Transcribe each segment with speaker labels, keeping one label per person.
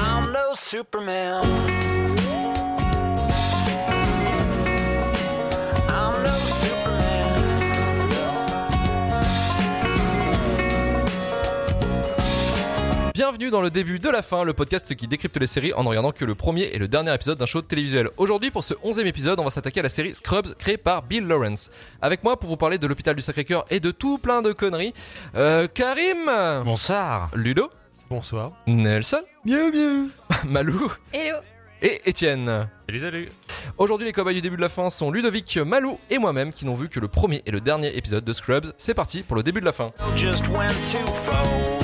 Speaker 1: Hello, Superman. I'm no Superman.
Speaker 2: Bienvenue dans le début de la fin, le podcast qui décrypte les séries en ne regardant que le premier et le dernier épisode d'un show télévisuel. Aujourd'hui, pour ce 11 épisode, on va s'attaquer à la série Scrubs créée par Bill Lawrence. Avec moi pour vous parler de l'hôpital du Sacré-Cœur et de tout plein de conneries, euh, Karim,
Speaker 3: Bonsoir.
Speaker 2: Ludo,
Speaker 3: Bonsoir.
Speaker 2: Nelson,
Speaker 3: Mieux, mieux.
Speaker 2: Malou
Speaker 4: Hello
Speaker 2: et Étienne.
Speaker 3: Salut, salut.
Speaker 2: Aujourd'hui, les cobayes du début de la fin sont Ludovic, Malou et moi-même qui n'ont vu que le premier et le dernier épisode de Scrubs. C'est parti pour le début de la fin.
Speaker 1: Just went twofold,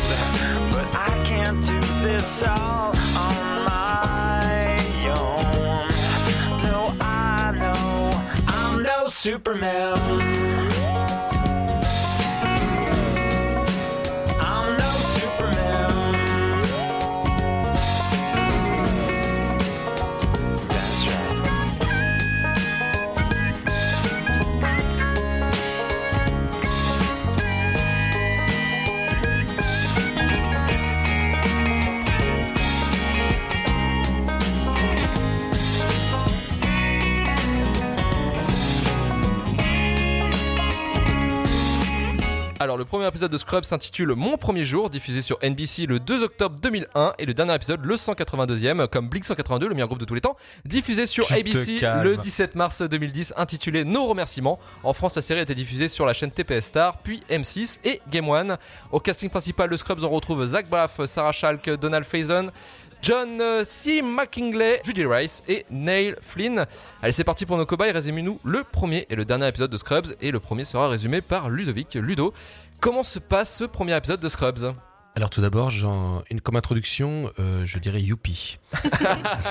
Speaker 1: but I can't do this all on my own. No, I know I'm no Superman. I'm no Superman. That's right.
Speaker 2: Alors le premier épisode de Scrubs s'intitule Mon premier jour, diffusé sur NBC le 2 octobre 2001 et le dernier épisode le 182e comme Blink 182, le meilleur groupe de tous les temps, diffusé sur
Speaker 3: Tu te
Speaker 2: ABC
Speaker 3: calmes.
Speaker 2: le 17 mars 2010 intitulé Nos remerciements. En France, la série a été diffusée sur la chaîne TPS Star, puis M6 et Game One. Au casting principal de Scrubs, on retrouve Zach Braff, Sarah Schalk, Donald Faison, John euh, C. McKinley, Judy Rice et Neil Flynn. Allez, c'est parti pour nos cobayes. Résumez-nous le premier et le dernier épisode de Scrubs. Et le premier sera résumé par Ludovic. Ludo, comment se passe ce premier épisode de Scrubs
Speaker 3: Alors tout d'abord, j'en- une- comme introduction, euh, je dirais youpi.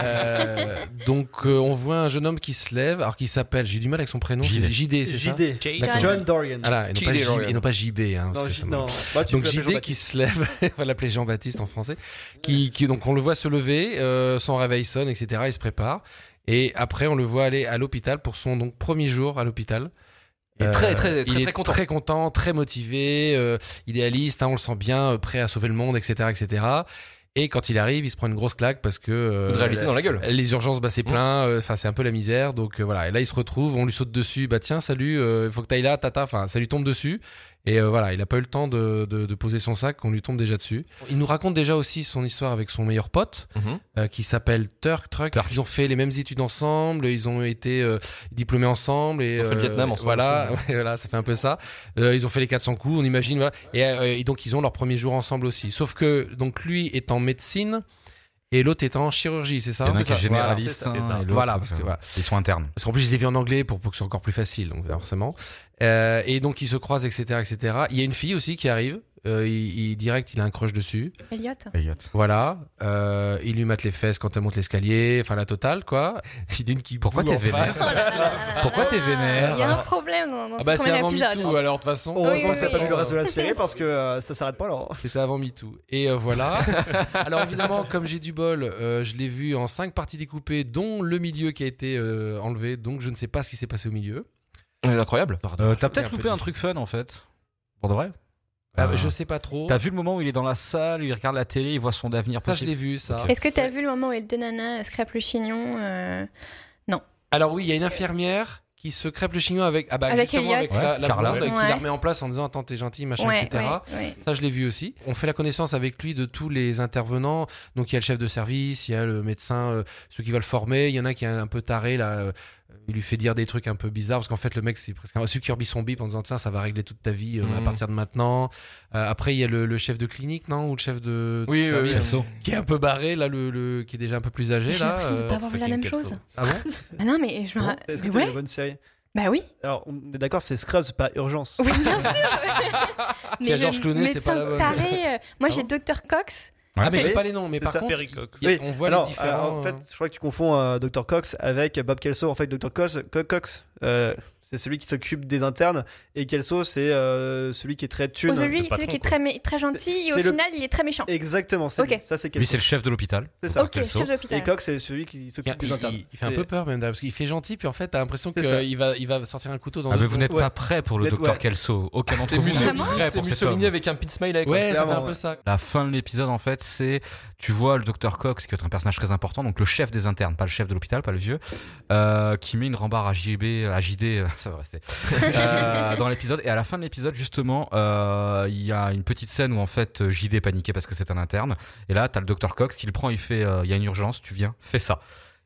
Speaker 3: Euh, donc euh, on voit un jeune homme qui se lève, alors qu'il s'appelle, j'ai du mal avec son prénom, c'est JD, c'est ça
Speaker 5: JD.
Speaker 3: D'accord.
Speaker 5: John Dorian.
Speaker 3: Voilà, et non, pas
Speaker 2: JD,
Speaker 3: JB, et non pas JB. hein,
Speaker 5: non,
Speaker 3: parce que
Speaker 5: J-
Speaker 3: ça me-
Speaker 5: non. Bah, tu
Speaker 3: Donc
Speaker 5: peux l'appeler
Speaker 3: JD qui
Speaker 5: Jean-Baptiste.
Speaker 3: se lève, on va l'appeler Jean-Baptiste en français, qui, qui- donc on le voit se lever, euh, son réveil sonne, etc. Il se prépare et après on le voit aller à l'hôpital pour son donc premier jour à l'hôpital. Euh,
Speaker 2: Il est très, très, très,
Speaker 3: il est
Speaker 2: très content.
Speaker 3: très content, très motivé, euh, idéaliste, hein, on le sent bien, euh, prêt à sauver le monde, etc., etc. Et quand il arrive, il se prend une grosse claque parce que euh,
Speaker 2: Une réalité dans la gueule.
Speaker 3: les urgences, bah,
Speaker 2: Mm.
Speaker 3: c'est plein, euh, enfin c'est un peu la misère, donc euh, voilà. Et là, il se retrouve, on lui saute dessus, bah tiens, salut, euh, faut que t'ailles là, tata, enfin ça lui tombe dessus. Et euh, voilà, il a pas eu le temps de, de- de poser son sac, on lui tombe déjà dessus. Il nous raconte déjà aussi son histoire avec son meilleur pote,
Speaker 2: Mhm.
Speaker 3: euh, qui s'appelle Turk Truck. Ils ont fait les mêmes études ensemble, ils ont été euh, diplômés ensemble. Et,
Speaker 2: Ils ont fait le
Speaker 3: euh,
Speaker 2: Vietnam ensemble
Speaker 3: Voilà, ouais, voilà, ça fait un peu ça. Euh, ils ont fait les 400 coups, on imagine. Voilà. Et, euh, et donc ils ont leur premier jour ensemble aussi. Sauf que donc lui est en médecine et l'autre est en chirurgie, c'est ça
Speaker 6: Il y en a un
Speaker 3: C'est
Speaker 6: qui est
Speaker 3: ça.
Speaker 6: généraliste.
Speaker 3: Voilà, c'est ça.
Speaker 6: hein, et l'autre,
Speaker 3: Voilà, parce que
Speaker 6: euh,
Speaker 3: voilà.
Speaker 6: Ils sont internes.
Speaker 3: Parce qu'en plus, je les ai vus en anglais pour, pour que ce soit encore plus facile, donc forcément. Euh, et donc, ils se croisent, etc., etc. Il y a une fille aussi qui arrive. Euh, il, il- direct, il a un crush dessus.
Speaker 4: Elliot
Speaker 6: Elliot.
Speaker 3: Voilà. Euh, il lui mate les fesses quand elle monte l'escalier. Enfin, la totale, quoi. Il y a une qui
Speaker 6: Pourquoi
Speaker 3: boue
Speaker 6: t'es
Speaker 3: en face.
Speaker 6: vénère Pourquoi t'es vénère
Speaker 4: Il y a un problème dans, dans
Speaker 3: Ah bah,
Speaker 4: ce
Speaker 3: c'est
Speaker 4: premier
Speaker 3: avant
Speaker 4: épisode.
Speaker 3: MeToo, alors, de toute façon.
Speaker 6: Oh.
Speaker 4: oui,
Speaker 5: Heureusement
Speaker 4: oui,
Speaker 5: que ça n'a
Speaker 4: oui.
Speaker 5: pas vu le reste de la série parce que euh, ça s'arrête pas alors.
Speaker 3: C'était avant MeToo. Et euh, voilà. Alors évidemment, comme j'ai du bol, euh, je l'ai vu en cinq parties découpées, dont le milieu qui a été euh, enlevé. Donc je ne sais pas ce qui s'est passé au milieu.
Speaker 2: Incroyable.
Speaker 6: Euh,
Speaker 3: je
Speaker 6: T'as
Speaker 3: fais
Speaker 6: peut-être
Speaker 3: un peu
Speaker 6: loupé un
Speaker 3: de-
Speaker 6: truc fun en fait. Pour de vrai
Speaker 3: Ah,
Speaker 6: Euh,
Speaker 3: je sais pas trop.
Speaker 6: T'as vu le moment où il est dans la salle, il regarde la télé, il voit son avenir
Speaker 3: Ça, je
Speaker 6: possible
Speaker 3: l'ai vu, ça.
Speaker 4: Est-ce que t'as vu le moment où les deux nanas elles se crêpent le chignon euh,
Speaker 3: Alors oui, il y a une infirmière qui se crêpe le chignon avec, ah bah,
Speaker 4: Avec
Speaker 3: justement,
Speaker 4: Elliot.
Speaker 3: avec la,
Speaker 6: Ouais,
Speaker 3: la
Speaker 6: Carla.
Speaker 3: blonde, et qui
Speaker 4: Ouais.
Speaker 3: la remet en place en disant attends t'es gentil machin
Speaker 4: Ouais,
Speaker 3: etc.
Speaker 4: ouais, ouais.
Speaker 3: Ça, je l'ai vu aussi. On fait la connaissance avec lui de tous les intervenants. Donc, il y a le chef de service, il y a le médecin, euh, celui qui va le former. Il y en a qui est un peu taré, là. euh, il lui fait dire des trucs un peu bizarres parce qu'en fait, le mec, c'est presque un celui qui rebit son bip en disant Tiens, ça va régler toute ta vie euh, à
Speaker 2: Mhm.
Speaker 3: partir de maintenant. Euh, après, il y a le, le chef de clinique, non Ou le chef de. de service, Qui est un peu barré, là, le, le- qui est déjà un peu plus âgé,
Speaker 4: J'ai
Speaker 3: là.
Speaker 4: l'impression de
Speaker 3: euh,
Speaker 4: pas avoir vu la
Speaker 6: fucking
Speaker 4: même chose.
Speaker 6: Kelso.
Speaker 3: Ah bon
Speaker 4: Bah non, mais je me ra-
Speaker 5: Est-ce que
Speaker 4: mais
Speaker 5: t'as
Speaker 4: ouais.
Speaker 5: une bonne série
Speaker 4: Bah oui,
Speaker 5: Alors, on est d'accord, c'est Scrubs, pas Urgence.
Speaker 4: oui, bien sûr.
Speaker 3: S'il y a Georges Clooney, c'est pas la bonne.
Speaker 4: Taré, euh, moi,
Speaker 3: Ah
Speaker 4: j'ai Dr Cox.
Speaker 3: Ah, mais
Speaker 5: Oui,
Speaker 3: j'ai pas les noms, mais
Speaker 5: c'est
Speaker 3: par
Speaker 5: ça.
Speaker 3: contre,
Speaker 6: Cox.
Speaker 3: il y a- on voit
Speaker 5: Alors,
Speaker 3: les différents.
Speaker 5: euh, en
Speaker 3: euh,
Speaker 5: fait, je crois que tu confonds euh, Dr. Cox avec Bob Kelso. En fait, Dr. Cox, Co- Cox, euh, c'est- C'est celui qui s'occupe des internes. Et Kelso, c'est euh, celui qui est très thune.
Speaker 4: Oh, celui,
Speaker 3: le patron,
Speaker 4: celui qui est
Speaker 3: quoi.
Speaker 4: très, mé- très gentil et au
Speaker 5: C'est le-
Speaker 4: final il est très méchant.
Speaker 5: Exactement, c'est
Speaker 4: Ok.
Speaker 5: lui. ça c'est
Speaker 6: Lui,
Speaker 5: Kelso.
Speaker 6: c'est le chef de l'hôpital.
Speaker 5: C'est ça.
Speaker 4: Ok, chef de l'hôpital.
Speaker 5: Et Cox, c'est celui qui s'occupe
Speaker 3: Il,
Speaker 5: des internes.
Speaker 3: il- il fait un
Speaker 5: C'est-
Speaker 3: peu peur, même, parce qu'il fait gentil, puis en fait, t'as l'impression
Speaker 5: C'est ça.
Speaker 3: qu'il va, il va sortir un couteau dans
Speaker 6: Ah,
Speaker 3: deux
Speaker 6: mais vous
Speaker 3: secondes.
Speaker 6: n'êtes
Speaker 5: Ouais.
Speaker 6: pas prêt pour le
Speaker 5: Peut-être,
Speaker 6: docteur
Speaker 5: ouais.
Speaker 6: Kelso. Aucun d'entre
Speaker 2: C'est
Speaker 6: vous n'est
Speaker 4: Vraiment
Speaker 6: prêt
Speaker 2: Mussolini, c'est
Speaker 6: pour cet
Speaker 2: Mussolini
Speaker 6: homme.
Speaker 2: avec un pince smile avec
Speaker 3: Ouais, ça fait
Speaker 5: Clairement,
Speaker 3: un peu
Speaker 5: ouais.
Speaker 3: ça.
Speaker 6: La fin de l'épisode, en fait, c'est tu vois le docteur Cox, qui est un personnage très important, donc le chef des internes, pas le chef de l'hôpital, pas le vieux, euh, qui met une rambarde à JB, à JD, euh, ça va rester, euh, dans l'épisode. Et à la fin de l'épisode, justement, euh, il y a une petite scène où en fait euh, JD est paniqué parce que c'est un interne. Et là, t'as le docteur Cox qui le prend, il fait, euh, il y a une urgence, tu viens, fais ça.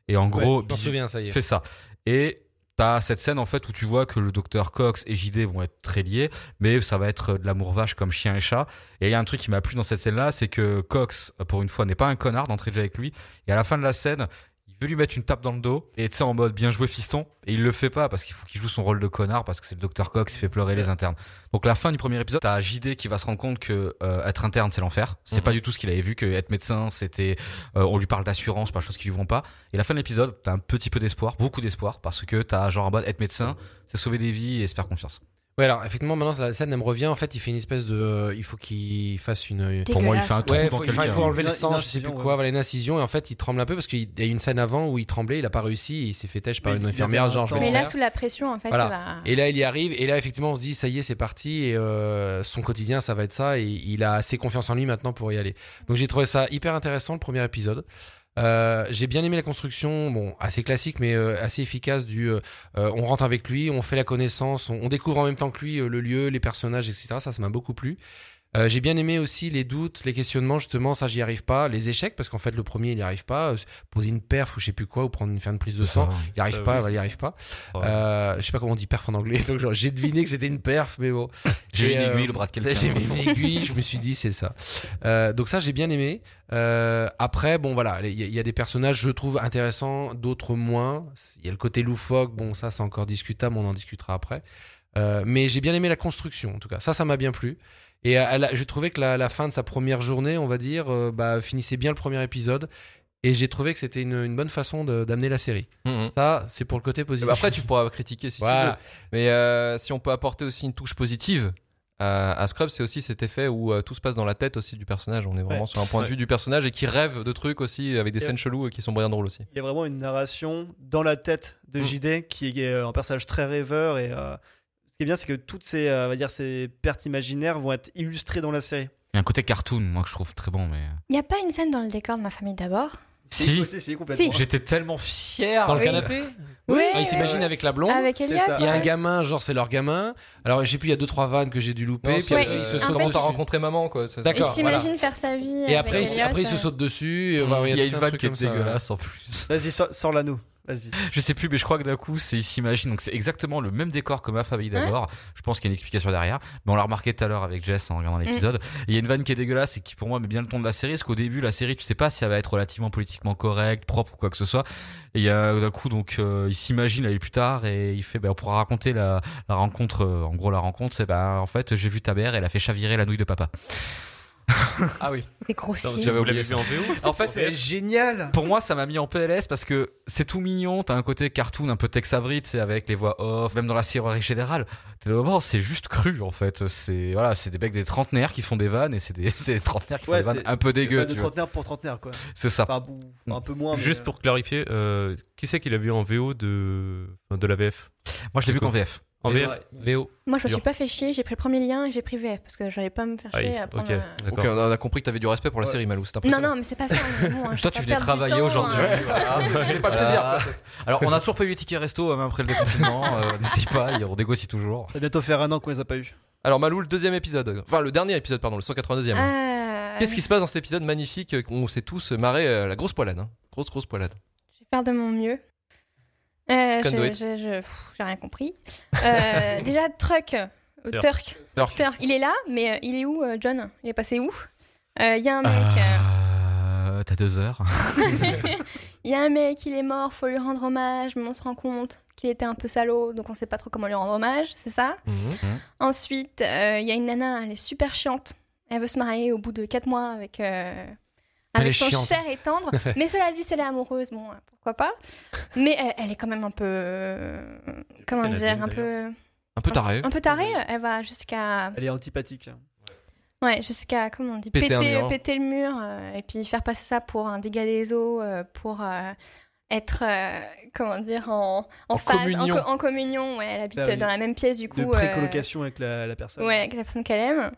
Speaker 6: Et en gros,
Speaker 3: Je me
Speaker 6: bisous,
Speaker 3: souviens, ça y est.
Speaker 6: Fais ça. Et t'as cette scène en fait où tu vois que le docteur Cox et JD vont être très liés, mais ça va être de l'amour vache comme chien et chat. Et il y a un truc qui m'a plu dans cette scène-là, c'est que Cox, pour une fois, n'est pas un connard d'entrée de jeu avec lui. Et à la fin de la scène, il veut lui mettre une tape dans le dos et tu sais en mode bien joué fiston et il le fait pas parce qu'il faut qu'il joue son rôle de connard parce que c'est le docteur Cox qui fait pleurer les internes. Donc la fin du premier épisode, t'as JD qui va se rendre compte que euh, être interne c'est l'enfer, c'est
Speaker 2: Mhm.
Speaker 6: pas du tout ce qu'il avait vu que être médecin c'était euh, on lui parle d'assurance, pas de choses qui lui vont pas. Et la fin de l'épisode, t'as un petit peu d'espoir, beaucoup d'espoir parce que t'as genre en mode être médecin, c'est sauver des vies et se faire confiance.
Speaker 3: Ouais, alors effectivement, maintenant la scène elle me revient. En fait, il fait une espèce de. euh, il faut qu'il fasse une. euh,
Speaker 6: Pour moi, il fait un trou
Speaker 3: Ouais,
Speaker 6: dans
Speaker 3: faut- enfin, il
Speaker 6: quelqu'un.
Speaker 3: faut enlever le
Speaker 5: Une-
Speaker 3: sang,
Speaker 5: une
Speaker 3: je sais plus
Speaker 5: incision,
Speaker 3: quoi,
Speaker 5: ouais.
Speaker 3: voilà une incision. Et en fait, il tremble un peu parce qu'il y a eu une scène avant où il tremblait, il a pas réussi, et il s'est fait têche par
Speaker 5: Mais
Speaker 3: une
Speaker 5: il avait
Speaker 3: infirmière,
Speaker 5: un
Speaker 3: genre je vais
Speaker 5: temps.
Speaker 3: le
Speaker 4: Mais là
Speaker 3: faire.
Speaker 4: sous la pression en fait,
Speaker 3: Voilà.
Speaker 4: ça va-
Speaker 3: Et là, il y arrive, et là, effectivement, on se dit, ça y est, c'est parti, et euh, son quotidien, ça va être ça, et il a assez confiance en lui maintenant pour y aller. Donc, j'ai trouvé ça hyper intéressant, le premier épisode. Euh, j'ai bien aimé la construction, bon, assez classique, mais euh, assez efficace du euh, euh, on rentre avec lui, on fait la connaissance, on, on découvre en même temps que lui euh, le lieu, les personnages, etc. Ça, ça m'a beaucoup plu. Euh, j'ai bien aimé aussi les doutes, les questionnements, justement, ça, j'y arrive pas. Les échecs, parce qu'en fait, le premier, il n'y arrive pas. Euh, poser une perf ou je sais plus quoi, ou prendre une, faire une prise de sang, il n'y arrive
Speaker 2: Ça,
Speaker 3: pas,
Speaker 2: oui,
Speaker 3: il n'y
Speaker 2: c'est
Speaker 3: arrive pas.
Speaker 6: Ouais.
Speaker 3: Euh, je sais pas comment on dit perf en anglais, donc genre, j'ai deviné que c'était une perf, mais bon.
Speaker 6: J'ai
Speaker 3: Et,
Speaker 6: une
Speaker 3: euh,
Speaker 6: aiguille, le bras de quelqu'un.
Speaker 3: J'ai mis une aiguille, je me suis dit c'est ça. Euh, donc ça j'ai bien aimé. Euh, après bon voilà, il y, a- il y a des personnages je trouve intéressants, d'autres moins. Il y a le côté loufoque, bon ça c'est encore discutable, on en discutera après. Euh, mais j'ai bien aimé la construction en tout cas, ça ça m'a bien plu. Et à- à la- je trouvais que la, la fin de sa première journée, on va dire, euh, bah, finissait bien le premier épisode. Et j'ai trouvé que c'était une, une bonne façon de- d'amener la série.
Speaker 6: Mm,
Speaker 2: Mhm.
Speaker 3: Ça, c'est pour le côté
Speaker 2: Et
Speaker 3: positif.
Speaker 2: bah après, tu pourras critiquer si tu veux.
Speaker 3: voilà.
Speaker 2: Mais euh, si on peut apporter aussi une touche positive à, à Scrubs, c'est aussi cet effet où euh, tout se passe dans la tête aussi du personnage. On est vraiment
Speaker 5: Ouais.
Speaker 2: sur un point de
Speaker 5: Ouais.
Speaker 2: vue du personnage et qui rêve de trucs aussi avec des
Speaker 5: Et-
Speaker 2: scènes cheloues et qui sont bien drôles aussi.
Speaker 5: Il y a vraiment une narration dans la tête de
Speaker 2: Mm.
Speaker 5: JD qui est euh, un personnage très rêveur. Et euh, ce qui est bien, c'est que toutes ces, euh, on va dire, ces pertes imaginaires vont être illustrées dans la série.
Speaker 6: Il y a un côté cartoon, moi que je trouve très bon, mais
Speaker 4: Il n'y a pas une scène dans le décor de ma famille d'abord
Speaker 6: si.
Speaker 5: si, si, complètement.
Speaker 4: Si.
Speaker 6: J'étais tellement fier.
Speaker 3: Dans le
Speaker 4: Oui.
Speaker 3: canapé
Speaker 4: Oui,
Speaker 3: Ah, Il s'imagine avec la blonde.
Speaker 4: avec Elliot.
Speaker 5: ça.
Speaker 3: Il y a un
Speaker 4: ouais.
Speaker 3: gamin, genre c'est leur gamin. Alors j'ai plus, il y a deux trois vannes que j'ai dû louper.
Speaker 2: Non,
Speaker 3: puis,
Speaker 2: c'est,
Speaker 4: Ouais,
Speaker 3: euh,
Speaker 4: il
Speaker 3: ils
Speaker 4: se-
Speaker 3: se
Speaker 4: en
Speaker 3: sautent
Speaker 4: fait,
Speaker 2: comment
Speaker 3: dessus.
Speaker 2: t'as rencontré maman quoi. ça-
Speaker 4: Il
Speaker 3: D'accord,
Speaker 4: s'imagine faire sa vie.
Speaker 3: Et après,
Speaker 4: avec
Speaker 3: ils, après ils se
Speaker 4: Elliot. hein.
Speaker 3: sautent dessus. euh, voilà,
Speaker 6: Mm, Il y a
Speaker 3: tout
Speaker 6: une
Speaker 3: un
Speaker 6: vanne
Speaker 3: truc
Speaker 6: qui est
Speaker 3: comme ça, ouais.
Speaker 6: dégueulasse en plus.
Speaker 5: Vas-y, sors- sors-la nous. Vas-y.
Speaker 6: Je sais plus, mais je crois que d'un coup, c'est il s'imagine. Donc c'est exactement le même décor que ma famille
Speaker 4: Hein
Speaker 6: d'abord. je pense qu'il y a une explication derrière. Mais on l'a remarqué tout à l'heure avec Jess en regardant l'épisode. Il y a une vanne qui est dégueulasse et qui pour moi met bien le ton de la série. Parce qu'au début, la série, tu sais pas si elle va être relativement politiquement correcte, propre ou quoi que ce soit. Et il y a d'un coup, donc euh, il s'imagine aller plus tard et il fait, ben, on pourra raconter la, la rencontre. euh, en gros, la rencontre, c'est ben en fait, j'ai vu ta mère, elle a fait chavirer la nouille de papa.
Speaker 2: Ah oui.
Speaker 7: C'est
Speaker 2: Vous
Speaker 7: grossier.
Speaker 2: l'avez oublié ça. En fait,
Speaker 5: c'est génial.
Speaker 6: Pour moi, ça m'a mis en PLS parce que c'est tout mignon. T'as un côté cartoon, un peu Tex Avery, tu sais, avec les voix off, même dans la serrerie générale. T'es là, oh, c'est juste cru en fait. C'est voilà, c'est des mecs des trentenaires qui font des vannes et c'est des, c'est des trentenaires qui font
Speaker 5: Ouais,
Speaker 6: des vannes
Speaker 5: c'est-
Speaker 6: un peu
Speaker 5: Pas
Speaker 6: dégueu.
Speaker 5: de
Speaker 6: tu vois. Ah.
Speaker 5: trentenaire pour trentenaire, quoi.
Speaker 6: C'est ça.
Speaker 5: Enfin, bon, un peu moins. mais,
Speaker 8: Juste
Speaker 5: euh,
Speaker 8: pour clarifier, euh, qui c'est qu'il a vu en VO de, enfin, de la VF
Speaker 6: Moi, je l'ai vu qu'en VF.
Speaker 8: En
Speaker 5: mais
Speaker 8: VF
Speaker 5: ouais.
Speaker 3: VO.
Speaker 4: Moi, je me suis
Speaker 8: Dur.
Speaker 4: pas fait chier, j'ai pris le premier lien et j'ai pris VF parce que j'allais pas me faire
Speaker 8: Ah oui,
Speaker 4: chier à prendre.
Speaker 8: ok,
Speaker 4: un-
Speaker 2: ok,
Speaker 8: d'accord.
Speaker 2: on a compris que t'avais du respect pour la
Speaker 5: Ouais.
Speaker 2: série Malou. C'est
Speaker 4: Non,
Speaker 2: impressionnant.
Speaker 4: non, mais c'est pas ça. mais bon, hein, je
Speaker 6: Toi,
Speaker 4: vais pas
Speaker 6: tu venais
Speaker 4: perdre du
Speaker 6: travailler
Speaker 4: temps,
Speaker 6: aujourd'hui.
Speaker 4: hein.
Speaker 2: pas
Speaker 6: Voilà. Alors, on a toujours pas eu les tickets resto même après le déconfinement. euh, N'hésitez pas, on négocie toujours.
Speaker 5: euh, Ça va bientôt faire un an qu'on les a pas eu.
Speaker 2: Alors Malou, le deuxième épisode. Enfin, le dernier épisode, pardon, le 182e.
Speaker 4: Ah,
Speaker 2: Qu'est-ce qui se passe dans cet épisode magnifique euh, On s'est tous marré euh, la grosse poilade. hein. Grosse, grosse poilade.
Speaker 4: Je vais faire de mon mieux. Euh,
Speaker 2: Can do
Speaker 4: je-
Speaker 2: it.
Speaker 4: je- je- pff, J'ai rien compris. Euh, déjà, Truck, euh,
Speaker 8: Turk.
Speaker 4: Turk.
Speaker 2: Turk.
Speaker 4: Turk, il est là, mais euh, il est où, euh, John Il est passé où Euh, Il y a un
Speaker 6: Ah.
Speaker 4: mec. euh,
Speaker 6: Euh, T'as deux heures.
Speaker 4: Il y a un mec, il est mort, faut lui rendre hommage, mais on se rend compte qu'il était un peu salaud, donc on sait pas trop comment lui rendre hommage, c'est ça
Speaker 8: Mhm.
Speaker 3: Mhm.
Speaker 4: Ensuite, euh, il y a une nana, elle est super chiante. Elle veut se marier au bout de 4 mois avec euh,
Speaker 3: Elle est
Speaker 4: avec son
Speaker 3: chiante.
Speaker 4: cher et tendre. mais cela dit, si elle est amoureuse, bon, euh, pourquoi pas. Mais elle, elle est quand même un peu. euh, Comment
Speaker 8: Elle a
Speaker 4: dire
Speaker 8: bien,
Speaker 4: Un peu,
Speaker 2: Un peu taré.
Speaker 4: un peu tarée. Elle va jusqu'à.
Speaker 5: Elle est antipathique. hein.
Speaker 4: Ouais, jusqu'à, comment on dit,
Speaker 2: Péter
Speaker 4: péter,
Speaker 2: un mur.
Speaker 4: péter le mur euh, et puis faire passer ça pour un dégât des eaux, euh, pour euh, être, euh, comment dire, en, en,
Speaker 2: En
Speaker 4: phase,
Speaker 2: communion.
Speaker 4: En, co- en communion. Ouais, elle habite
Speaker 5: Ah oui.
Speaker 4: dans la même pièce du coup.
Speaker 5: De
Speaker 4: euh,
Speaker 5: précolocation avec la, la personne.
Speaker 4: ouais, avec la personne qu'elle aime.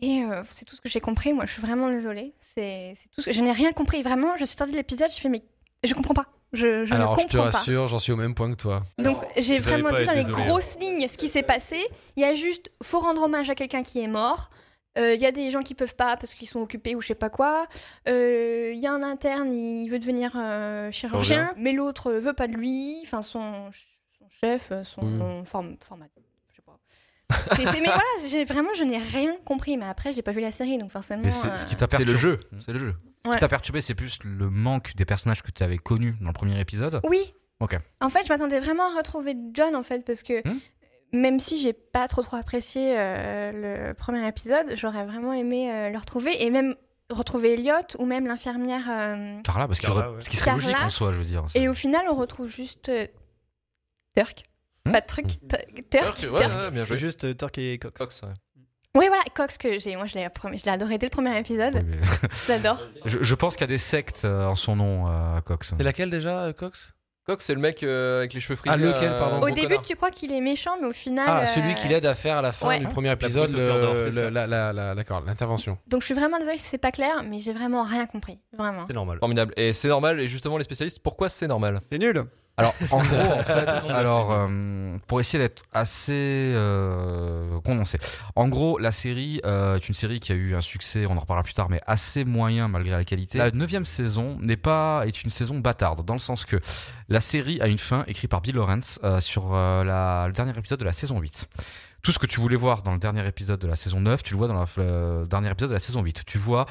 Speaker 4: Et euh, c'est tout ce que j'ai compris. Moi, je suis vraiment désolée. C'est c'est tout ce que... Je n'ai rien compris. Vraiment, je suis sortie de l'épisode, je fais, mais je comprends pas. Je, je
Speaker 3: Alors,
Speaker 4: ne
Speaker 3: je te
Speaker 4: comprends pas.
Speaker 3: rassure, j'en suis au même point que toi.
Speaker 4: Donc j'ai
Speaker 8: Vous allez
Speaker 4: vraiment
Speaker 8: pas
Speaker 4: dit
Speaker 8: être
Speaker 4: dans les
Speaker 8: désolé.
Speaker 4: grosses lignes ce qui s'est passé. Il y a juste, faut rendre hommage à quelqu'un qui est mort. Euh, Il y a des gens qui peuvent pas parce qu'ils sont occupés ou je sais pas quoi. Euh, Il y a un interne, il veut devenir euh, chirurgien, mais l'autre euh, veut pas de lui. Enfin son, son chef, euh, son
Speaker 3: Mm.
Speaker 4: form- formateur, je sais pas. C'est- c'est- mais voilà, j'ai- vraiment je n'ai rien compris. Mais après j'ai pas vu la série donc forcément. euh,
Speaker 6: Mais c'est- ce qui t'a
Speaker 2: C'est le
Speaker 6: perturbé-
Speaker 2: jeu. C'est le jeu.
Speaker 6: Ce
Speaker 4: Ouais.
Speaker 6: qui t'a perturbé, c'est plus le manque des personnages que tu avais connus dans le premier épisode.
Speaker 4: Oui.
Speaker 6: Ok.
Speaker 4: En fait, je m'attendais vraiment à retrouver John, en fait, parce que
Speaker 6: Hmm.
Speaker 4: même si j'ai pas trop trop apprécié euh, le premier épisode, j'aurais vraiment aimé euh, le retrouver et même retrouver Elliot ou même l'infirmière. euh,
Speaker 6: Carla, parce que
Speaker 8: Carla, ouais.
Speaker 6: ce qui serait
Speaker 4: Carla.
Speaker 6: logique en soi, je veux dire.
Speaker 4: Et au final, on retrouve juste euh, Turk.
Speaker 6: Hmm.
Speaker 4: Pas de truc. Tu- Turk.
Speaker 2: Ouais, ouais, bien
Speaker 5: C'est
Speaker 2: joué.
Speaker 5: juste euh, Turk et Cox.
Speaker 2: Cox, ouais.
Speaker 4: Oui, voilà, Cox, que j'ai. Moi, je l'ai approm- je l'ai adoré dès le premier
Speaker 6: Oui,
Speaker 4: épisode.
Speaker 6: mais-
Speaker 4: J'adore.
Speaker 6: je, je pense qu'il y a des sectes euh, en son nom, euh, Cox.
Speaker 3: C'est laquelle déjà, euh, Cox
Speaker 2: Cox, c'est le mec euh, avec les cheveux frisés.
Speaker 3: Ah, lequel, pardon.
Speaker 4: Au
Speaker 2: gros
Speaker 4: début,
Speaker 2: connard.
Speaker 4: tu crois qu'il est méchant, mais au final.
Speaker 3: Ah,
Speaker 4: euh,
Speaker 3: celui qui l'aide à faire à la fin
Speaker 4: ouais.
Speaker 3: du premier épisode
Speaker 8: brute au cœur
Speaker 3: le-
Speaker 8: d'or,
Speaker 3: le-
Speaker 8: c'est ça.
Speaker 3: la- la- la- d'accord, l'intervention.
Speaker 4: Donc, je suis vraiment désolée si c'est pas clair, mais j'ai vraiment rien compris. Vraiment.
Speaker 8: C'est normal.
Speaker 2: Formidable. Et c'est normal, et justement, les spécialistes, pourquoi c'est normal
Speaker 5: C'est nul.
Speaker 6: Alors, en gros, en fait, alors, euh, pour essayer d'être assez euh, condensé, en gros, la série euh, est une série qui a eu un succès, on en reparlera plus tard, mais assez moyen malgré la qualité. La neuvième saison n'est pas est une saison bâtarde, dans le sens que la série a une fin écrite par Bill Lawrence euh, sur euh, la- le dernier épisode de la saison 8. Tout ce que tu voulais voir dans le dernier épisode de la saison 9, tu le vois dans la- le dernier épisode de la saison 8. Tu vois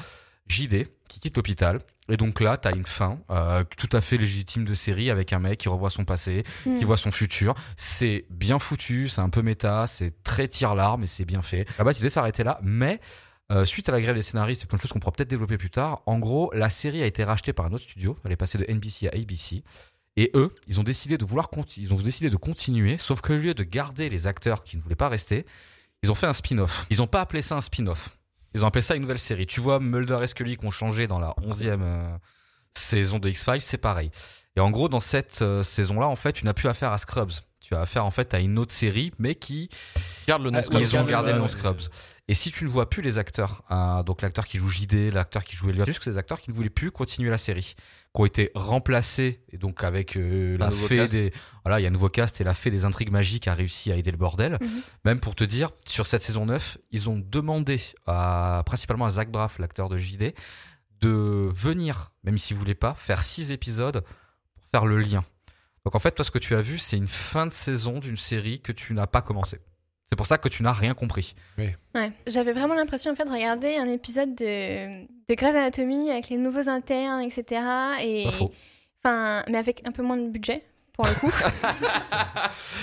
Speaker 6: JD qui quitte l'hôpital. Et donc là, t'as une fin euh, tout à fait légitime de série avec un mec qui revoit son passé,
Speaker 4: Hmm.
Speaker 6: qui voit son futur. C'est bien foutu, c'est un peu méta, c'est très tire-larme et c'est bien fait. À la base, il devait s'arrêter là, mais euh, suite à la grève des scénaristes, c'est plein de choses qu'on pourra peut-être développer plus tard. En gros, la série a été rachetée par un autre studio. Elle est passée de NBC à ABC. Et eux, ils ont décidé de vouloir conti- ils ont décidé de continuer, sauf que au lieu de garder les acteurs qui ne voulaient pas rester, ils ont fait un spin-off. Ils n'ont pas appelé ça un spin-off. Ils ont appelé ça une nouvelle série. Tu vois, Mulder et Scully qui ont changé dans la 11e euh, saison de X-Files, c'est pareil. Et en gros, dans cette euh, saison-là, en fait, tu n'as plus affaire à Scrubs. Tu as affaire en fait à une autre série, mais qui
Speaker 2: Garde le nom
Speaker 5: Ah,
Speaker 2: de Scrubs.
Speaker 6: ils ont
Speaker 5: Scrubs.
Speaker 6: gardé le nom
Speaker 5: Ouais,
Speaker 6: Scrubs. Et si tu ne vois plus les acteurs, euh, donc l'acteur qui joue JD, l'acteur qui joue Elliot, juste que ces acteurs qui ne voulaient plus continuer la série, qui ont été remplacés, et donc avec euh,
Speaker 2: Un
Speaker 6: la
Speaker 2: nouveau
Speaker 6: fée
Speaker 2: cast.
Speaker 6: des. Voilà, il y a un nouveau cast et la fée des intrigues magiques a réussi à aider le bordel.
Speaker 4: Mhm.
Speaker 6: Même pour te dire, sur cette saison 9, ils ont demandé à, principalement à Zach Braff, l'acteur de JD, de venir, même s'il ne voulait pas, faire six épisodes pour faire le lien. Donc en fait, toi, ce que tu as vu, c'est une fin de saison d'une série que tu n'as pas commencé. C'est pour ça que tu n'as rien compris.
Speaker 4: Ouais. J'avais vraiment l'impression en fait de regarder un épisode de, de Grey's Anatomy avec les nouveaux internes, etc. Et,
Speaker 6: Pas faux.
Speaker 4: enfin, mais avec un peu moins de budget pour le coup.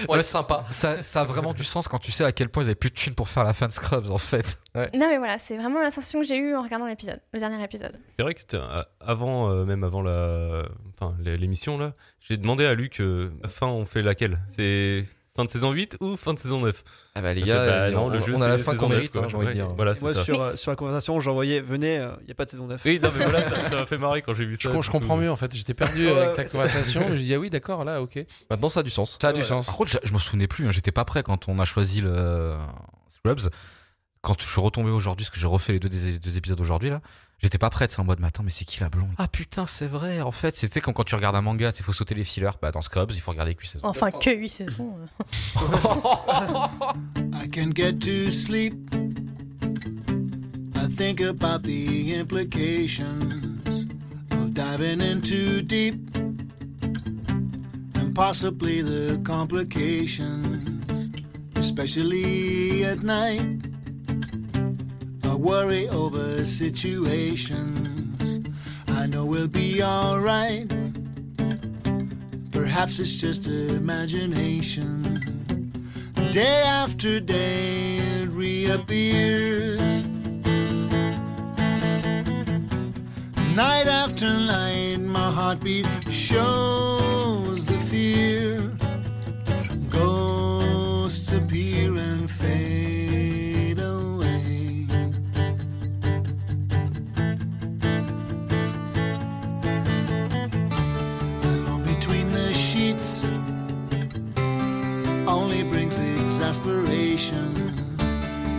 Speaker 2: Ouais, sympa.
Speaker 6: Ça, ça a vraiment du sens quand tu sais à quel point ils avaient plus de thunes pour faire la fin de Scrubs, en fait.
Speaker 4: non mais voilà, c'est vraiment la sensation que j'ai eue en regardant l'épisode, le dernier épisode.
Speaker 8: C'est vrai que c'était un- avant, euh, même avant la, enfin, l'é- l'émission là, j'ai demandé à Luc, euh, fin on fait laquelle C'est fin de saison 8 ou fin de saison 9
Speaker 2: Ah bah les
Speaker 8: Il
Speaker 2: gars,
Speaker 8: fait, bah,
Speaker 2: on, on
Speaker 8: c'est
Speaker 2: a la fin
Speaker 8: saison
Speaker 2: qu'on
Speaker 8: 9,
Speaker 2: mérite,
Speaker 8: quoi.
Speaker 2: hein, j'ai envie de
Speaker 8: Ouais,
Speaker 2: dire.
Speaker 8: Voilà,
Speaker 5: Moi,
Speaker 8: c'est ça.
Speaker 5: sur, euh, sur la conversation, j'envoyais venez, il n'y a pas de saison 9.
Speaker 8: Oui, non, mais voilà, ça ça m'a fait marrer quand j'ai vu
Speaker 3: Je,
Speaker 8: ça.
Speaker 3: com-
Speaker 8: du
Speaker 3: je
Speaker 8: coup.
Speaker 3: comprends mieux en fait, j'étais perdu
Speaker 5: Ouais.
Speaker 3: avec ta conversation, mais je dis ah oui, d'accord, là, ok.
Speaker 2: Maintenant, ça a du sens.
Speaker 3: Ça a du sens.
Speaker 6: Par contre, je, je m'en souvenais plus, hein, j'étais pas prêt quand on a choisi le Scrubs. Quand je suis retombé aujourd'hui, parce que j'ai refait les deux, des- deux épisodes aujourd'hui, là, j'étais pas prête. C'est en mode, mais attends, mais c'est qui la blonde Ah putain, c'est vrai, en fait. C'était quand, quand tu regardes un manga, il faut sauter les fillers. Bah, dans Scrubs, il faut regarder que saison.
Speaker 7: Enfin, que 8 saisons.
Speaker 4: hein.
Speaker 7: euh.
Speaker 9: I can get to sleep. I think about the implications of diving in too deep and possibly the complications, especially at night. I worry over situations I know we'll be alright. Perhaps it's just imagination. Day after day, it reappears. And Night after night, my heartbeat shows the fear. Ghosts appear and fade away. Alone between the sheets only brings exasperation.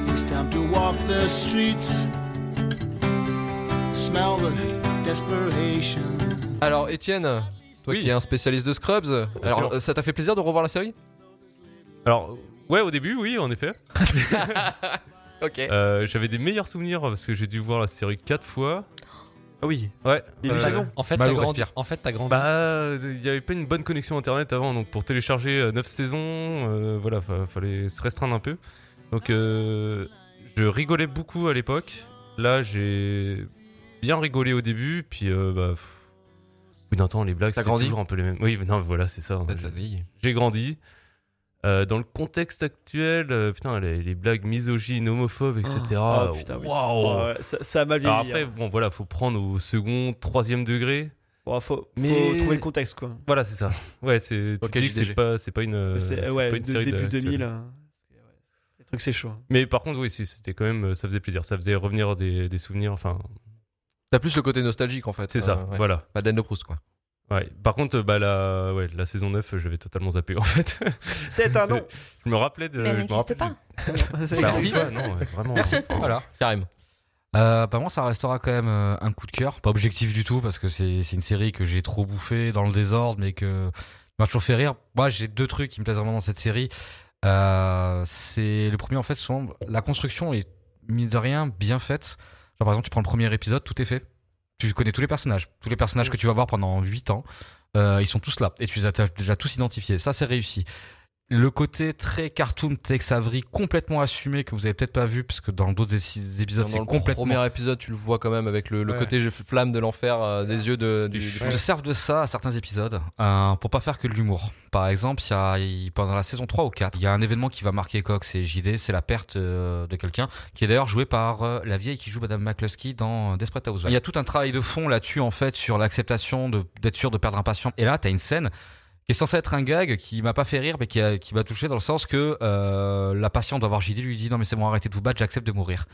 Speaker 9: It's time to walk the streets, smell the desperation.
Speaker 2: Alors, Étienne, toi
Speaker 8: Oui.
Speaker 2: qui es un spécialiste de Scrubs, alors
Speaker 8: sûr.
Speaker 2: euh, ça t'a fait plaisir de revoir la série
Speaker 8: Alors, ouais, au début, oui, en effet.
Speaker 2: Ok.
Speaker 8: Euh, J'avais des meilleurs souvenirs parce que j'ai dû voir la série 4 fois.
Speaker 5: Ah oui.
Speaker 8: Ouais.
Speaker 5: Il y a
Speaker 8: Euh,
Speaker 5: huit saisons.
Speaker 3: En fait,
Speaker 6: Malo
Speaker 3: t'as grandi.
Speaker 6: respire.
Speaker 3: En fait, t'as grandi.
Speaker 8: Bah, il n'y avait pas une bonne connexion internet avant, donc pour télécharger 9 saisons, euh, voilà, fa- fallait se restreindre un peu. Donc, euh, je rigolais beaucoup à l'époque. Là, j'ai bien rigolé au début, puis euh, bah, pff, au bout d'un temps, les blagues,
Speaker 2: T'as
Speaker 8: c'était
Speaker 2: grandi
Speaker 8: toujours un peu les mêmes. Oui, mais non, voilà, c'est ça. hein,
Speaker 2: Peut-être la vie.
Speaker 8: J'ai grandi. Euh, dans le contexte actuel, euh, putain, les, les blagues misogynes, homophobes, etc.
Speaker 5: Ah, putain, oui.
Speaker 8: Waouh.
Speaker 5: Oh, ouais, ça, ça a mal
Speaker 8: Alors
Speaker 5: vieilli.
Speaker 8: après,
Speaker 5: hein.
Speaker 8: bon, voilà, faut prendre au second, troisième degré.
Speaker 5: Bon, faut, faut
Speaker 8: Mais- euh,
Speaker 5: trouver le contexte, quoi.
Speaker 8: Voilà, c'est ça. Ouais, c'est. Tu
Speaker 2: Ok,
Speaker 8: te dis que
Speaker 2: JDG.
Speaker 8: c'est pas, c'est pas une. euh,
Speaker 5: Mais c'est-
Speaker 8: c'est
Speaker 5: ouais,
Speaker 8: pas une
Speaker 5: de-
Speaker 8: série
Speaker 5: début
Speaker 8: d'actuel.
Speaker 5: 2000. hein. Les trucs, c'est chaud. hein.
Speaker 8: Mais par contre, oui, c'est- c'était quand même, euh, ça faisait plaisir, ça faisait revenir des, des souvenirs. Enfin,
Speaker 2: T'as plus le côté nostalgique en fait.
Speaker 8: c'est ça.
Speaker 5: Ah,
Speaker 2: Euh, ouais.
Speaker 8: Voilà.
Speaker 2: Madeleine de Proust, quoi.
Speaker 8: Ouais. Par contre, bah la, ouais, la saison 9 je vais totalement zapper en fait.
Speaker 5: C'est un nom.
Speaker 8: je me rappelais de.
Speaker 4: Mais elle
Speaker 8: je me
Speaker 4: n'existe
Speaker 8: rappelais
Speaker 4: pas.
Speaker 8: du-
Speaker 5: C'est-
Speaker 8: Bah,
Speaker 2: Merci.
Speaker 8: ouais, non, ouais, vraiment.
Speaker 2: Voilà. Ah, Karim.
Speaker 6: Euh, bah moi ça restera quand même euh, un coup de cœur, pas objectif du tout parce que c'est c'est une série que j'ai trop bouffé dans le désordre mais que qui m'a toujours fait rire. Moi j'ai deux trucs qui me plaisent vraiment dans cette série. Euh, c'est le premier en fait sont la construction est mine de rien bien faite. Genre par exemple tu prends le premier épisode, tout est fait. Tu connais tous les personnages, tous les personnages
Speaker 2: Mm.
Speaker 6: que tu vas voir pendant 8 ans, euh, ils sont tous là et tu les as t'as déjà tous identifiés. Ça c'est réussi. Le côté très cartoon Tex Avery complètement assumé que vous avez peut-être pas vu parce que dans d'autres é- épisodes
Speaker 2: Dans
Speaker 6: c'est
Speaker 2: le
Speaker 6: complètement
Speaker 2: premier épisode, tu le vois quand même avec le, le
Speaker 3: Ouais.
Speaker 2: côté flamme de l'enfer euh, des yeux de, du, du-
Speaker 6: Ils se servent de ça à certains épisodes euh, pour pas faire que de l'humour. Par exemple, il y a- il- pendant la saison 3 ou 4, il y a un événement qui va marquer Cox et JD, c'est la perte euh, de quelqu'un qui est d'ailleurs joué par euh, la vieille qui joue Madame McCluskey dans euh, Desperate Housewives. Il y a tout un travail de fond là-dessus en fait sur l'acceptation de- d'être sûr de perdre un patient. Et là, t'as une scène qui est censée être un gag qui m'a pas fait rire mais qui, a- qui m'a touché dans le sens que euh, la patiente doit voir JD lui dit non mais c'est bon arrêtez de vous battre j'accepte de mourir.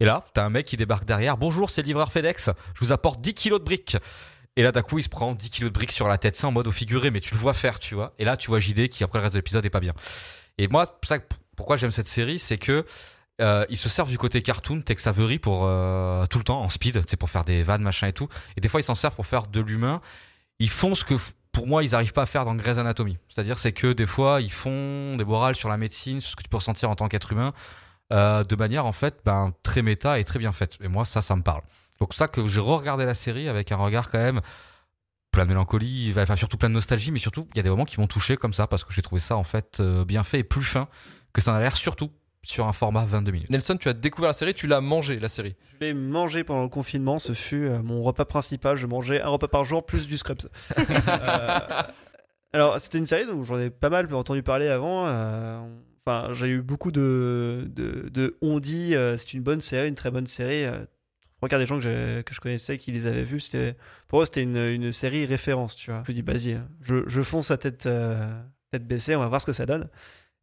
Speaker 6: Et là, t'as un mec qui débarque derrière. Bonjour, c'est le livreur FedEx. Je vous apporte 10 kilos de briques. Et là, d'un coup, il se prend 10 kilos de briques sur la tête. C'est en mode au figuré, mais tu le vois faire, tu vois. Et là, tu vois JD qui, après le reste de l'épisode, est pas bien. Et moi, c'est pour ça, que- pourquoi j'aime cette série, c'est que euh, ils se servent du côté cartoon, Tex Avery, pour euh, tout le temps en speed, c'est pour faire des vannes, machin et tout. Et des fois, ils s'en servent pour faire de l'humain. Ils font ce que, f- pour moi, ils n'arrivent pas à faire dans Grey's Anatomy. C'est-à-dire, c'est que des fois, ils font des morales sur la médecine, sur ce que tu peux ressentir en tant qu'être humain, euh, de manière en fait, ben, très méta et très bien faite. Et moi, ça, ça me parle. Donc ça que j'ai re-regardé la série avec un regard quand même plein de mélancolie, enfin surtout plein de nostalgie, mais surtout il y a des moments qui m'ont touché comme ça parce que j'ai trouvé ça en fait euh, bien fait et plus fin que ça en a l'air surtout sur un format 22 minutes.
Speaker 2: Nelson, tu as découvert la série, tu l'as mangée, la série.
Speaker 5: Je l'ai mangé pendant le confinement, ce fut euh, mon repas principal. Je mangeais un repas par jour plus du Scrubs. Euh, alors, c'était une série dont j'en ai pas mal entendu parler avant. euh, Enfin, j'ai eu beaucoup de, de, de on dit euh, c'est une bonne série, une très bonne série. Euh, Regarde des gens que, j'ai- que je connaissais qui les avaient vus, c'était pour eux c'était une, une série référence, tu vois. Je me dis vas-y, je, je fonce à tête euh, tête baissée, on va voir ce que ça donne.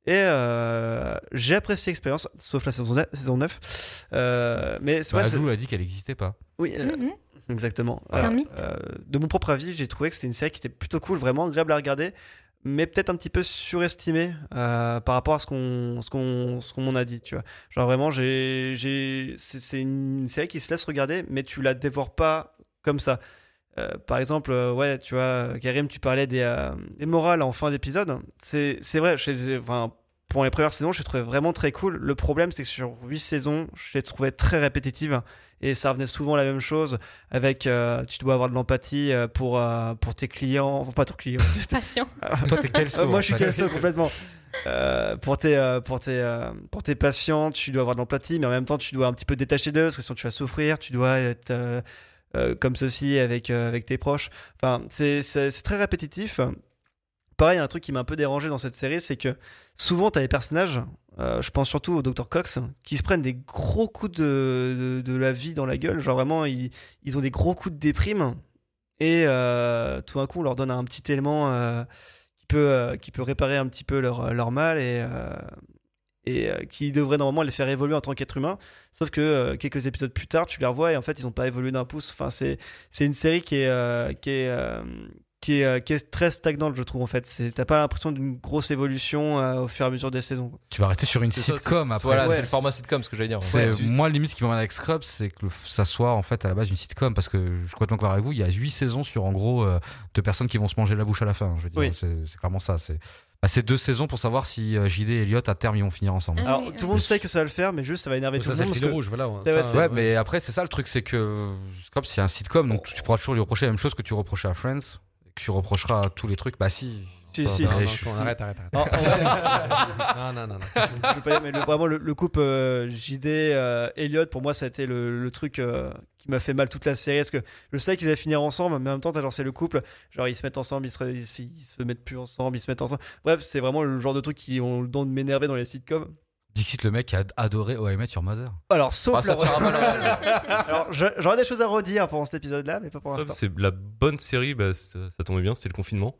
Speaker 5: Et euh, j'ai apprécié l'expérience, sauf la saison 9. Saison 9. Euh, mais c'est
Speaker 6: Bah,
Speaker 5: vrai, c'est-
Speaker 6: Lou a dit qu'elle n'existait pas.
Speaker 5: oui, euh,
Speaker 4: Mhm.
Speaker 5: Exactement.
Speaker 4: C'est un mythe.
Speaker 5: euh, de mon propre avis, j'ai trouvé que c'était une série qui était plutôt cool, vraiment agréable à regarder, mais peut-être un petit peu surestimée euh, par rapport à ce qu'on ce qu'on ce qu'on m'en a dit, tu vois. Genre vraiment, j'ai j'ai c'est c'est une série qui se laisse regarder, mais tu la dévores pas comme ça. Euh, par exemple, euh, ouais, tu vois, Karim, tu parlais des, euh, des morales en fin d'épisode. C'est c'est vrai, chez, enfin, pour les premières saisons, je les trouvais vraiment très cool. Le problème, c'est que sur 8 saisons, je les trouvais très répétitives et ça revenait souvent à la même chose avec euh, tu dois avoir de l'empathie euh, pour, euh, pour tes clients, enfin pas ton client.
Speaker 4: Patient.
Speaker 6: Toi t'es quel
Speaker 5: Euh, moi je suis cassé complètement. Euh, pour tes euh, pour tes euh, pour tes patients, tu dois avoir de l'empathie, mais en même temps tu dois un petit peu te détacher d'eux parce que sinon tu vas souffrir, tu dois être euh, euh, comme ceci avec euh, avec tes proches. Enfin c'est c'est c'est très répétitif. Pareil, un truc qui m'a un peu dérangé dans cette série, c'est que souvent t'as des personnages Euh, je pense surtout au Dr Cox, qui se prennent des gros coups de, de, de la vie dans la gueule. Genre vraiment, ils, ils ont des gros coups de déprime. Et euh, tout d'un coup, on leur donne un petit élément euh, qui, peut, euh, qui peut réparer un petit peu leur, leur mal et, euh, et euh, qui devrait normalement les faire évoluer en tant qu'être humain. Sauf que euh, quelques épisodes plus tard, tu les revois et en fait, ils n'ont pas évolué d'un pouce. Enfin, c'est, c'est une série qui est, euh, qui, est, euh, qui, est, euh, qui est très stagnante, je trouve, en fait. C'est, t'as pas l'impression d'une grosse évolution euh, au fur et à mesure des saisons. quoi.
Speaker 6: Tu vas rester sur une
Speaker 2: C'est ça,
Speaker 6: sitcom
Speaker 2: c'est-
Speaker 6: après.
Speaker 2: Voilà,
Speaker 5: Ouais.
Speaker 2: c'est le format sitcom, ce que j'allais dire.
Speaker 6: C'est
Speaker 2: Ouais, tu-
Speaker 6: moi limite ce qui m'emmène avec Scrubs, c'est que le- ça soit en fait à la base une sitcom parce que je suis complètement clair avec vous, il y a huit saisons sur en gros euh, deux personnes qui vont se manger la bouche à la fin. hein, je veux dire,
Speaker 5: Oui.
Speaker 6: c'est c'est clairement ça. C'est bah, c'est deux saisons pour savoir si euh, JD et Elliot à terme ils vont finir ensemble.
Speaker 4: Ah
Speaker 5: Alors,
Speaker 4: oui,
Speaker 5: tout
Speaker 4: oui.
Speaker 5: le monde sait que ça va le faire, mais juste, ça va énerver tout
Speaker 3: ça,
Speaker 5: le
Speaker 3: c'est
Speaker 5: monde. parce
Speaker 3: le fil
Speaker 5: que-
Speaker 3: rouge, voilà.
Speaker 5: Ouais, ouais,
Speaker 3: ça,
Speaker 5: c'est-
Speaker 6: Ouais, mais après c'est ça le truc, c'est que Scrubs c'est un sitcom donc tu pourras toujours lui reprocher la même chose que tu reprochais à Friends, que tu reprocheras à tous les trucs. Bah si.
Speaker 5: Si,
Speaker 6: Bah,
Speaker 5: si.
Speaker 6: bah,
Speaker 3: Non, non,
Speaker 6: je-
Speaker 3: je- on arrête, arrête, arrête.
Speaker 5: En- en vrai,
Speaker 3: Non, non, non, non.
Speaker 5: je veux pas dire, mais le- vraiment le, le couple euh, JD euh, Elliot pour moi ça a été le, le truc euh, qui m'a fait mal toute la série parce que je sais qu'ils allaient finir ensemble mais en même temps t'as genre c'est le couple genre ils se mettent ensemble ils se, ils, se- ils se mettent plus ensemble ils se mettent ensemble bref c'est vraiment le genre de truc qui ont le don de m'énerver dans les sitcoms
Speaker 6: Dixit le mec qui a adoré OMA sur Mother.
Speaker 5: alors sauf
Speaker 6: Bah,
Speaker 2: Ah, ça
Speaker 5: leur-
Speaker 2: tira mal à-
Speaker 5: alors je- j'aurais des choses à redire hein, pendant cet épisode là mais pas pour
Speaker 8: Comme
Speaker 5: l'instant
Speaker 8: C'est la bonne série, bah, ça, ça tombait bien, c'était le confinement.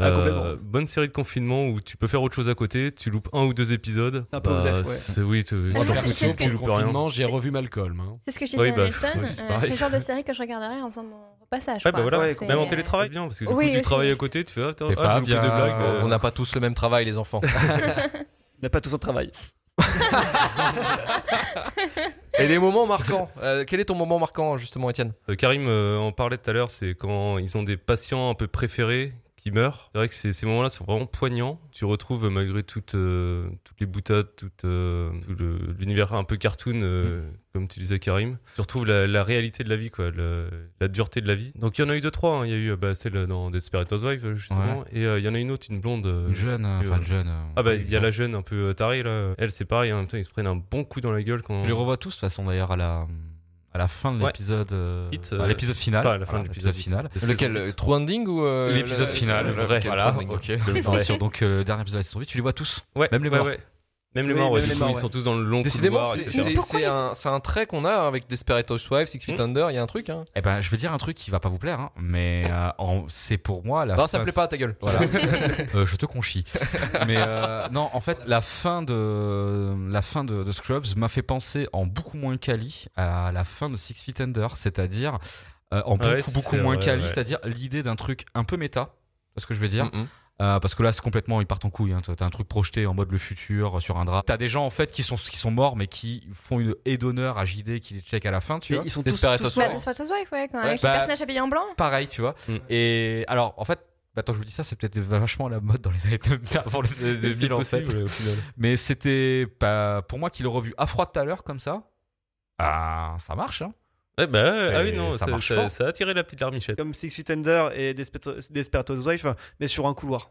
Speaker 8: Euh,
Speaker 5: Ah, complètement.
Speaker 8: bonne série de confinement où tu peux faire autre chose à côté, tu loupes un ou deux épisodes. Bah,
Speaker 5: C'est un peu Osef, ouais.
Speaker 8: c'est- Oui, tu,
Speaker 4: Ah,
Speaker 3: Oh,
Speaker 8: tu
Speaker 4: non,
Speaker 8: loupes
Speaker 4: c'est
Speaker 8: tout,
Speaker 4: ce que-
Speaker 8: tu loupes rien.
Speaker 3: Confinement, j'ai revu Malcolm. hein.
Speaker 4: C'est ce que je
Speaker 8: Oui,
Speaker 4: disais
Speaker 8: bah,
Speaker 4: à Nelson.
Speaker 8: oui, c'est
Speaker 4: euh,
Speaker 8: pareil.
Speaker 4: c'est le genre de série que je regarderais ensemble en repassage.
Speaker 8: Ah, bah
Speaker 4: quoi.
Speaker 8: voilà,
Speaker 4: Enfin,
Speaker 5: ouais,
Speaker 4: c'est,
Speaker 8: Même en
Speaker 4: euh,
Speaker 8: télétravail, bien, parce que du
Speaker 4: Oui,
Speaker 8: coup, tu
Speaker 4: aussi.
Speaker 8: travailles à côté, tu fais Ah, t'as-
Speaker 6: C'est
Speaker 8: ah,
Speaker 6: pas
Speaker 8: j'ai loupé deux
Speaker 6: bien.
Speaker 8: blagues.
Speaker 6: Euh,
Speaker 2: On n'a pas tous le même travail, les enfants.
Speaker 5: on n'a pas tous un travail
Speaker 2: Et les moments marquants. Euh, quel est ton moment marquant, justement, Étienne
Speaker 8: Euh, Karim euh, en parlait tout à l'heure, c'est quand ils ont des patients un peu préférés qui meurent. C'est vrai que ces, ces moments-là sont vraiment poignants. Tu retrouves euh, malgré toutes, euh, toutes les boutades, toute, euh, tout le- l'univers un peu cartoon, euh,
Speaker 4: Mm.
Speaker 8: comme tu disais Karim, tu retrouves la, la réalité de la vie, quoi, le- la dureté de la vie. Donc il y en a eu deux, trois. hein. Il y a eu euh, bah, celle dans Desperate Housewives, euh, justement, et euh, il y en a une autre, une blonde. euh,
Speaker 6: Une jeune, euh,
Speaker 8: euh,
Speaker 6: enfin une jeune. euh,
Speaker 8: Ah bah il y a la jeune un peu euh, tarée là. Elle c'est pareil, en même temps ils se prennent un bon coup dans la gueule quand...
Speaker 6: Je les revois tous de toute façon d'ailleurs à la à la fin de
Speaker 8: Ouais.
Speaker 6: l'épisode euh,
Speaker 8: Hit,
Speaker 6: à
Speaker 8: euh,
Speaker 6: l'épisode final
Speaker 8: pas à la fin
Speaker 6: Voilà,
Speaker 8: de l'épisode
Speaker 6: final
Speaker 8: hit.
Speaker 2: Lequel euh, True Ending ou. euh,
Speaker 6: l'épisode
Speaker 2: le-
Speaker 6: final
Speaker 2: le-
Speaker 6: vrai
Speaker 2: lequel,
Speaker 6: voilà
Speaker 2: True Ending
Speaker 6: ok Je vais parler sur donc euh, le dernier épisode de la saison 8 tu les vois tous
Speaker 8: Ouais,
Speaker 6: Même les
Speaker 8: ouais,
Speaker 6: morts.
Speaker 8: ouais. Même les
Speaker 5: Oui,
Speaker 8: morts, ouais,
Speaker 5: même
Speaker 8: du
Speaker 5: les
Speaker 8: coup,
Speaker 5: morts,
Speaker 8: ils
Speaker 5: ouais.
Speaker 8: sont tous dans le long
Speaker 2: Décidément,
Speaker 8: couloir,
Speaker 2: c'est-
Speaker 8: etc.
Speaker 2: c'est
Speaker 4: Mais pourquoi
Speaker 2: c'est
Speaker 4: ils-
Speaker 2: un, c'est un trait qu'on a avec Desperate Housewives, Six Feet
Speaker 8: Hmm.
Speaker 2: Under, il y a un truc. Hein.
Speaker 6: et ben je vais dire un truc qui va pas vous plaire hein, mais euh, en- c'est pour moi la
Speaker 2: Non,
Speaker 6: fin-
Speaker 2: ça me plaît pas à ta gueule.
Speaker 6: Voilà. Euh, je te conchis. Mais euh, non, en fait, la fin de la fin de, de Scrubs m'a fait penser en beaucoup moins quali à la fin de Six Feet Under, c'est-à-dire euh, en beaucoup
Speaker 8: Ouais, c'est
Speaker 6: beaucoup moins
Speaker 8: vrai,
Speaker 6: quali,
Speaker 8: ouais.
Speaker 6: c'est-à-dire l'idée d'un truc un peu méta, c'est ce que je veux dire.
Speaker 2: Mm, mm.
Speaker 6: Euh, parce que là, c'est complètement, ils partent en couille. Hein. T'as t'as un truc projeté en mode le futur euh, sur un drap. T'as des gens en fait qui sont qui sont morts, mais qui font une aide d'honneur à JD qui les check à la fin, tu
Speaker 5: Mais
Speaker 6: vois.
Speaker 5: ils sont tous,
Speaker 2: Desperate
Speaker 5: tous
Speaker 2: Housewives.
Speaker 4: Bah,
Speaker 5: morts.
Speaker 4: Desperate Housewives, ouais, quand,
Speaker 6: Ouais,
Speaker 4: avec
Speaker 6: bah-
Speaker 4: le personnage habillé en blanc.
Speaker 6: Pareil, tu vois.
Speaker 8: Mm.
Speaker 6: Et alors, en fait, bah, attends, je vous dis ça, c'est peut-être vachement la mode dans les années 2000, avant les années
Speaker 8: C'est
Speaker 6: 2000 en fait.
Speaker 8: possible, ouais, au final.
Speaker 6: Mais c'était pas pour moi qui l'ai revu à froid tout à l'heure comme ça. Ah, ça marche. Hein.
Speaker 8: Ouais, bah, ouais, ah oui, non,
Speaker 6: ça
Speaker 8: ça,
Speaker 6: marche
Speaker 8: ça-
Speaker 6: fort.
Speaker 8: ça a attiré la petite larmichette.
Speaker 5: comme Six Feet Under et Desperate Desperate Housewives enfin, mais sur un couloir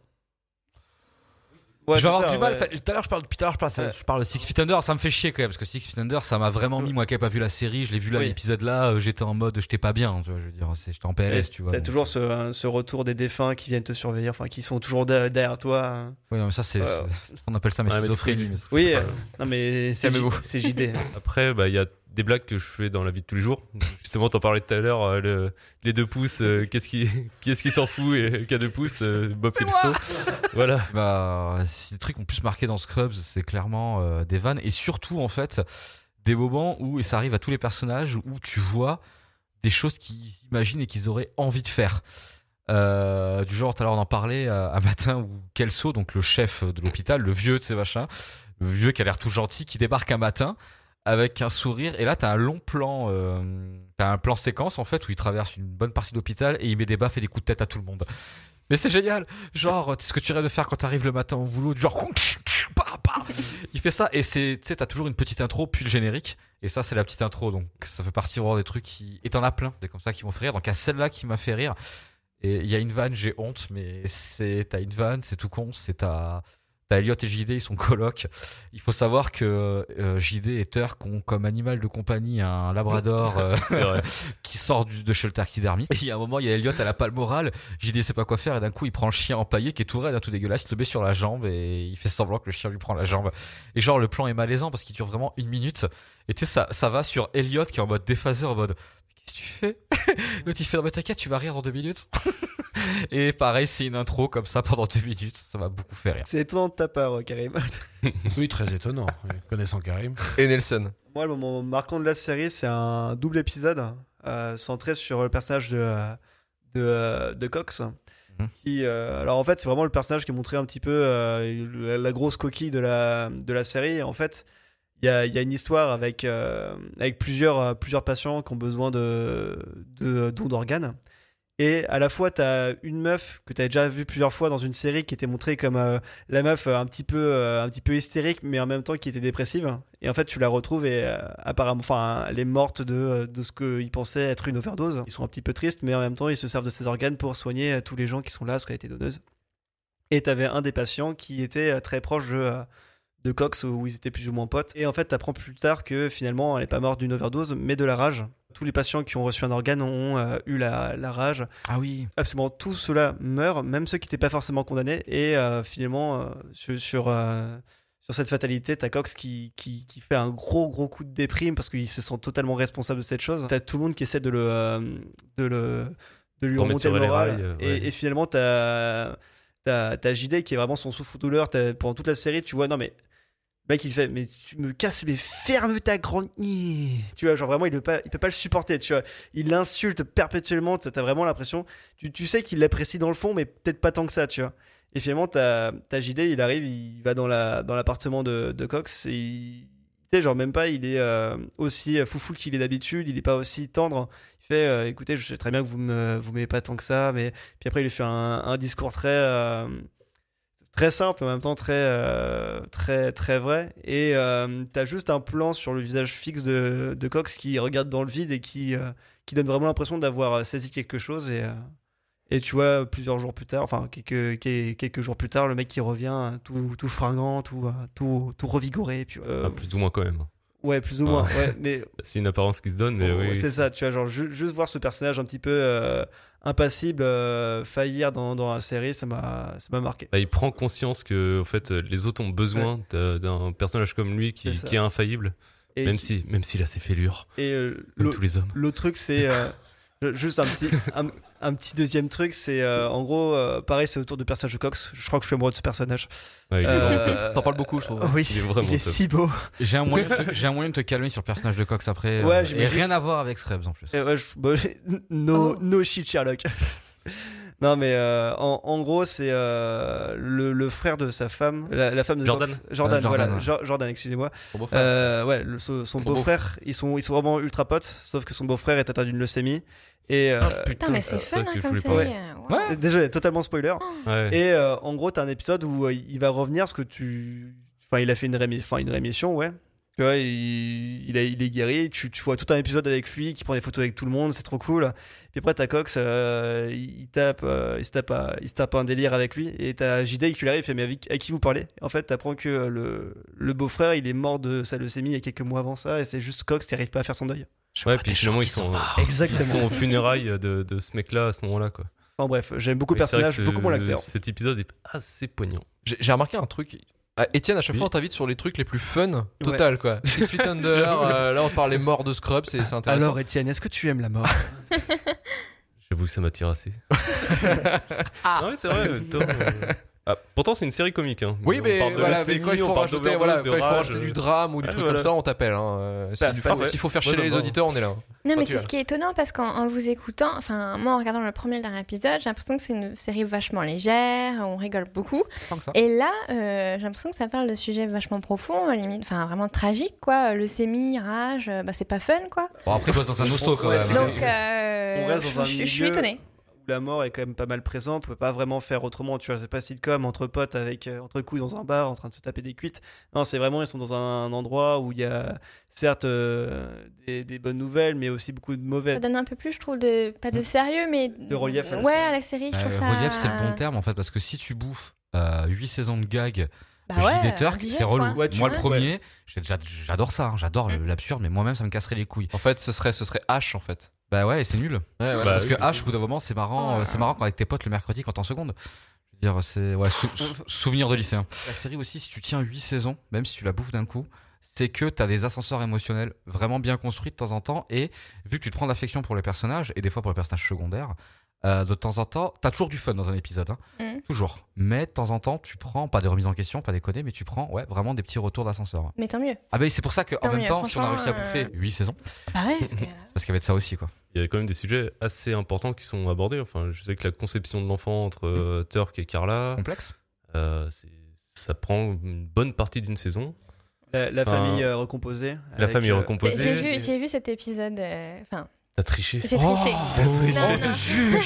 Speaker 5: Ouais,
Speaker 6: je vais
Speaker 5: c'est
Speaker 6: avoir
Speaker 5: ça,
Speaker 6: du mal.
Speaker 5: ouais.
Speaker 6: fait- Tout à l'heure, je parle, depuis tout à l'heure, je parle, ça-
Speaker 5: Ouais.
Speaker 6: je parle de Six Feet Under. Ça me fait chier quand même parce que Six Feet Under, ça m'a vraiment mis. Moi qui n'ai pas vu la série, je l'ai vu là,
Speaker 5: Oui.
Speaker 6: l'épisode là. euh, J'étais en mode, j'étais pas bien. Tu vois, je veux dire, c'est- j'étais en PLS, tu vois.
Speaker 5: T'as
Speaker 6: donc.
Speaker 5: toujours ce, hein, ce retour des défunts qui viennent te surveiller, enfin qui sont toujours de- derrière toi. hein.
Speaker 6: Ouais, non, mais ça, c'est.
Speaker 5: Ouais.
Speaker 6: c'est- On appelle ça ma
Speaker 8: Ouais, mais du
Speaker 6: schizophrénie.
Speaker 8: coup,
Speaker 6: mais-
Speaker 5: Oui, euh, non mais c'est
Speaker 2: Calmez-vous.
Speaker 5: J- c'est JD. hein.
Speaker 8: Après, bah, il y a des blagues que je fais dans la vie de tous les jours. Justement, t'en parlais tout à l'heure, euh, le- les deux pouces, euh, qu'est-ce qui, qui est-ce qui s'en fout et qui a deux pouces, euh, Bob fait le saut. Voilà.
Speaker 6: Bah, c'est des trucs qui ont plus marqué dans Scrubs, c'est clairement euh, des vannes et surtout en fait des moments où et ça arrive à tous les personnages où tu vois des choses qu'ils imaginent et qu'ils auraient envie de faire. Euh, du genre, tout à l'heure on en parlait euh, un matin où Kelso, donc le chef de l'hôpital, le vieux de ces machins, le vieux qui a l'air tout gentil, qui débarque un matin avec un sourire et là t'as un long plan, euh, t'as un plan séquence en fait où il traverse une bonne partie de l'hôpital et il met des baffes et des coups de tête à tout le monde. Mais c'est génial Genre, c'est ce que tu rêves de faire quand t'arrives le matin au boulot, du genre, pa, pa. il fait ça, et c'est, tu sais, t'as toujours une petite intro, puis le générique, et ça, c'est la petite intro, donc ça fait partie vraiment des trucs qui, et t'en as plein, des comme ça qui m'ont fait rire, donc à celle-là qui m'a fait rire, et il y a une vanne, j'ai honte, mais c'est, t'as une vanne, c'est tout con, c'est ta, t'as T'as Elliot et JD, ils sont colocs. Il faut savoir que euh, JD et Turk ont comme animal de compagnie un labrador euh, qui sort du- de chez le taxidermie. Et il y a un moment, il y a Elliot, elle a pas le moral. JD sait pas quoi faire et d'un coup, il prend le chien empaillé qui est tout raide, hein, tout dégueulasse, il le met sur la jambe et il fait semblant que le chien lui prend la jambe. Et genre, le plan est malaisant parce qu'il dure vraiment une minute. Et tu sais, ça, ça va sur Elliot qui est en mode déphasé, en mode Qu'est-ce que tu fais L'autre il fait Non, mais t'inquiète, tu vas rire dans deux minutes. et pareil, c'est une intro comme ça pendant deux minutes. Ça m'a beaucoup fait rire.
Speaker 5: C'est étonnant de ta part, Karim.
Speaker 3: Oui, très étonnant. Oui, Connaissant Karim.
Speaker 2: Et Nelson.
Speaker 5: Moi, le moment marquant de la série, c'est un double épisode euh, centré sur le personnage de, euh, de, euh, de Cox.
Speaker 6: Mhm.
Speaker 5: Qui, euh, alors, en fait, c'est vraiment le personnage qui est montré un petit peu euh, la, la grosse coquille de la, de la série. En fait, il y a, il y a une histoire avec, euh, avec plusieurs, euh, plusieurs patients qui ont besoin de, de, dons d'organes. Et à la fois, tu as une meuf que tu as déjà vue plusieurs fois dans une série qui était montrée comme euh, la meuf euh, un petit peu euh, un petit peu hystérique mais en même temps qui était dépressive et en fait tu la retrouves et euh, apparemment enfin elle est morte de, euh, de ce qu'ils pensaient être une overdose ils sont un petit peu tristes mais en même temps ils se servent de ses organes pour soigner euh, tous les gens qui sont là parce qu'elle était donneuse et t'avais un des patients qui était euh, très proche de euh, de Cox où ils étaient plus ou moins potes et en fait t'apprends plus tard que finalement elle est pas morte d'une overdose mais de la rage tous les patients qui ont reçu un organe ont euh, eu la- la rage
Speaker 6: Ah oui.
Speaker 5: absolument tout cela meurt, même ceux qui n'étaient pas forcément condamnés. Et euh, finalement, euh, sur, sur, euh, sur cette fatalité, t'as Cox qui, qui, qui fait un gros, gros coup de déprime parce qu'il se sent totalement responsable de cette chose. T'as tout le monde qui essaie de le. euh, de, le de lui
Speaker 8: Pour mettre
Speaker 5: remonter
Speaker 8: sur
Speaker 5: le
Speaker 8: les
Speaker 5: moral.
Speaker 8: rails, euh,
Speaker 5: et,
Speaker 8: ouais.
Speaker 5: et finalement, t'as. T'as t'as JD qui est vraiment son souffre-douleur. T'as- Pendant toute la série, tu vois, non mais. Le mec, il fait, mais tu me casses, mais ferme ta grande. Tu vois, genre vraiment, il peut pas, il peut pas le supporter, tu vois. Il l'insulte perpétuellement. T'as t'as vraiment l'impression tu, tu sais qu'il l'apprécie dans le fond, mais peut-être pas tant que ça, tu vois. Et finalement, t'as t'as JD, il arrive, il va dans la dans l'appartement de, de Cox et il, tu sais, genre même pas, il est euh, aussi foufou qu'il est d'habitude, il est pas aussi tendre. Il fait, euh, écoutez, je sais très bien que vous me vous m'aimez pas tant que ça, mais puis après il lui fait un, un discours très euh, très simple, en même temps très euh, très très vrai. Et euh, t'as juste un plan sur le visage fixe de, de Cox qui regarde dans le vide et qui euh, qui donne vraiment l'impression d'avoir euh, saisi quelque chose et euh, et tu vois, plusieurs jours plus tard, enfin quelques, quelques, quelques jours plus tard, le mec qui revient euh, tout, tout fringant, tout, euh, tout, tout revigoré. et Puis, euh,
Speaker 8: Ah, plus ou moins quand même.
Speaker 5: ouais, plus ou moins. ouais, mais
Speaker 8: C'est une apparence qui se donne, Ah. mais
Speaker 5: bon,
Speaker 8: oui.
Speaker 5: Oh, c'est ça, tu vois, genre ju- juste voir ce personnage un petit peu euh, impassible euh, faillir dans, dans la série, ça m'a ça m'a marqué.
Speaker 8: Bah, il prend conscience que en fait, euh, les autres ont besoin d'un- d'un personnage comme lui qui,
Speaker 5: C'est ça.
Speaker 8: qui est infaillible,
Speaker 5: Et,
Speaker 8: même si même s'il a ses fêlures,
Speaker 5: et euh,
Speaker 8: comme
Speaker 5: le-
Speaker 8: tous les hommes.
Speaker 5: L'autre truc, c'est euh, le- juste un petit, un, un petit deuxième truc, c'est euh, en gros, euh, pareil, c'est autour du personnage de Cox. Je crois que je suis amoureux de ce personnage.
Speaker 8: Ouais, il est vraiment top.
Speaker 5: Euh,
Speaker 2: T'en parles beaucoup, je trouve.
Speaker 5: Oui,
Speaker 8: Il est vraiment
Speaker 5: il est
Speaker 8: top.
Speaker 5: si beau.
Speaker 6: J'ai un, moyen de te- j'ai un moyen de te calmer sur le personnage de Cox après.
Speaker 5: Ouais,
Speaker 6: euh, et
Speaker 5: j'imagine.
Speaker 6: rien à voir avec Scrubs en plus.
Speaker 5: Eh ouais, je- bah, no, no shit, Sherlock. non, mais euh, en, en gros, c'est euh, le, le frère de sa femme, la, la femme de
Speaker 8: Jordan.
Speaker 5: Cox- Jordan,
Speaker 6: Euh, Jordan,
Speaker 5: voilà,
Speaker 6: ouais.
Speaker 5: Jo- Jordan, excusez-moi.
Speaker 2: Son beau-frère.
Speaker 5: Euh, ouais, le- son, son beau-frère, ils sont, ils sont vraiment ultra potes, sauf que son beau-frère est atteint d'une leucémie. Et euh,
Speaker 4: Putain, mais c'est
Speaker 8: ça
Speaker 4: fun
Speaker 8: que
Speaker 4: hein,
Speaker 8: je
Speaker 4: comme
Speaker 8: voulais
Speaker 4: ça.
Speaker 8: parler.
Speaker 5: désolé, totalement spoiler.
Speaker 8: Ouais.
Speaker 5: Et euh, en gros, t'as un épisode où euh, il va revenir parce que tu. Enfin, il a fait une, rémi- enfin, une rémission, ouais. Tu vois, il, il a- il est guéri. Tu, tu vois tout un épisode avec lui qui prend des photos avec tout le monde, c'est trop cool. Puis après, t'as Cox, euh, il, il tape, euh, il, se tape un- il se tape un délire avec lui. Et t'as JD qui lui arrive, il fait Mais avec, à qui vous parlez En fait, t'apprends que euh, le, le beau-frère, il est mort de sa leucémie il y a quelques mois avant ça. Et c'est juste Cox qui arrive pas à faire son deuil.
Speaker 8: Ouais, puis finalement, ils sont, ils
Speaker 5: Exactement.
Speaker 8: sont aux funérailles de, de ce mec-là à ce moment-là. quoi.
Speaker 5: Enfin bref, j'aime beaucoup le
Speaker 8: Mais c'est vrai que
Speaker 5: personnage,
Speaker 8: ce-
Speaker 5: beaucoup moins l'acteur.
Speaker 8: Cet épisode est assez poignant.
Speaker 2: J'ai j'ai remarqué un truc. Ah, Étienne, à chaque
Speaker 8: Oui.
Speaker 2: fois, on t'invite sur les trucs les plus fun total, quoi. Six Feet Under, euh, là, on parle des morts de Scrubs, c'est c'est intéressant.
Speaker 5: Alors, Étienne, est-ce que tu aimes la mort
Speaker 8: J'avoue que ça m'attire assez. Non, mais c'est vrai. euh, attends, euh, ah, pourtant, c'est une série comique. Hein.
Speaker 2: oui,
Speaker 8: On
Speaker 2: mais,
Speaker 8: parle de
Speaker 2: voilà, mais
Speaker 8: leucémie,
Speaker 2: quand il
Speaker 8: on
Speaker 2: faut
Speaker 8: parle
Speaker 2: rajouter,
Speaker 8: d'overdose,
Speaker 2: voilà,
Speaker 8: de
Speaker 2: quand il faut
Speaker 8: rage,
Speaker 2: rajouter
Speaker 8: euh,
Speaker 2: du drame ou des
Speaker 8: Ah,
Speaker 2: trucs
Speaker 8: voilà.
Speaker 2: comme ça, on t'appelle. hein. Euh, S'il
Speaker 5: Paf,
Speaker 2: faut,
Speaker 5: parfait.
Speaker 2: s'il faut faire
Speaker 8: Moi,
Speaker 2: chier les
Speaker 8: j'adore.
Speaker 2: auditeurs, on est là. hein.
Speaker 4: Non, mais
Speaker 2: tu
Speaker 4: c'est ce qui est étonnant parce qu'en en vous écoutant, enfin, moi en regardant le premier et le dernier épisode, j'ai l'impression que c'est une série vachement légère, on rigole beaucoup.
Speaker 6: Tant que ça.
Speaker 4: Et là, euh, j'ai l'impression que ça parle de sujets vachement profonds, à la limite, enfin, vraiment tragiques, quoi. Leucémie, rage, euh, bah, c'est pas fun, quoi.
Speaker 6: Bon, après, il bosse dans un hosto quand
Speaker 5: Ouais,
Speaker 6: même.
Speaker 5: c'est-
Speaker 4: Donc, euh,
Speaker 5: Ah, On reste dans un
Speaker 4: je je suis
Speaker 5: milieu-
Speaker 4: étonnée.
Speaker 5: où la mort est quand même pas mal présente, on peut pas vraiment faire autrement, tu vois, c'est pas sitcom entre potes avec euh, entre couilles dans un bar en train de se taper des cuites. Non, c'est vraiment ils sont dans un, endroit où il y a certes euh, des, des bonnes nouvelles mais aussi beaucoup de
Speaker 4: Ça
Speaker 5: mauvaises.
Speaker 4: donne un peu plus, je trouve, de pas de sérieux, mais
Speaker 5: Hmm. De relief à la
Speaker 4: ouais,
Speaker 5: série.
Speaker 4: à la série, je
Speaker 6: Euh,
Speaker 4: trouve ça.
Speaker 6: relief, c'est le bon terme en fait, parce que si tu bouffes 8 euh, saisons de gags
Speaker 4: Bah
Speaker 6: J'ai
Speaker 4: ouais,
Speaker 6: des Turcs,
Speaker 4: indigeste,
Speaker 6: c'est relou.
Speaker 4: quoi. Mm.
Speaker 5: Ouais, tu
Speaker 6: moi, le
Speaker 5: vois.
Speaker 6: premier, j'ai- j'a- j'adore ça, hein, j'adore le- l'absurde, mais moi-même, ça me casserait les couilles.
Speaker 2: En fait, ce serait, ce serait H en fait.
Speaker 6: Bah ouais, et c'est nul.
Speaker 8: ouais.
Speaker 6: Parce
Speaker 8: Bah
Speaker 6: que
Speaker 8: oui.
Speaker 6: H, au bout d'un moment, c'est marrant, euh, c'est marrant quand avec tes potes le mercredi, quand t'es en seconde. Je veux dire, c'est. Ouais, sou- sou- souvenir de lycéen. La série aussi, si tu tiens 8 saisons, même si tu la bouffes d'un coup, c'est que t'as des ascenseurs émotionnels vraiment bien construits de temps en temps, et vu que tu te prends d'affection pour les personnages, et des fois pour les personnages secondaires, euh, de temps en temps, t'as toujours du fun dans un épisode. hein.
Speaker 4: Mm.
Speaker 6: Toujours. Mais de temps en temps, tu prends, pas des remises en question, pas déconner, mais tu prends ouais, vraiment des petits retours d'ascenseur.
Speaker 4: Mais tant mieux.
Speaker 6: Ah bah oui, c'est pour ça qu'en
Speaker 4: Tant
Speaker 6: même
Speaker 4: mieux,
Speaker 6: temps, si on a réussi
Speaker 4: franchement,
Speaker 6: à bouffer 8 saisons,
Speaker 4: Bah ouais, parce que-
Speaker 6: c'est parce qu'il y avait de ça aussi, quoi.
Speaker 8: Il y a quand même des sujets assez importants qui sont abordés. Enfin, je sais que la conception de l'enfant entre
Speaker 2: Mm.
Speaker 8: euh, Turk et Carla,
Speaker 6: Complexe.
Speaker 8: euh, c'est- ça prend une bonne partie d'une saison.
Speaker 5: La, la
Speaker 8: Enfin,
Speaker 5: famille euh, recomposée.
Speaker 8: la
Speaker 5: avec,
Speaker 8: famille
Speaker 5: euh,
Speaker 8: recomposée.
Speaker 4: J'ai vu, j'ai vu cet épisode. euh, Enfin,
Speaker 8: T'as triché.
Speaker 4: j'ai
Speaker 6: Oh,
Speaker 4: triché.
Speaker 8: triché.
Speaker 4: Non, non.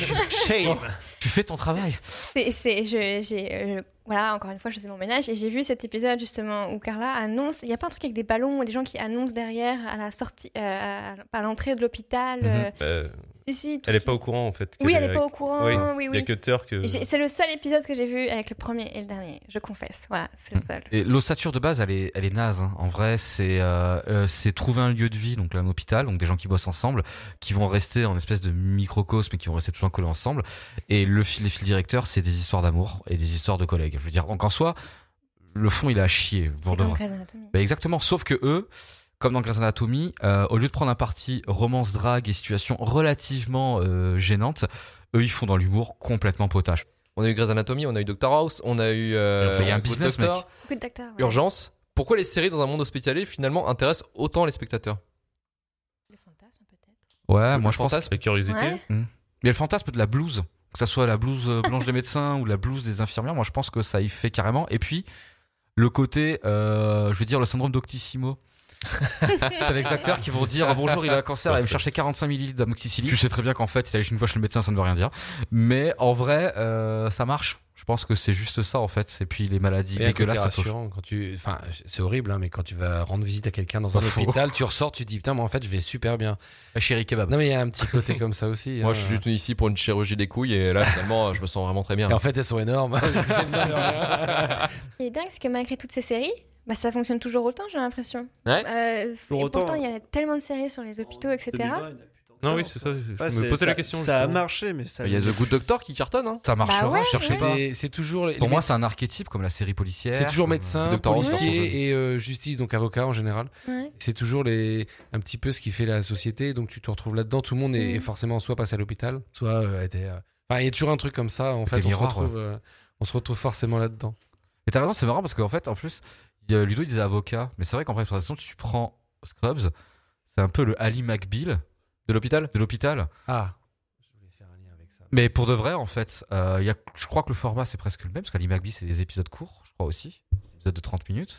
Speaker 5: Shame.
Speaker 6: Tu fais ton travail.
Speaker 4: C'est, c'est- je, j'ai, euh, je- voilà, encore une fois, je faisais mon ménage et j'ai vu cet épisode justement où Carla annonce. Il y a pas un truc avec des ballons et des gens qui annoncent derrière à la sortie, euh, à, à l'entrée de l'hôpital.
Speaker 6: Mhm.
Speaker 4: euh,
Speaker 8: Euh,
Speaker 4: si, si, tout-
Speaker 8: elle est pas au courant en fait.
Speaker 4: Oui,
Speaker 8: qu'elle
Speaker 4: elle est pas au courant.
Speaker 8: Oui,
Speaker 4: Oui,
Speaker 8: il y a
Speaker 4: oui.
Speaker 8: que Turk. euh,
Speaker 4: J'ai- C'est le seul épisode que j'ai vu avec le premier et le dernier. Je confesse. Voilà, c'est
Speaker 8: Mhm.
Speaker 4: le seul.
Speaker 6: Et l'ossature de base, elle est, elle est naze. hein. En vrai, c'est euh, euh, c'est trouver un lieu de vie, donc là, un hôpital, donc des gens qui bossent ensemble, qui vont rester en espèce de microcosme et qui vont rester toujours collés ensemble. Et le fil, les fils directeurs, c'est des histoires d'amour et des histoires de collègues. Je veux dire, donc en soi, le fond, il a chié pour
Speaker 4: C'est
Speaker 6: de
Speaker 4: comme
Speaker 6: vrai.
Speaker 4: Grey's Anatomy.
Speaker 6: Bah, exactement, sauf que eux, comme dans Grey's Anatomy, euh, au lieu de prendre un parti romance, drague et situation relativement euh, gênante, eux ils font dans l'humour complètement potache.
Speaker 2: On a eu Grey's Anatomy, on a eu Doctor House, on a eu. euh,
Speaker 6: Il y a un
Speaker 2: Good
Speaker 6: business,
Speaker 2: Doctor,
Speaker 6: mec.
Speaker 4: Beaucoup de docteurs. ouais.
Speaker 2: Urgence. Pourquoi les séries dans un monde hospitalier finalement intéressent autant les spectateurs
Speaker 4: Le fantasme, peut-être.
Speaker 6: Ouais, Ah, moi
Speaker 2: Le
Speaker 6: je pense.
Speaker 2: fantasme.
Speaker 8: La curiosité.
Speaker 4: Ouais.
Speaker 6: Mais le fantasme de la blouse, que ça soit la blouse euh, blanche des médecins ou la blouse des infirmières, moi je pense que ça y fait carrément. Et puis le côté, euh, je veux dire, le syndrome d'Octissimo. T'as des acteurs qui vont dire oh, bonjour, il a un cancer, il me chercher 45 millilitres d'amoxicilline. Tu sais très bien qu'en fait, il allé une fois chez le médecin, ça ne veut rien dire. Mais en vrai, euh, ça marche. Je pense que c'est juste ça en fait. Et puis les maladies
Speaker 3: Et un côté
Speaker 6: dégueulasses, ça touche.
Speaker 3: rassurant quand tu, enfin, c'est horrible, hein, mais quand tu vas rendre visite à quelqu'un dans un
Speaker 6: Pas faux.
Speaker 3: hôpital, tu ressors, tu te dis putain, moi en fait, je vais super bien.
Speaker 6: Chéri kebab.
Speaker 3: Non mais il y a un petit côté comme ça aussi.
Speaker 2: Moi,
Speaker 3: hein.
Speaker 2: je suis venu ici pour une chirurgie des couilles et là, finalement, je me sens vraiment très bien.
Speaker 3: Et en fait, elles sont énormes. J'ai besoin de rien.
Speaker 4: Ce qui est dingue, c'est que malgré toutes ces séries, bah, ça fonctionne toujours autant, j'ai l'impression.
Speaker 2: Ouais.
Speaker 4: Euh, et
Speaker 5: Toujours autant.
Speaker 4: pourtant, il y a tellement de séries sur les hôpitaux, etc.
Speaker 5: 2020, il y a plus tant
Speaker 8: Non,
Speaker 5: de
Speaker 8: oui,
Speaker 5: gens.
Speaker 8: c'est ça. Je
Speaker 5: Ouais,
Speaker 8: me
Speaker 5: c'est-
Speaker 8: posais
Speaker 5: ça-
Speaker 8: la question.
Speaker 5: Ça a
Speaker 8: justement. Bah,
Speaker 5: marché, mais ça.
Speaker 2: Il y a The Good Doctor qui cartonne, hein
Speaker 6: Ça marchera,
Speaker 4: Bah ouais,
Speaker 6: cherchez
Speaker 4: ouais.
Speaker 6: pas.
Speaker 3: Et C'est toujours. les-
Speaker 6: Pour
Speaker 3: les
Speaker 6: moi, c'est un archétype comme la série policière.
Speaker 3: C'est toujours
Speaker 6: comme- euh,
Speaker 3: médecin,
Speaker 2: Docteur House, pardon.
Speaker 3: policier et euh, justice, donc avocat en général.
Speaker 4: Ouais.
Speaker 3: C'est toujours les, un petit peu ce qui fait la société, donc tu te retrouves là-dedans. Tout le monde est,
Speaker 4: Mm.
Speaker 3: est forcément soit passé à l'hôpital, soit euh, a été, euh, enfin, il y a toujours un truc comme ça, en
Speaker 6: Côté
Speaker 3: fait, on,
Speaker 6: miroir,
Speaker 3: se retrouve, euh, on se retrouve forcément là-dedans.
Speaker 6: Mais t'as raison, c'est marrant parce qu'en fait, en plus, il y a- Ludo il disait avocat, mais c'est vrai qu'en préparation, tu prends Scrubs, c'est un peu le Ali McBeal
Speaker 2: De l'hôpital
Speaker 6: de l'hôpital.
Speaker 3: Ah, je voulais faire un lien avec ça.
Speaker 6: Mais pour de vrai, en fait, euh, il y a, je crois que le format c'est presque le même, parce qu'Ali McBeal c'est des épisodes courts, je crois aussi, des épisodes de 30 minutes.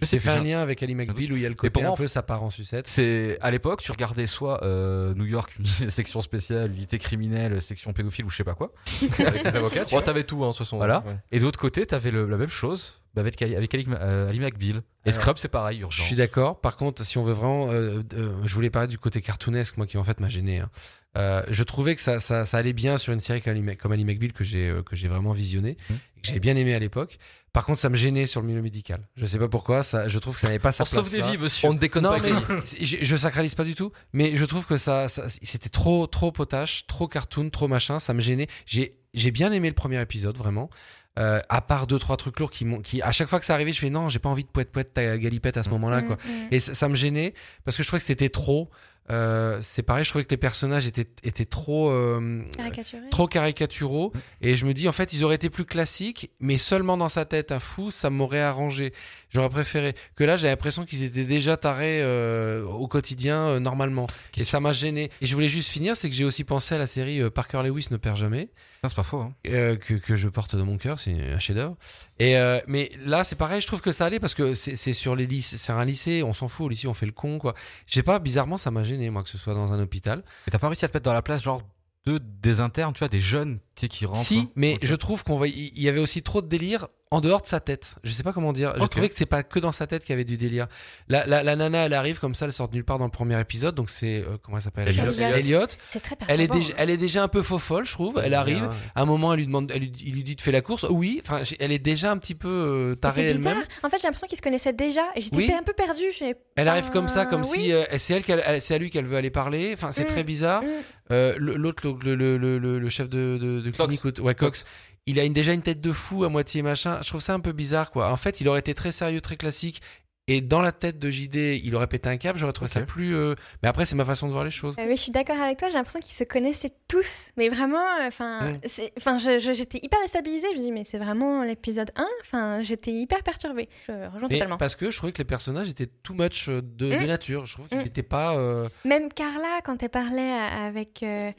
Speaker 3: Je sais
Speaker 6: plus,
Speaker 3: faire
Speaker 6: j'ai
Speaker 3: un
Speaker 6: un-
Speaker 3: lien avec Ali McBeal où il y a le côté
Speaker 6: pour moi,
Speaker 3: un
Speaker 6: en
Speaker 3: peu ça part en sucette.
Speaker 6: C'est à l'époque, tu regardais soit euh, New York, une section spéciale, unité criminelle, section pédophile ou je sais pas quoi, avec des avocats. tu
Speaker 2: Oh,
Speaker 6: vois.
Speaker 2: t'avais tout, hein, de toute façon.
Speaker 6: Voilà.
Speaker 2: Ouais.
Speaker 6: Et de l'autre côté, t'avais le- la même chose bah, avec, Ali- avec Ali, euh, Ali McBeal. Et
Speaker 3: Alors,
Speaker 6: Scrubs c'est pareil, urgent.
Speaker 3: Je suis d'accord. Par contre, si on veut vraiment, euh, euh, je voulais parler du côté cartoonesque, moi qui en fait m'a gêné. hein. Euh, je trouvais que ça, ça, ça allait bien sur une série comme Ali, Mac- comme Ali McBeal que j'ai euh, que j'ai vraiment visionné
Speaker 6: Mhm.
Speaker 3: et que j'ai bien aimé à l'époque. Par contre, ça me gênait sur le milieu médical. Je sais pas pourquoi. Ça, je trouve que ça n'avait pas sa
Speaker 6: On
Speaker 3: place.
Speaker 6: sauve des
Speaker 3: là.
Speaker 6: vies, monsieur.
Speaker 2: On ne déconne
Speaker 3: Non
Speaker 2: pas.
Speaker 3: mais
Speaker 2: avec lui.
Speaker 3: je, je sacralise pas du tout, mais je trouve que ça, ça- c'était trop trop potache, trop cartoon, trop machin, ça me gênait. J'ai j'ai bien aimé le premier épisode vraiment. Euh, à part deux trois trucs lourds qui m'ont qui à chaque fois que ça arrivait, je fais non, j'ai pas envie de poète poète ta galipette à ce moment-là quoi.
Speaker 4: Mm, mm.
Speaker 3: Et ça, ça me gênait parce que je trouvais que c'était trop. euh, c'est pareil, je trouvais que les personnages étaient étaient trop euh,
Speaker 4: Caricaturé.
Speaker 3: trop caricaturaux et je me dis en fait ils auraient été plus classiques mais seulement dans sa tête un fou ça m'aurait arrangé j'aurais préféré que là j'ai l'impression qu'ils étaient déjà tarés euh, au quotidien euh, normalement et ça m'a gêné et je voulais juste finir c'est que j'ai aussi pensé à la série euh, Parker Lewis ne perd jamais
Speaker 6: Putain, c'est pas faux. Hein.
Speaker 3: euh, que, que je porte dans mon cœur c'est un chef d'œuvre et euh, mais là c'est pareil je trouve que ça allait parce que c'est c'est sur les lycées c'est un lycée on s'en fout au lycée on fait le con quoi je sais pas bizarrement ça m'a gêné moi que ce soit dans un hôpital
Speaker 6: Mais t'as pas réussi à te mettre dans la place, genre, de, des internes, tu vois, des jeunes, tu sais, qui rentrent.
Speaker 3: Si,
Speaker 6: hein.
Speaker 3: mais
Speaker 6: Ok.
Speaker 3: je trouve qu'on voit, il il y avait aussi trop de délire en dehors de sa tête. Je sais pas comment dire. J'ai
Speaker 6: Ok.
Speaker 3: trouvé que c'est pas que dans sa tête qu'il y avait du délire. La, la, la nana, elle arrive comme ça, elle sort de nulle part dans le premier épisode. Donc c'est euh, comment elle s'appelle
Speaker 6: Elliot.
Speaker 4: Elliot.
Speaker 3: Elliot.
Speaker 4: C'est très perturbant.
Speaker 3: Elle est déjà, elle est déjà un peu faux folle, je trouve. Elle arrive. À un moment, elle lui demande, elle lui, il lui dit de faire la course. Oui. Enfin, j'ai- elle est déjà un petit peu euh,
Speaker 4: Mais
Speaker 3: tarée
Speaker 4: C'est bizarre.
Speaker 3: elle-même.
Speaker 4: En fait, j'ai l'impression qu'ils se connaissaient déjà. Et j'étais
Speaker 3: Oui.
Speaker 4: un peu perdue. j'ai-
Speaker 3: Elle arrive comme ça, comme
Speaker 4: Euh,
Speaker 3: si
Speaker 4: oui.
Speaker 3: euh, c'est elle, qu'elle- elle- c'est à lui qu'elle veut aller parler. Enfin, c'est
Speaker 4: Mm.
Speaker 3: très bizarre.
Speaker 4: Mm.
Speaker 3: Euh, le- L'autre, le, le, le, le- le chef de, de, de clinique, ou- ouais, Cox, il a une- déjà une tête de fou à moitié machin. Je trouve ça un peu bizarre, quoi. En fait, il aurait été très sérieux, très classique. Et dans la tête de JD, il aurait pété un câble. J'aurais trouvé ça plus. euh, Mais après, c'est ma façon de voir les choses.
Speaker 4: Euh, Mais je suis d'accord avec toi, j'ai l'impression qu'ils se connaissaient tous. Mais vraiment, euh, enfin,
Speaker 3: Mm.
Speaker 4: c'est enfin, je- je- j'étais hyper déstabilisée. Je me dis, mais c'est vraiment l'épisode 1. Enfin, j'étais hyper perturbée. Je rejoins
Speaker 3: Mais
Speaker 4: totalement.
Speaker 3: parce que je trouvais que les personnages étaient too much euh, de,
Speaker 4: Mm.
Speaker 3: de nature. Je trouve qu'ils
Speaker 4: Mm.
Speaker 3: n'étaient pas. euh,
Speaker 4: Même Carla, quand elle parlait à- avec. euh,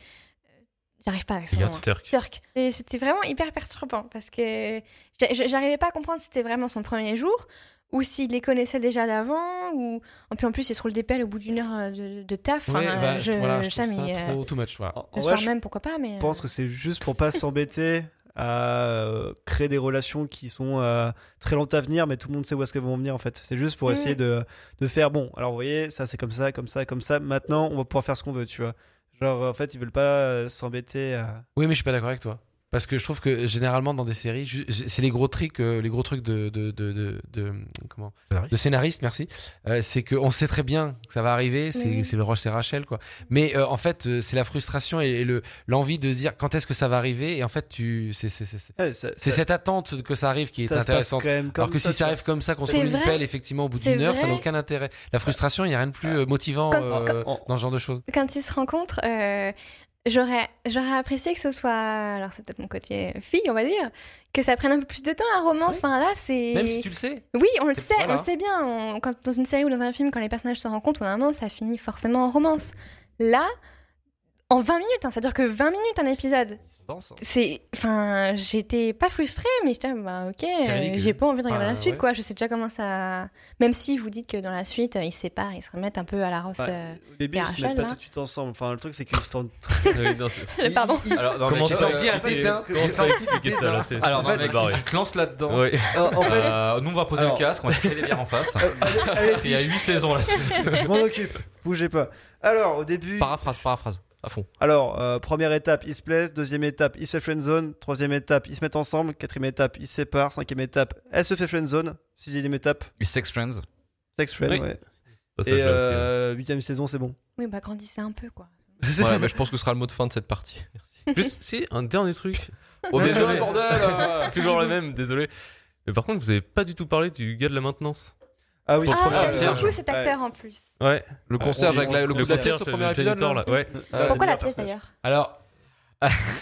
Speaker 4: J'arrive pas avec son nom. hein.
Speaker 8: Turk.
Speaker 4: Turc. Et C'était vraiment hyper perturbant parce que j'a- j'a- j'arrivais pas à comprendre si c'était vraiment son premier jour ou s'il les connaissait déjà d'avant ou en plus en plus il se roule des pelles au bout d'une heure euh, de, de taf. Enfin,
Speaker 3: ouais, bah,
Speaker 4: euh, je,
Speaker 3: voilà, je
Speaker 4: ça,
Speaker 3: trouve ça
Speaker 4: mais, euh,
Speaker 3: trop too much. voilà.
Speaker 5: En, en
Speaker 4: le
Speaker 5: vrai,
Speaker 4: soir
Speaker 5: je
Speaker 4: même pourquoi pas mais. euh,
Speaker 5: pense que c'est juste pour pas s'embêter à euh, créer des relations qui sont euh, très lentes à venir, mais tout le monde sait où est-ce qu'elles vont venir en fait. C'est juste pour
Speaker 4: Mm.
Speaker 5: essayer de, de faire bon. Alors vous voyez, ça c'est comme ça, comme ça, comme ça. Maintenant, on va pouvoir faire ce qu'on veut, tu vois. Genre en fait, ils veulent pas euh, s'embêter. à-
Speaker 3: Oui, mais je suis pas d'accord avec toi. Parce que je trouve que généralement dans des séries, ju- c'est les gros trucs, euh, les gros trucs de de de, de, de- comment
Speaker 6: Scénariste.
Speaker 3: de scénariste, merci. Euh, c'est que on sait très bien que ça va arriver. C'est
Speaker 4: Oui.
Speaker 3: c'est le rush, c'est Rachel quoi. Mais euh, en fait, euh, c'est la frustration et, et le l'envie de se dire quand est-ce que ça va arriver. Et en fait, tu c'est c'est c'est c'est-
Speaker 5: Ouais, ça-
Speaker 3: c'est
Speaker 5: ça-
Speaker 3: cette attente que ça arrive qui est
Speaker 5: ça se passe
Speaker 3: intéressante.
Speaker 5: quand même comme
Speaker 3: Alors que si ça
Speaker 5: tu vois.
Speaker 3: arrive comme ça, qu'on se
Speaker 4: C'est
Speaker 3: roule une
Speaker 4: vrai.
Speaker 3: pelle effectivement au bout
Speaker 4: C'est
Speaker 3: d'une heure, ça n'a
Speaker 4: vrai.
Speaker 3: aucun intérêt. La frustration, il y a rien de plus
Speaker 6: Ah.
Speaker 3: euh, motivant
Speaker 4: Quand-
Speaker 3: euh,
Speaker 5: quand-
Speaker 3: dans ce genre de choses.
Speaker 4: quand ils se rencontrent, euh, j'aurais, j'aurais apprécié que ce soit. Alors, c'est peut-être mon côté fille, on va dire. Que ça prenne un peu plus de temps, la romance.
Speaker 3: Oui.
Speaker 4: Enfin, là, c'est.
Speaker 3: Même si tu le sais.
Speaker 4: Oui, on le sait,
Speaker 3: Voilà.
Speaker 4: on le sait bien. On- quand, dans une série ou dans un film, quand les personnages se rencontrent, au bout d'un moment, ça finit forcément en romance. Là, en 20 minutes, hein, ça dure que 20 minutes un épisode.
Speaker 3: hein.
Speaker 4: C'est, enfin, j'étais pas frustrée, mais j'étais, ah, bah ok, euh,
Speaker 3: ridicule.
Speaker 4: j'ai pas envie de regarder
Speaker 3: Enfin,
Speaker 4: la suite,
Speaker 3: ouais.
Speaker 4: quoi. Je sais déjà comment ça. Même si vous dites que dans la suite, euh, ils se séparent, ils se remettent un peu à la rosse.
Speaker 5: Ouais,
Speaker 4: euh,
Speaker 5: au début,
Speaker 4: et
Speaker 5: ils se
Speaker 4: Rachel,
Speaker 5: mettent pas
Speaker 4: là.
Speaker 5: tout de suite ensemble. Enfin, le truc, c'est qu'ils se tendent.
Speaker 3: Euh,
Speaker 4: Pardon.
Speaker 6: Alors, non,
Speaker 3: Comment
Speaker 6: mais-
Speaker 3: ça,
Speaker 6: euh,
Speaker 2: dit un
Speaker 6: en fait,
Speaker 2: dédain.
Speaker 8: Comment ça expliquer ça là c'est-
Speaker 6: Alors,
Speaker 8: c'est
Speaker 6: non, mec,
Speaker 8: barré.
Speaker 6: si tu te lances là-dedans,
Speaker 8: Ouais.
Speaker 5: En, en fait,
Speaker 6: euh, nous on va poser
Speaker 5: Alors.
Speaker 6: le casque, on va chercher des bières en face. Il y a 8 saisons là-dessus.
Speaker 5: je m'en occupe. Bougez pas. Alors, au début,
Speaker 2: Paraphrase, paraphrase. À fond.
Speaker 5: Alors, euh, première étape, ils se plaisent. Deuxième étape, ils se friendzone. Troisième étape, ils se mettent ensemble. Quatrième étape, ils se séparent. Cinquième étape, elle se fait friendzone. Sixième étape,
Speaker 6: Sex Friends.
Speaker 5: sex friend,
Speaker 2: Oui.
Speaker 5: ouais.
Speaker 8: Passage
Speaker 5: Et
Speaker 8: là, c'est-
Speaker 5: euh, huitième saison, c'est bon.
Speaker 4: Oui, bah grandissez un peu, quoi.
Speaker 2: Voilà, mais je pense que ce sera le mot de fin de cette partie.
Speaker 8: Juste, si, un dernier truc.
Speaker 2: Oh,
Speaker 8: Ouais,
Speaker 2: désolé,
Speaker 8: ouais.
Speaker 2: bordel euh.
Speaker 8: Toujours la même, désolé. Mais par contre, vous avez pas du tout parlé du gars de la maintenance.
Speaker 5: Ah oui,
Speaker 2: Pour
Speaker 5: c'est
Speaker 2: le premier
Speaker 5: vrai.
Speaker 4: Ah,
Speaker 2: concierge.
Speaker 4: j'aime beaucoup cet acteur en plus.
Speaker 8: Ouais.
Speaker 2: Le concierge avec la- le coup
Speaker 8: Le
Speaker 2: d'assiette au
Speaker 8: concierge,
Speaker 2: premier
Speaker 8: le
Speaker 2: épisode.
Speaker 8: janitor
Speaker 2: là.
Speaker 8: là. Ouais,
Speaker 4: Pourquoi la
Speaker 2: Euh,
Speaker 5: meilleur
Speaker 4: pièce
Speaker 5: personnage.
Speaker 4: d'ailleurs
Speaker 3: Alors,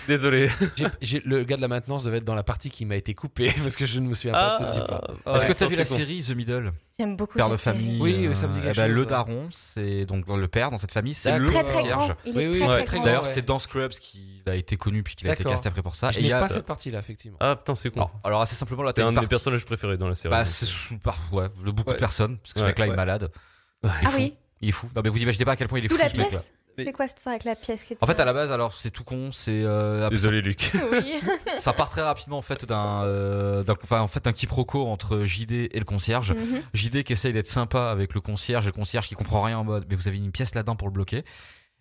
Speaker 8: désolé.
Speaker 3: J'ai- j'ai- le gars de la maintenance devait être dans la partie qui m'a été coupée parce que je ne me souviens pas de ce type-là.
Speaker 5: Ouais.
Speaker 6: Est-ce que
Speaker 8: t'as
Speaker 6: t'as vu la série The Middle
Speaker 4: J'aime beaucoup.
Speaker 6: Père de
Speaker 4: cette série.
Speaker 6: famille.
Speaker 3: Oui,
Speaker 6: euh,
Speaker 3: ça me dit
Speaker 6: eh
Speaker 3: quelque
Speaker 6: ben,
Speaker 3: chose,
Speaker 6: Le
Speaker 3: ouais.
Speaker 6: daron, c'est donc le père dans cette famille, c'est
Speaker 3: D'accord.
Speaker 6: le
Speaker 4: Très très grand.
Speaker 6: concierge.
Speaker 4: Il est
Speaker 3: Oui, oui,
Speaker 4: très,
Speaker 3: ouais,
Speaker 4: très
Speaker 3: très
Speaker 4: grand.
Speaker 6: D'ailleurs,
Speaker 3: Ouais.
Speaker 6: c'est dans Scrubs qu'il a été connu puis qu'il a été
Speaker 3: D'accord.
Speaker 6: casté après pour ça.
Speaker 3: Je
Speaker 6: Et il
Speaker 3: n'ai
Speaker 6: y a
Speaker 3: pas
Speaker 6: ça.
Speaker 3: cette partie-là, effectivement.
Speaker 8: Ah putain, c'est con.
Speaker 6: Alors, alors, assez simplement, là,
Speaker 8: T'es
Speaker 6: t'as
Speaker 8: un
Speaker 6: une
Speaker 8: de mes
Speaker 6: partie.
Speaker 8: personnages préférés dans la série.
Speaker 6: Bah,
Speaker 8: donc,
Speaker 6: c'est
Speaker 8: euh,
Speaker 6: sous- par- ouais, de beaucoup
Speaker 5: Ouais.
Speaker 6: de personnes, parce que
Speaker 8: Ouais,
Speaker 6: ce mec-là il
Speaker 5: ouais.
Speaker 6: est malade. Il est
Speaker 4: Ah
Speaker 6: fou.
Speaker 4: oui,
Speaker 6: Il est fou. Non, mais vous imaginez pas à quel point il est
Speaker 4: d'où
Speaker 6: fou,
Speaker 4: la
Speaker 6: ce mec-là.
Speaker 4: pièce C'est quoi cette histoire avec la pièce qui est
Speaker 6: En fait, à la base, alors, c'est tout con, c'est. euh, après,
Speaker 8: Désolé, Luc.
Speaker 4: Oui.
Speaker 6: ça part très rapidement, en fait, d'un. euh, d'un- enfin, en fait, d'un quiproquo entre JD et le concierge.
Speaker 4: Mhm.
Speaker 6: JD qui essaye d'être sympa avec le concierge, et le concierge qui comprend rien en mode, mais vous avez une pièce là-dedans pour le bloquer.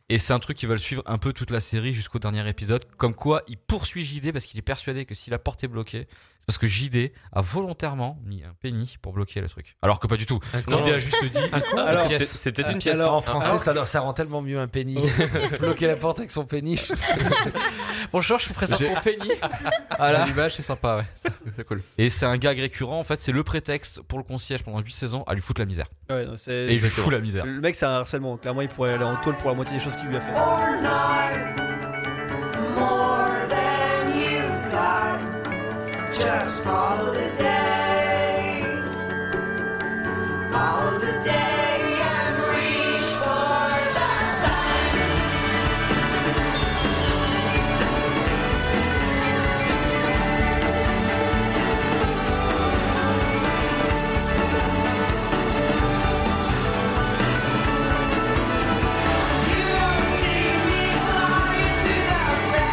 Speaker 6: Et c'est un truc qui va le suivre un peu toute la série jusqu'au dernier épisode, comme quoi il poursuit JD parce qu'il est persuadé que si la porte est bloquée, c'est parce que JD a volontairement mis un penny pour bloquer le truc. Alors que pas du tout.
Speaker 8: Non,
Speaker 6: JD a juste dit,
Speaker 8: Ah,
Speaker 5: Alors,
Speaker 8: c'est peut-être- c'est peut-être une pièce.
Speaker 5: alors,
Speaker 3: en français, ça, leur- ça rend tellement mieux un penny. Bloquer la porte avec son penny.
Speaker 2: Bonjour, je vous présente
Speaker 3: J'ai-
Speaker 2: mon penny.
Speaker 6: Voilà.
Speaker 2: J'ai l'image, c'est sympa, ouais. C'est- C'est cool.
Speaker 6: et c'est un gag récurrent, en fait, c'est le prétexte pour le concierge pendant 8 saisons à lui foutre la misère.
Speaker 5: Ouais, non, c'est-
Speaker 6: Et il lui
Speaker 5: c'est-
Speaker 6: fout la misère.
Speaker 5: Le mec, c'est un harcèlement. Clairement, il pourrait aller en taule pour la moitié des choses qu'il lui a
Speaker 1: Ah.
Speaker 5: fait.
Speaker 1: More than you've got, just follow the day. Follow the day and reach for the sun. You don't see me flying.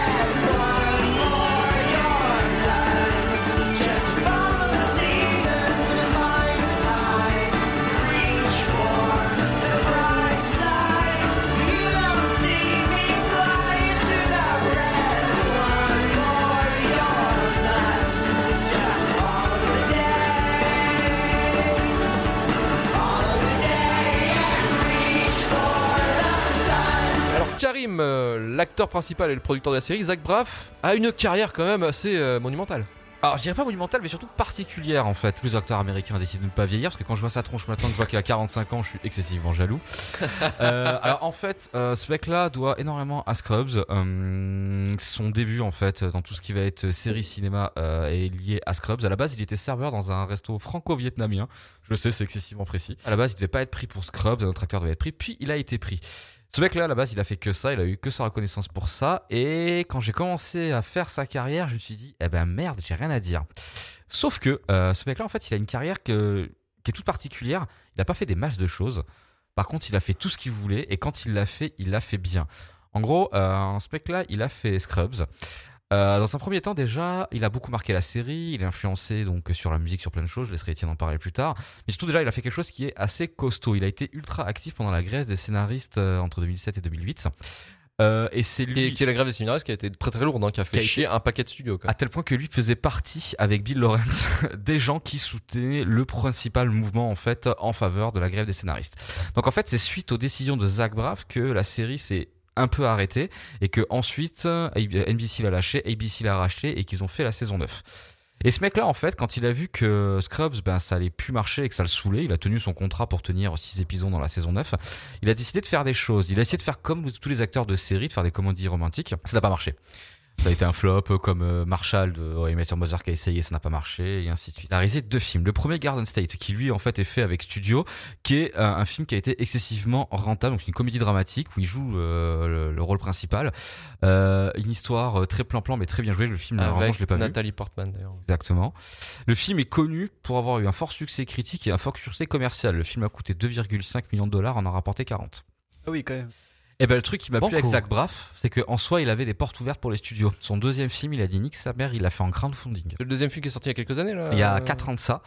Speaker 2: euh, l'acteur principal et le producteur de la série, Zach Braff, a une carrière quand même assez euh, monumentale.
Speaker 6: Alors, je dirais pas monumentale, mais surtout particulière en fait. Tous les acteurs américains décident de ne pas vieillir parce que quand je vois sa tronche maintenant, que je vois qu'il a 45 ans, je suis excessivement jaloux. Euh, alors, en fait, euh, ce mec-là doit énormément à Scrubs. Euh, son début en fait, dans tout ce qui va être série cinéma, euh, est lié à Scrubs. À la base, il était serveur dans un resto franco-vietnamien. Je le sais, c'est excessivement précis. À la base, il devait pas être pris pour Scrubs, un autre acteur devait être pris, puis il a été pris. Ce mec-là, à la base, il a fait que ça, il a eu que sa reconnaissance pour ça. Et quand j'ai commencé à faire sa carrière, je me suis dit, eh ben merde, j'ai rien à dire. Sauf que euh, ce mec-là, en fait, il a une carrière que- qui est toute particulière. Il n'a pas fait des masses de choses. Par contre, il a fait tout ce qu'il voulait. Et quand il l'a fait, il l'a fait bien. En gros, euh, ce mec-là, il a fait Scrubs. Euh, dans un premier temps, déjà, il a beaucoup marqué la série. Il a influencé donc sur la musique, sur plein de choses. Je laisserai Étienne en parler plus tard. Mais surtout déjà, il a fait quelque chose qui est assez costaud. Il a été ultra actif pendant la grève des scénaristes euh, entre 2007 et 2008. Euh, et c'est lui
Speaker 2: Et qui est la grève des séminaristes qui a été très très lourde, hein, qui a
Speaker 6: Qui
Speaker 2: fait
Speaker 6: a été- Ah,
Speaker 2: chier un paquet de studios. quoi.
Speaker 6: à tel point que lui faisait partie avec Bill Lawrence des gens qui soutenaient le principal mouvement en fait en faveur de la grève des scénaristes. Donc en fait, c'est suite aux décisions de Zach Braff que la série s'est un peu arrêtée et que ensuite euh, NBC l'a lâché, ABC l'a racheté et qu'ils ont fait la saison 9. Et ce mec-là, en fait, quand il a vu que Scrubs, ben, ça allait plus marcher et que ça le saoulait, il a tenu son contrat pour tenir 6 épisodes dans la saison 9, il a décidé de faire des choses. Il a essayé de faire comme tous les acteurs de série, de faire des comédies romantiques. Ça n'a pas marché. Ça a été un flop, euh, comme euh, Marshall de How I Met Your Mother qui a essayé, ça n'a pas marché, et ainsi de suite. Il a réalisé deux films. Le premier, Garden State, qui lui, en fait, est fait avec Studio, qui est euh, un film qui a été excessivement rentable. Donc, c'est une comédie dramatique où il joue euh, le, le rôle principal. Euh, une histoire euh, très plan-plan, mais très bien jouée. Le film, là, vraiment, je l'ai pas vu.
Speaker 2: Nathalie Portman d'ailleurs.
Speaker 6: Exactement. Le film est connu pour avoir eu un fort succès critique et un fort succès commercial. Le film a coûté 2,5 millions de dollars, en a rapporté 40.
Speaker 5: Ah oui, quand même.
Speaker 6: Et ben le truc qui m'a plu
Speaker 2: Banco.
Speaker 6: avec Zach Braff, c'est qu'en soi, il avait des portes ouvertes pour les studios. Son deuxième film, il a dit nique sa mère, il l'a fait en crowdfunding.
Speaker 2: C'est le deuxième film qui est sorti il y a quelques années là.
Speaker 6: Il y
Speaker 2: Euh,
Speaker 6: a 4 ans de ça.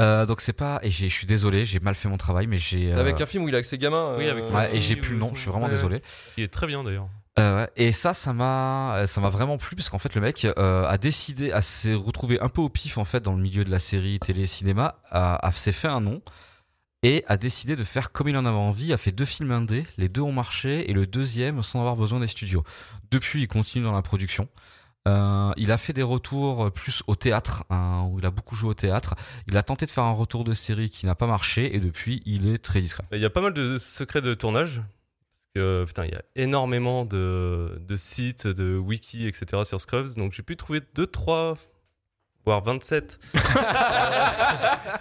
Speaker 6: Euh, donc c'est pas et j'ai- je suis désolé, j'ai mal fait mon travail, mais j'ai.
Speaker 2: c'est
Speaker 6: euh,
Speaker 2: Avec un film où il est avec ses gamins.
Speaker 8: Oui, avec
Speaker 2: euh,
Speaker 8: sa
Speaker 6: ouais, et j'ai
Speaker 8: fille
Speaker 6: plus le
Speaker 8: ou
Speaker 6: nom,
Speaker 8: son-
Speaker 6: je suis vraiment
Speaker 8: ouais.
Speaker 6: désolé.
Speaker 8: Il est très bien d'ailleurs.
Speaker 6: Euh, ouais. et ça, ça m'a, euh, ça m'a vraiment plu parce qu'en fait, le mec euh, a décidé à se retrouver un peu au pif en fait dans le milieu de la série télé cinéma, a, a- s'est fait un nom et a décidé de faire comme il en avait envie. A fait deux films indés, les deux ont marché et le deuxième sans avoir besoin des studios. Depuis, il continue dans la production. Euh, il a fait des retours plus au théâtre, hein, où il a beaucoup joué au théâtre. Il a tenté de faire un retour de série qui n'a pas marché et depuis, il est très discret.
Speaker 8: Bah, Il y a pas mal de secrets de tournage. Parce que, putain, il y a énormément de, de sites, de wiki, etc. sur Scrubs. Donc j'ai pu trouver 2, 3, voire 27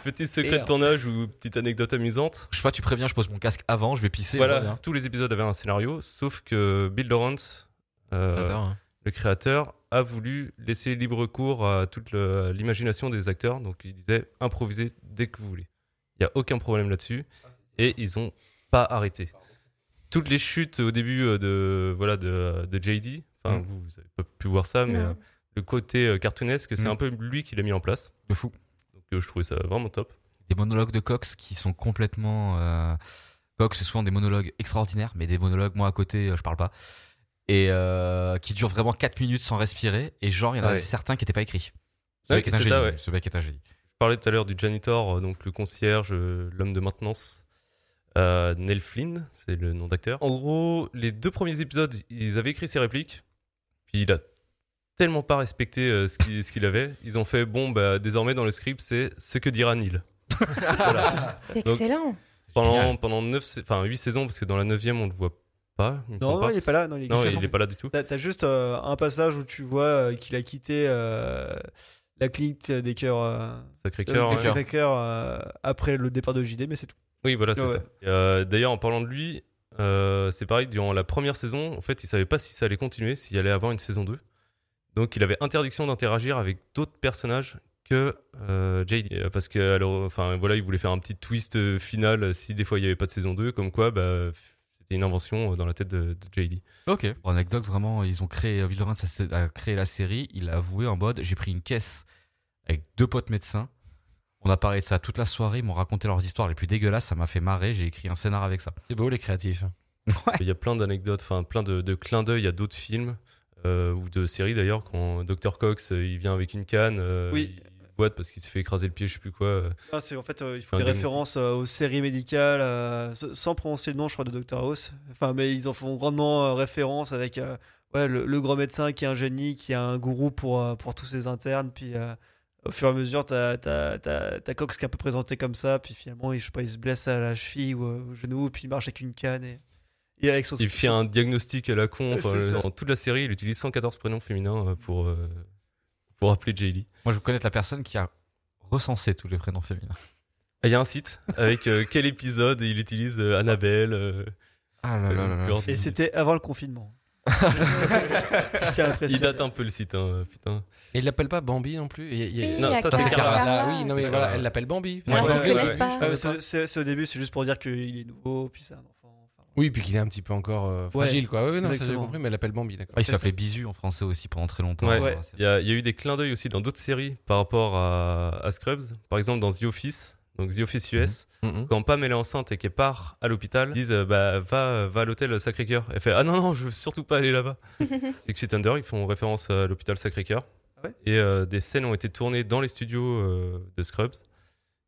Speaker 8: petits secrets de tournage ou petites anecdotes amusantes.
Speaker 6: Je sais pas, tu préviens, je pose mon casque avant, je vais pisser.
Speaker 8: Voilà,
Speaker 6: on revient.
Speaker 8: tous les épisodes avaient un scénario, sauf que Bill Lawrence, euh,
Speaker 2: Attends, hein.
Speaker 8: le créateur, a voulu laisser libre cours à toute le- l'imagination des acteurs. Donc il disait improviser dès que vous voulez. Il n'y a aucun problème là-dessus. Et ils ont pas arrêté. Toutes les chutes au début euh, de, voilà, de, de JD, enfin,
Speaker 6: Mm.
Speaker 8: vous n'avez pas pu voir ça, mais
Speaker 4: Non.
Speaker 8: euh, le côté euh, cartoonesque, c'est
Speaker 6: Mm.
Speaker 8: un peu lui qui l'a mis en place.
Speaker 6: De fou.
Speaker 8: Donc euh, je trouvais ça vraiment top.
Speaker 6: des monologues de Cox qui sont complètement. euh, Cox, c'est souvent des monologues extraordinaires, mais des monologues, moi à côté, euh, je parle pas. Et euh, qui durent vraiment 4 minutes sans respirer. Et genre, il y en a
Speaker 8: Ah Ouais.
Speaker 6: certains qui n'étaient pas écrits. Ce
Speaker 8: Ouais,
Speaker 6: mec est un
Speaker 8: c'est
Speaker 6: génie.
Speaker 8: ça, ouais.
Speaker 6: Ce mec est un génie.
Speaker 8: Je parlais tout à l'heure du janitor, euh, donc le concierge, euh, l'homme de maintenance. Euh, Nell Flynn, c'est le nom d'acteur. En gros, les deux premiers épisodes, ils avaient écrit ses répliques, puis il a tellement pas respecté euh, ce qu'il ce qu'il avait. Ils ont fait, bon, bah, désormais dans le script, c'est ce que dira Neil.
Speaker 4: C'est excellent.
Speaker 8: Pendant, pendant 9, sa- enfin 8 saisons, parce que dans la 9 on le voit pas. il me
Speaker 5: Non,
Speaker 8: semble
Speaker 5: non,
Speaker 8: pas.
Speaker 5: il est pas là. Non, il est
Speaker 8: Non,
Speaker 5: quitté.
Speaker 8: il est pas là du tout.
Speaker 5: T'as t'as juste euh, un passage où tu vois euh, qu'il a quitté euh, la clinique des cœurs. euh,
Speaker 8: Sacré
Speaker 5: euh,
Speaker 8: cœur. hein.
Speaker 5: des Sacré-Cœur, euh, après le départ de JD, mais c'est tout.
Speaker 8: Oui, voilà, c'est
Speaker 5: Ouais.
Speaker 8: ça. Et, euh, D'ailleurs, en parlant de lui, euh, c'est pareil, durant la première saison, en fait, il savait pas si ça allait continuer, s'il allait avoir une saison 2. Donc, il avait interdiction d'interagir avec d'autres personnages que euh, Jade. Euh, Parce que, alors, enfin, voilà, il voulait faire un petit twist euh, final euh, si des fois il n'y avait pas de saison 2, comme quoi, bah, c'était une invention euh, dans la tête de, de JD.
Speaker 6: Ok. Pour anecdote, vraiment, ils ont créé. Bill Lawrence a sé- a créé la série. Il a avoué en mode j'ai pris une caisse avec deux potes médecins. On a parlé de ça toute la soirée. Ils m'ont raconté leurs histoires les plus dégueulasses. Ça m'a fait marrer. J'ai écrit un scénar avec ça.
Speaker 3: C'est beau les créatifs.
Speaker 8: Il y a plein d'anecdotes, enfin, plein de, de clins d'œil à d'autres films. euh, ou de séries d'ailleurs, quand Dr. Cox euh, il vient avec une canne, euh,
Speaker 5: Oui.
Speaker 8: il boîte parce qu'il s'est fait écraser le pied, je sais plus quoi. euh.
Speaker 5: Ah, c'est en fait, euh, il faut
Speaker 8: Un
Speaker 5: des
Speaker 8: démon,
Speaker 5: références euh, aux séries médicales, euh, s- sans prononcer le nom, je crois, de Dr House. Enfin, mais ils en font grandement euh, référence avec euh, ouais, le, le grand médecin qui est un génie, qui est un gourou pour, euh, pour tous ses internes. Puis euh, au fur et à mesure, t'as, t'as, t'as, t'as Cox qui est un peu présenté comme ça. Puis finalement, il, je sais pas, il se blesse à la cheville ou euh, au genou, puis il marche avec une canne. Et, et avec son
Speaker 8: Il fait un diagnostic à la con. enfin,
Speaker 5: C'est ça.
Speaker 8: dans toute la série, il utilise 114 prénoms féminins euh, pour, euh, pour appeler Jay Lee.
Speaker 6: Moi, je veux connaître la personne qui a recensé tous les prénoms féminins.
Speaker 8: Ah, Il y a un site avec euh, quel épisode il utilise euh, Annabelle. euh,
Speaker 6: Ah là là là là.
Speaker 8: Gordy.
Speaker 5: Et c'était avant le confinement. je tiens à le
Speaker 8: Il
Speaker 5: préciser.
Speaker 8: date un peu le site, hein, putain.
Speaker 3: Et il l'appelle pas Bambi non plus. Il y a- il y a-
Speaker 4: Oui,
Speaker 8: Non,
Speaker 4: il y a
Speaker 8: ça, c'est
Speaker 4: Carla. Ah
Speaker 8: Carla.
Speaker 3: Là, oui, non mais
Speaker 8: C'est
Speaker 3: voilà,
Speaker 8: Carla.
Speaker 3: elle l'appelle Bambi.
Speaker 8: Ouais,
Speaker 4: Alors
Speaker 8: ouais,
Speaker 4: qu'on
Speaker 8: ouais,
Speaker 4: ne connaisse
Speaker 8: ouais.
Speaker 4: pas.
Speaker 5: Ouais, Ah, mais c'est, c'est- c'est au début, c'est juste pour dire qu'il est nouveau, puis c'est un enfant. Enfin,
Speaker 3: Oui, puis qu'il est un petit peu encore euh, fragile quoi. Oui, non, ça, j'ai
Speaker 5: Exactement.
Speaker 3: compris, mais elle l'appelle Bambi, d'accord.
Speaker 6: Ah, il s'appelait Bisu en français aussi pendant très longtemps.
Speaker 8: Ouais.
Speaker 5: Ouais.
Speaker 8: Il y, a il y a eu des clins d'œil aussi dans d'autres séries par rapport à, à Scrubs. Par exemple, dans The Office, donc The Office US,
Speaker 3: Mhm.
Speaker 8: quand Pam elle est enceinte et qu'elle part à l'hôpital, ils disent euh, bah, va, va à l'hôtel Sacré-Cœur. Elle fait Ah non, non, je veux surtout pas aller là-bas. Six Feet Under, ils font référence à l'hôpital Sacré-Cœur.
Speaker 5: Ah ouais
Speaker 8: et euh, des scènes ont été tournées dans les studios euh, de Scrubs.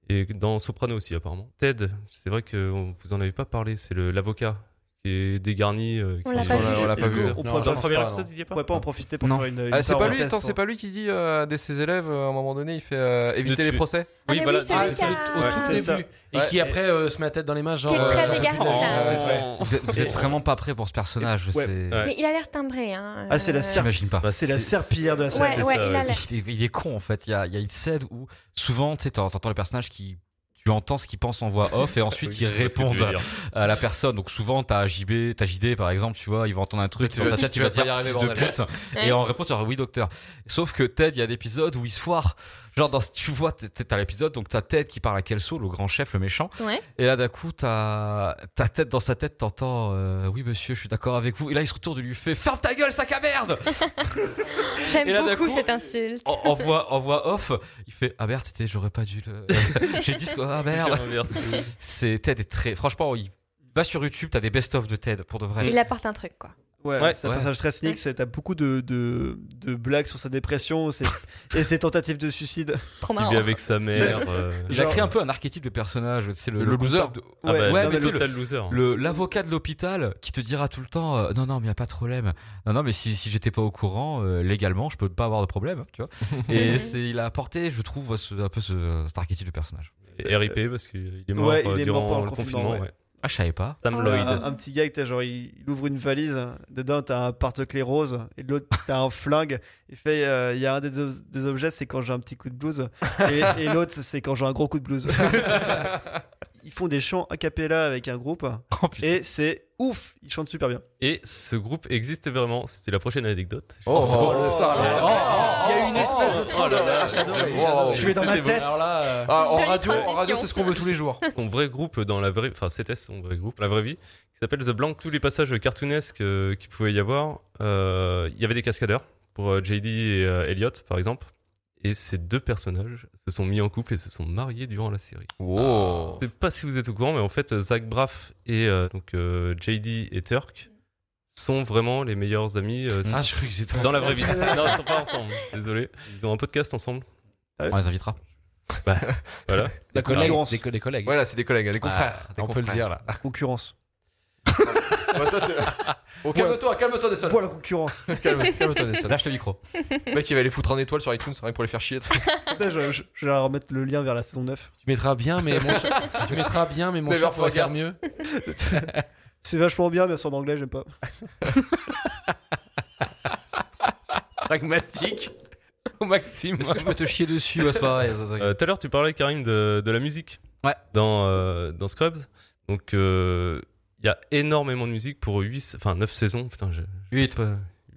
Speaker 8: Et dans Soprano aussi, apparemment. Ted, c'est vrai que on- vous en avez pas parlé, c'est le- l'avocat qui est dégarni. euh,
Speaker 4: On
Speaker 8: qui-
Speaker 4: l'a
Speaker 8: dans
Speaker 4: pas
Speaker 8: la-
Speaker 4: vu.
Speaker 5: on l'a pas vu. On
Speaker 3: Non,
Speaker 5: pourrait
Speaker 8: Dans
Speaker 3: je
Speaker 8: le
Speaker 3: pense
Speaker 8: premier
Speaker 3: pas,
Speaker 8: épisode,
Speaker 3: non.
Speaker 8: il y est
Speaker 5: On
Speaker 8: pas.
Speaker 5: pourrait pas en profiter pour
Speaker 6: Non.
Speaker 5: faire une. une
Speaker 2: Ah, c'est pas lui,
Speaker 5: parenthèse
Speaker 2: attends, c'est
Speaker 5: pour-
Speaker 2: pas lui qui dit euh, à des ses élèves euh, à un moment donné, il fait euh, éviter les
Speaker 8: tuer.
Speaker 2: procès.
Speaker 4: Ah, mais oui,
Speaker 8: voilà,
Speaker 4: celui
Speaker 8: ah,
Speaker 4: qui
Speaker 8: c'est
Speaker 4: a-
Speaker 3: au tout
Speaker 5: c'est
Speaker 3: début.
Speaker 5: ça.
Speaker 3: Et
Speaker 2: Ouais.
Speaker 3: qui après euh, se met la tête dans les mains, genre.
Speaker 4: Qui est très
Speaker 3: j'en peux plus de la
Speaker 4: dégarni,
Speaker 3: vie.
Speaker 4: là.
Speaker 3: Ouais, ouais.
Speaker 5: Oh.
Speaker 6: Vous êtes, vous êtes vraiment pas prêt pour ce personnage.
Speaker 5: Ouais.
Speaker 6: c'est-
Speaker 8: Ouais.
Speaker 4: Mais il a l'air timbré. Hein.
Speaker 5: Ah, c'est la
Speaker 4: Euh,
Speaker 5: serpe.
Speaker 6: J'imagine pas.
Speaker 8: Bah,
Speaker 5: C'est la serpillière de la
Speaker 4: Ouais,
Speaker 5: série.
Speaker 4: ouais, il a l'air.
Speaker 6: Il est, il est con en fait. Il y a, il y a une scène où souvent, tu sais, t'en- t'entends les personnages qui. Tu entends ce qu'ils pensent en voix off et ensuite
Speaker 8: Je
Speaker 6: ils
Speaker 8: vois ce que tu veux
Speaker 6: répondent
Speaker 8: dire.
Speaker 6: à la personne. Donc souvent, t'as JB, t'as JD par exemple, tu vois, ils vont entendre un truc,
Speaker 2: Tu
Speaker 6: dans
Speaker 2: vas-
Speaker 6: ta tête, tu
Speaker 2: tu
Speaker 6: vas
Speaker 2: vas pas y
Speaker 6: dire
Speaker 2: arriver,
Speaker 6: fils de
Speaker 2: bordel.
Speaker 6: pute. Et en réponse, tu vas dire, oui, docteur. Sauf que Ted, il y a des épisodes où il se foire. Genre, dans, tu vois, t'es- t'es- t'as l'épisode, donc t'as Ted qui parle à Kelso, le grand chef, le méchant.
Speaker 4: Ouais.
Speaker 6: Et là, d'un coup, t'as ta tête dans sa tête, t'entends, euh, oui, monsieur, je suis d'accord avec vous. Et là, il se retourne et lui fait, ferme ta gueule, sac à merde!
Speaker 4: J'aime
Speaker 6: Et là,
Speaker 4: beaucoup
Speaker 6: d'un coup,
Speaker 4: cette insulte.
Speaker 6: En, en voix, en voix off, il fait, ah merde, t'étais- j'aurais pas dû le, j'ai dit ce quoi, ah merde. C'est, Ted est très, franchement, il va sur YouTube, t'as des best-of de Ted, pour de vrai.
Speaker 4: Il apporte un truc, quoi.
Speaker 5: Ouais,
Speaker 8: Ouais,
Speaker 5: c'est un
Speaker 6: ouais.
Speaker 5: personnage très cynique. c'est- T'as beaucoup de, de, de blagues sur sa dépression c'est- et ses tentatives de suicide.
Speaker 4: Trop
Speaker 8: Il
Speaker 4: marrant.
Speaker 8: vit avec sa mère. euh,
Speaker 6: Il a créé un peu un archétype de personnage, c'est le,
Speaker 2: Le loser.
Speaker 6: comptable de-
Speaker 8: Ah bah,
Speaker 6: ouais,
Speaker 8: non,
Speaker 6: mais
Speaker 8: mais
Speaker 6: tu sais,
Speaker 8: total loser.
Speaker 6: Le l'avocat de l'hôpital qui te dira tout le temps euh, non non mais y a pas de problème non non mais si si j'étais pas au courant euh, légalement je peux pas avoir de problème tu vois et c'est il a apporté je trouve ce- un peu ce, cet archétype de personnage
Speaker 8: Et RIP parce qu'il est mort
Speaker 5: Ouais, il
Speaker 8: euh,
Speaker 5: est
Speaker 8: durant
Speaker 5: mort pendant
Speaker 8: le confinement. ouais.
Speaker 6: ah je savais pas
Speaker 8: Sam
Speaker 4: Ah.
Speaker 8: Lloyd.
Speaker 5: Un, un petit gars, que t'as genre, il, il ouvre une valise. Dedans, t'as un porte-clés rose et de l'autre, t'as un flingue. Il fait euh, il y a un des, ob- des objets, c'est quand j'ai un petit coup de blues. Et, et l'autre, c'est quand j'ai un gros coup de blues. Ils font des chants a cappella avec un groupe
Speaker 6: Oh, putain.
Speaker 5: et c'est ouf, ils chantent super bien.
Speaker 8: Et ce groupe existe vraiment. C'était la prochaine anecdote.
Speaker 2: Oh,
Speaker 6: c'est bon.
Speaker 2: oh, putain, là, là.
Speaker 3: Il y a eu une espèce de transfert, j'adorais,
Speaker 2: Wow.
Speaker 3: j'adorais.
Speaker 5: Je suis dans ma
Speaker 8: C'était
Speaker 5: tête.
Speaker 3: Alors là, euh,
Speaker 2: Ah, en
Speaker 4: Jolie
Speaker 2: radio, en radio,
Speaker 4: transition.
Speaker 2: c'est ce qu'on veut tous les jours.
Speaker 8: Son vrai groupe dans la vraie. Enfin, c'était son vrai groupe, la vraie vie, qui s'appelle The Blank. Tous les passages cartoonesques euh, qu'il pouvait y avoir, euh, il y avait des cascadeurs pour euh, JD et euh, Elliot, par exemple. Et ces deux personnages se sont mis en couple et se sont mariés durant la série.
Speaker 2: Wow.
Speaker 8: Je sais pas si vous êtes au courant, mais en fait, Zach Braff et euh, donc euh, JD et Turk sont vraiment les meilleurs amis euh,
Speaker 6: ah je croyais que c'était
Speaker 8: dans la vraie vie. non, ils sont pas ensemble. Désolé. Ils ont un podcast ensemble.
Speaker 6: on les invitera
Speaker 8: Voilà.
Speaker 3: des collègues,
Speaker 5: concurrence.
Speaker 3: des, co- des collègues.
Speaker 2: Voilà, c'est des collègues, des confrères.
Speaker 6: Ah,
Speaker 2: des
Speaker 3: on peut le
Speaker 2: confrères.
Speaker 3: dire là.
Speaker 5: Concurrence.
Speaker 2: Ouais, toi, tu- Oh, calme-toi, calme-toi, Nelson.
Speaker 5: Pour la concurrence.
Speaker 2: Calme- Calme-toi, Nelson.
Speaker 6: lâche le micro
Speaker 2: Le mec, il va aller foutre un étoile sur iTunes, rien que pour les faire chier.
Speaker 5: Putain, je, je- je vais leur remettre le lien vers la saison 9.
Speaker 3: Tu mettras bien, mais mon chat, tu mettras bien, mais mon
Speaker 2: Never
Speaker 3: chat pourrait faire
Speaker 2: forget.
Speaker 3: mieux.
Speaker 5: C'est vachement bien, mais c'est en anglais, j'aime pas.
Speaker 3: Pragmatique. Au maximum.
Speaker 6: est-ce que je peux te chier dessus ouais, c'est pareil
Speaker 8: Euh, Tout à l'heure, tu parlais, Karim, de, de la musique.
Speaker 6: Ouais.
Speaker 8: Dans, euh, dans Scrubs. Donc, euh, il y a énormément de musique pour 8, enfin 9 saisons. Putain, je,
Speaker 6: 8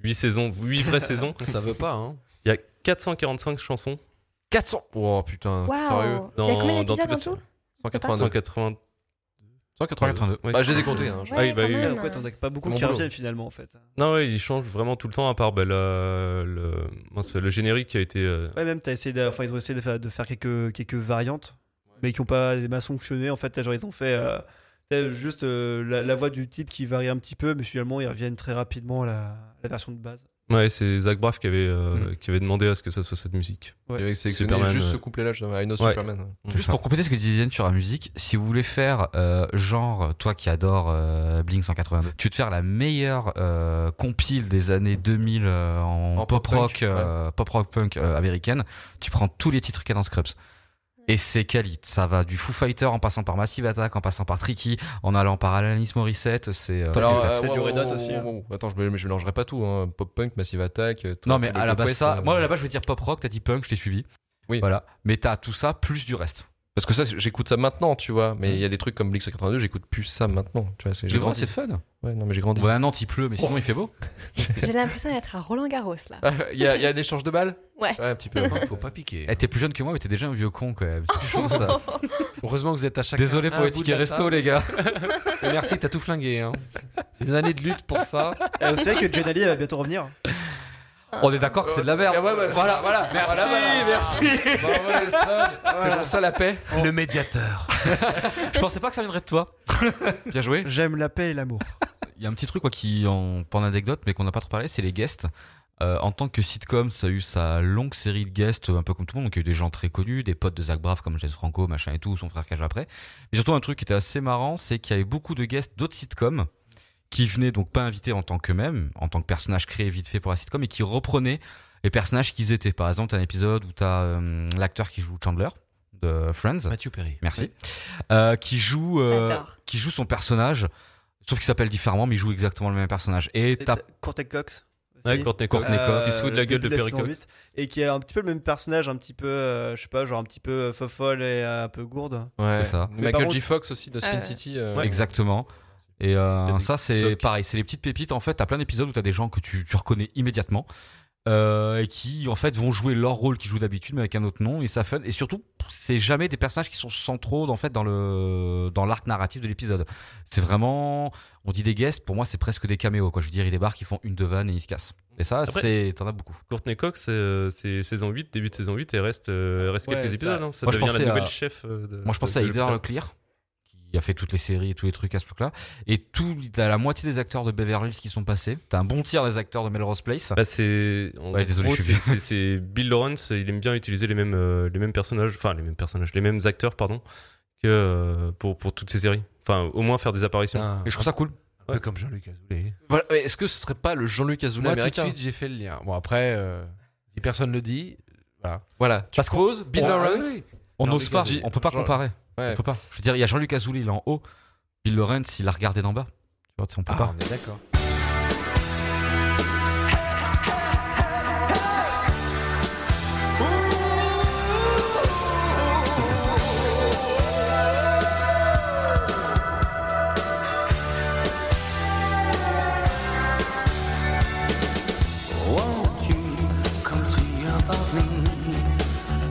Speaker 8: 8 saisons, 8 vraies saisons.
Speaker 3: Ça veut pas, hein.
Speaker 8: Il y a 445 chansons.
Speaker 2: 400. Oh putain,
Speaker 4: Waouh.
Speaker 2: sérieux.
Speaker 4: Il y a
Speaker 8: Dans-
Speaker 4: combien
Speaker 8: dans
Speaker 4: d'épisodes en
Speaker 8: toute la
Speaker 4: tout
Speaker 6: Ah,
Speaker 2: 182.
Speaker 8: 180.
Speaker 6: 182
Speaker 8: ouais,
Speaker 2: Bah, je les ai comptés. Hein. je-
Speaker 4: Ouais,
Speaker 8: Ah oui, bah
Speaker 4: quand
Speaker 8: oui.
Speaker 4: même.
Speaker 5: Ouais, en fait, on a pas beaucoup
Speaker 2: C'est mon
Speaker 5: qui
Speaker 2: boulot.
Speaker 5: reviennent finalement, en fait.
Speaker 8: Non, ouais, ils changent vraiment tout le temps, à part ben, la- le, mince, le générique qui a été. euh,
Speaker 5: Ouais, même, t'as essayé d'a- enfin, ils ont essayé de faire, de faire quelques, quelques variantes, mais qui ont pas des masses fonctionné. En fait, t'as- genre, ils ont fait euh, t'as juste euh, la, la voix du type qui varie un petit peu, mais finalement, ils reviennent très rapidement à la, à la version de base.
Speaker 8: Ouais, c'est Zach Braff qui avait, euh, qui avait demandé à ce que ça soit cette musique.
Speaker 2: Il avait sélectionné
Speaker 8: Superman,
Speaker 2: juste
Speaker 8: ouais.
Speaker 2: ce couplet-là, je I know
Speaker 8: Ouais.
Speaker 2: Superman.
Speaker 6: Juste pour compléter ce que disait Yann sur la musique, si vous voulez faire euh, genre, toi qui adore euh, Blink 182, tu veux te faire la meilleure euh, compile des années 2000 euh, en,
Speaker 2: En
Speaker 6: pop
Speaker 2: pop-punk,
Speaker 6: rock, euh, pop rock punk euh, américaine, tu prends tous les titres qu'il y a dans Scrubs. Et c'est quali. Ça va du Foo Fighter en passant par Massive Attack, en passant par Tricky, en allant par Alanis Morissette. C'est euh,
Speaker 2: Alors,
Speaker 5: peut-être du
Speaker 2: ouais,
Speaker 5: Red
Speaker 2: ouais,
Speaker 5: Hot
Speaker 2: ouais,
Speaker 5: aussi,
Speaker 2: ouais,
Speaker 5: hein.
Speaker 2: ouais, ouais. Attends, je, me- je mélangerai pas tout. hein. Pop punk, Massive Attack. euh,
Speaker 6: Non, mais
Speaker 2: Triangle
Speaker 6: à la base,
Speaker 2: Quest,
Speaker 6: ça.
Speaker 2: euh,
Speaker 6: Moi, à la base, je veux dire pop rock, t'as dit punk, je t'ai suivi.
Speaker 2: Oui.
Speaker 6: Voilà. Mais t'as tout ça plus du reste.
Speaker 2: Parce que ça, j'écoute ça maintenant, tu vois. Mais il y a des trucs comme Blink 182, j'écoute plus ça maintenant. Tu vois, c'est- j'ai
Speaker 6: Oh,
Speaker 2: grandi.
Speaker 6: c'est fun.
Speaker 2: Ouais, non, mais j'ai grandi.
Speaker 6: Bon, à Nantes, il pleut, mais sinon, il fait beau.
Speaker 7: J'ai l'impression d'être à Roland Garros là.
Speaker 2: Ah, Il y, a il y a un échange de balles
Speaker 7: Ouais.
Speaker 2: un petit peu. hein,
Speaker 3: Faut pas piquer.
Speaker 6: Eh, t'es plus jeune que moi, mais t'es déjà un vieux con, quand même. C'est chaud, ça.
Speaker 3: Heureusement que vous êtes à chaque.
Speaker 6: Désolé pour les tickets resto, les gars.
Speaker 3: Merci, t'as tout flingué. Hein. Des années de lutte pour ça.
Speaker 5: Euh, c'est vrai que Jen Ali elle va bientôt revenir.
Speaker 6: On est d'accord que c'est de la merde.
Speaker 2: Ah ouais, ouais, voilà, voilà. Merci, merci. C'est pour ça la paix.
Speaker 3: Le médiateur.
Speaker 6: Je pensais pas que ça viendrait de toi.
Speaker 2: Bien joué.
Speaker 5: J'aime la paix et l'amour.
Speaker 6: Il y a un petit truc, quoi, qui, en, pas en anecdote, mais qu'on n'a pas trop parlé, c'est les guests. Euh, en tant que sitcom, ça a eu sa longue série de guests, euh, un peu comme tout le monde. Donc, il y a eu des gens très connus, des potes de Zach Braff, comme James Franco, machin et tout, son frère Cage après. Mais surtout, un truc qui était assez marrant, c'est qu'il y avait beaucoup de guests d'autres sitcoms qui venaient donc pas invités en tant qu'eux-mêmes, en tant que personnages créés vite fait pour la sitcom, et qui reprenaient les personnages qu'ils étaient. Par exemple, t'as un épisode où t'as euh, l'acteur qui joue Chandler de Friends.
Speaker 3: Mathieu Perry.
Speaker 6: Merci. Euh, qui joue euh,
Speaker 7: J'adore.
Speaker 6: qui joue son personnage sauf qu'il s'appelle différemment mais il joue exactement le même personnage et
Speaker 5: Et
Speaker 6: t'as
Speaker 5: t'as Courtney Cox.
Speaker 8: Ouais,
Speaker 5: aussi. Euh,
Speaker 8: Courtney Cox.
Speaker 6: Courtney Cox.
Speaker 8: Qui se fout de la gueule de
Speaker 5: début
Speaker 8: Perry
Speaker 5: saison
Speaker 8: Cox.
Speaker 5: 8, Et qui a un petit peu le même personnage, un petit peu, euh, je sais pas, genre un petit peu euh, fofolle et euh, un peu gourde.
Speaker 2: Ouais.
Speaker 6: C'est ça.
Speaker 5: Mais par
Speaker 2: Michael J. Fox aussi de Spin
Speaker 4: Ouais.
Speaker 2: City. euh,
Speaker 6: exactement et euh,
Speaker 8: Il y a des
Speaker 6: ça c'est
Speaker 8: tocs.
Speaker 6: pareil c'est les petites pépites en fait t'as plein d'épisodes où t'as des gens que tu, tu reconnais immédiatement euh, et qui en fait vont jouer leur rôle qu'ils jouent d'habitude mais avec un autre nom et ça fun et surtout c'est jamais des personnages qui sont centraux en fait dans le dans l'arc narratif de l'épisode c'est vraiment on dit des guests pour moi c'est presque des caméos quoi je veux dire ils débarquent ils font une de vanne et ils se cassent et ça
Speaker 8: Après-
Speaker 6: c'est t'en as beaucoup
Speaker 8: Courtney Cox, euh, c'est saison 8, début de saison 8, et reste, euh, elle reste
Speaker 5: Ouais,
Speaker 8: quelques
Speaker 5: ça-
Speaker 8: épisodes. hein. Ça,
Speaker 6: Moi, je
Speaker 8: devient
Speaker 6: pensais
Speaker 8: la
Speaker 6: à-
Speaker 8: nouvelle chef euh, de.
Speaker 6: Moi, je pensais à
Speaker 8: de
Speaker 6: Heather
Speaker 8: l'hôpital.
Speaker 6: Leclerc, qui a fait toutes les séries et tous les trucs à ce truc-là. Et tout, t'as la moitié des acteurs de Beverly Hills qui sont passés. T'as un bon tiers des acteurs de Melrose Place.
Speaker 8: Bah, c'est. en
Speaker 6: Ouais, désolé,
Speaker 8: gros,
Speaker 6: je suis
Speaker 8: c'est- c'est- c'est Bill Lawrence, il aime bien utiliser les mêmes, euh, les mêmes personnages, enfin, les mêmes personnages, les mêmes acteurs, pardon, que euh, pour, pour toutes ces séries. Enfin, au moins faire des apparitions.
Speaker 3: Un,
Speaker 6: Et je trouve ça cool.
Speaker 3: peu comme Jean-Luc Azoulay.
Speaker 2: Voilà. Mais Est-ce que ce serait pas le Jean-Luc Azoulay
Speaker 3: Moi, tout de
Speaker 2: américain
Speaker 3: suite, j'ai fait le lien. Bon, après, euh, si personne le dit, voilà.
Speaker 2: Voilà. Oh, Tu
Speaker 6: Parce qu'on-
Speaker 2: poses Bill
Speaker 6: on-
Speaker 2: Lawrence.
Speaker 6: On
Speaker 2: Jean-Luc
Speaker 6: n'ose pas,
Speaker 2: Azoulay.
Speaker 6: on peut pas
Speaker 2: Jean-
Speaker 6: comparer.
Speaker 2: Ouais.
Speaker 6: On peut pas. Je veux dire, il y a Jean-Luc Azoulay, il est en haut. Bill Lawrence, il a regardé d'en bas. Tu vois, tu sais, on peut
Speaker 3: Ah,
Speaker 6: pas.
Speaker 3: on est d'accord.
Speaker 1: Won't you come see about me?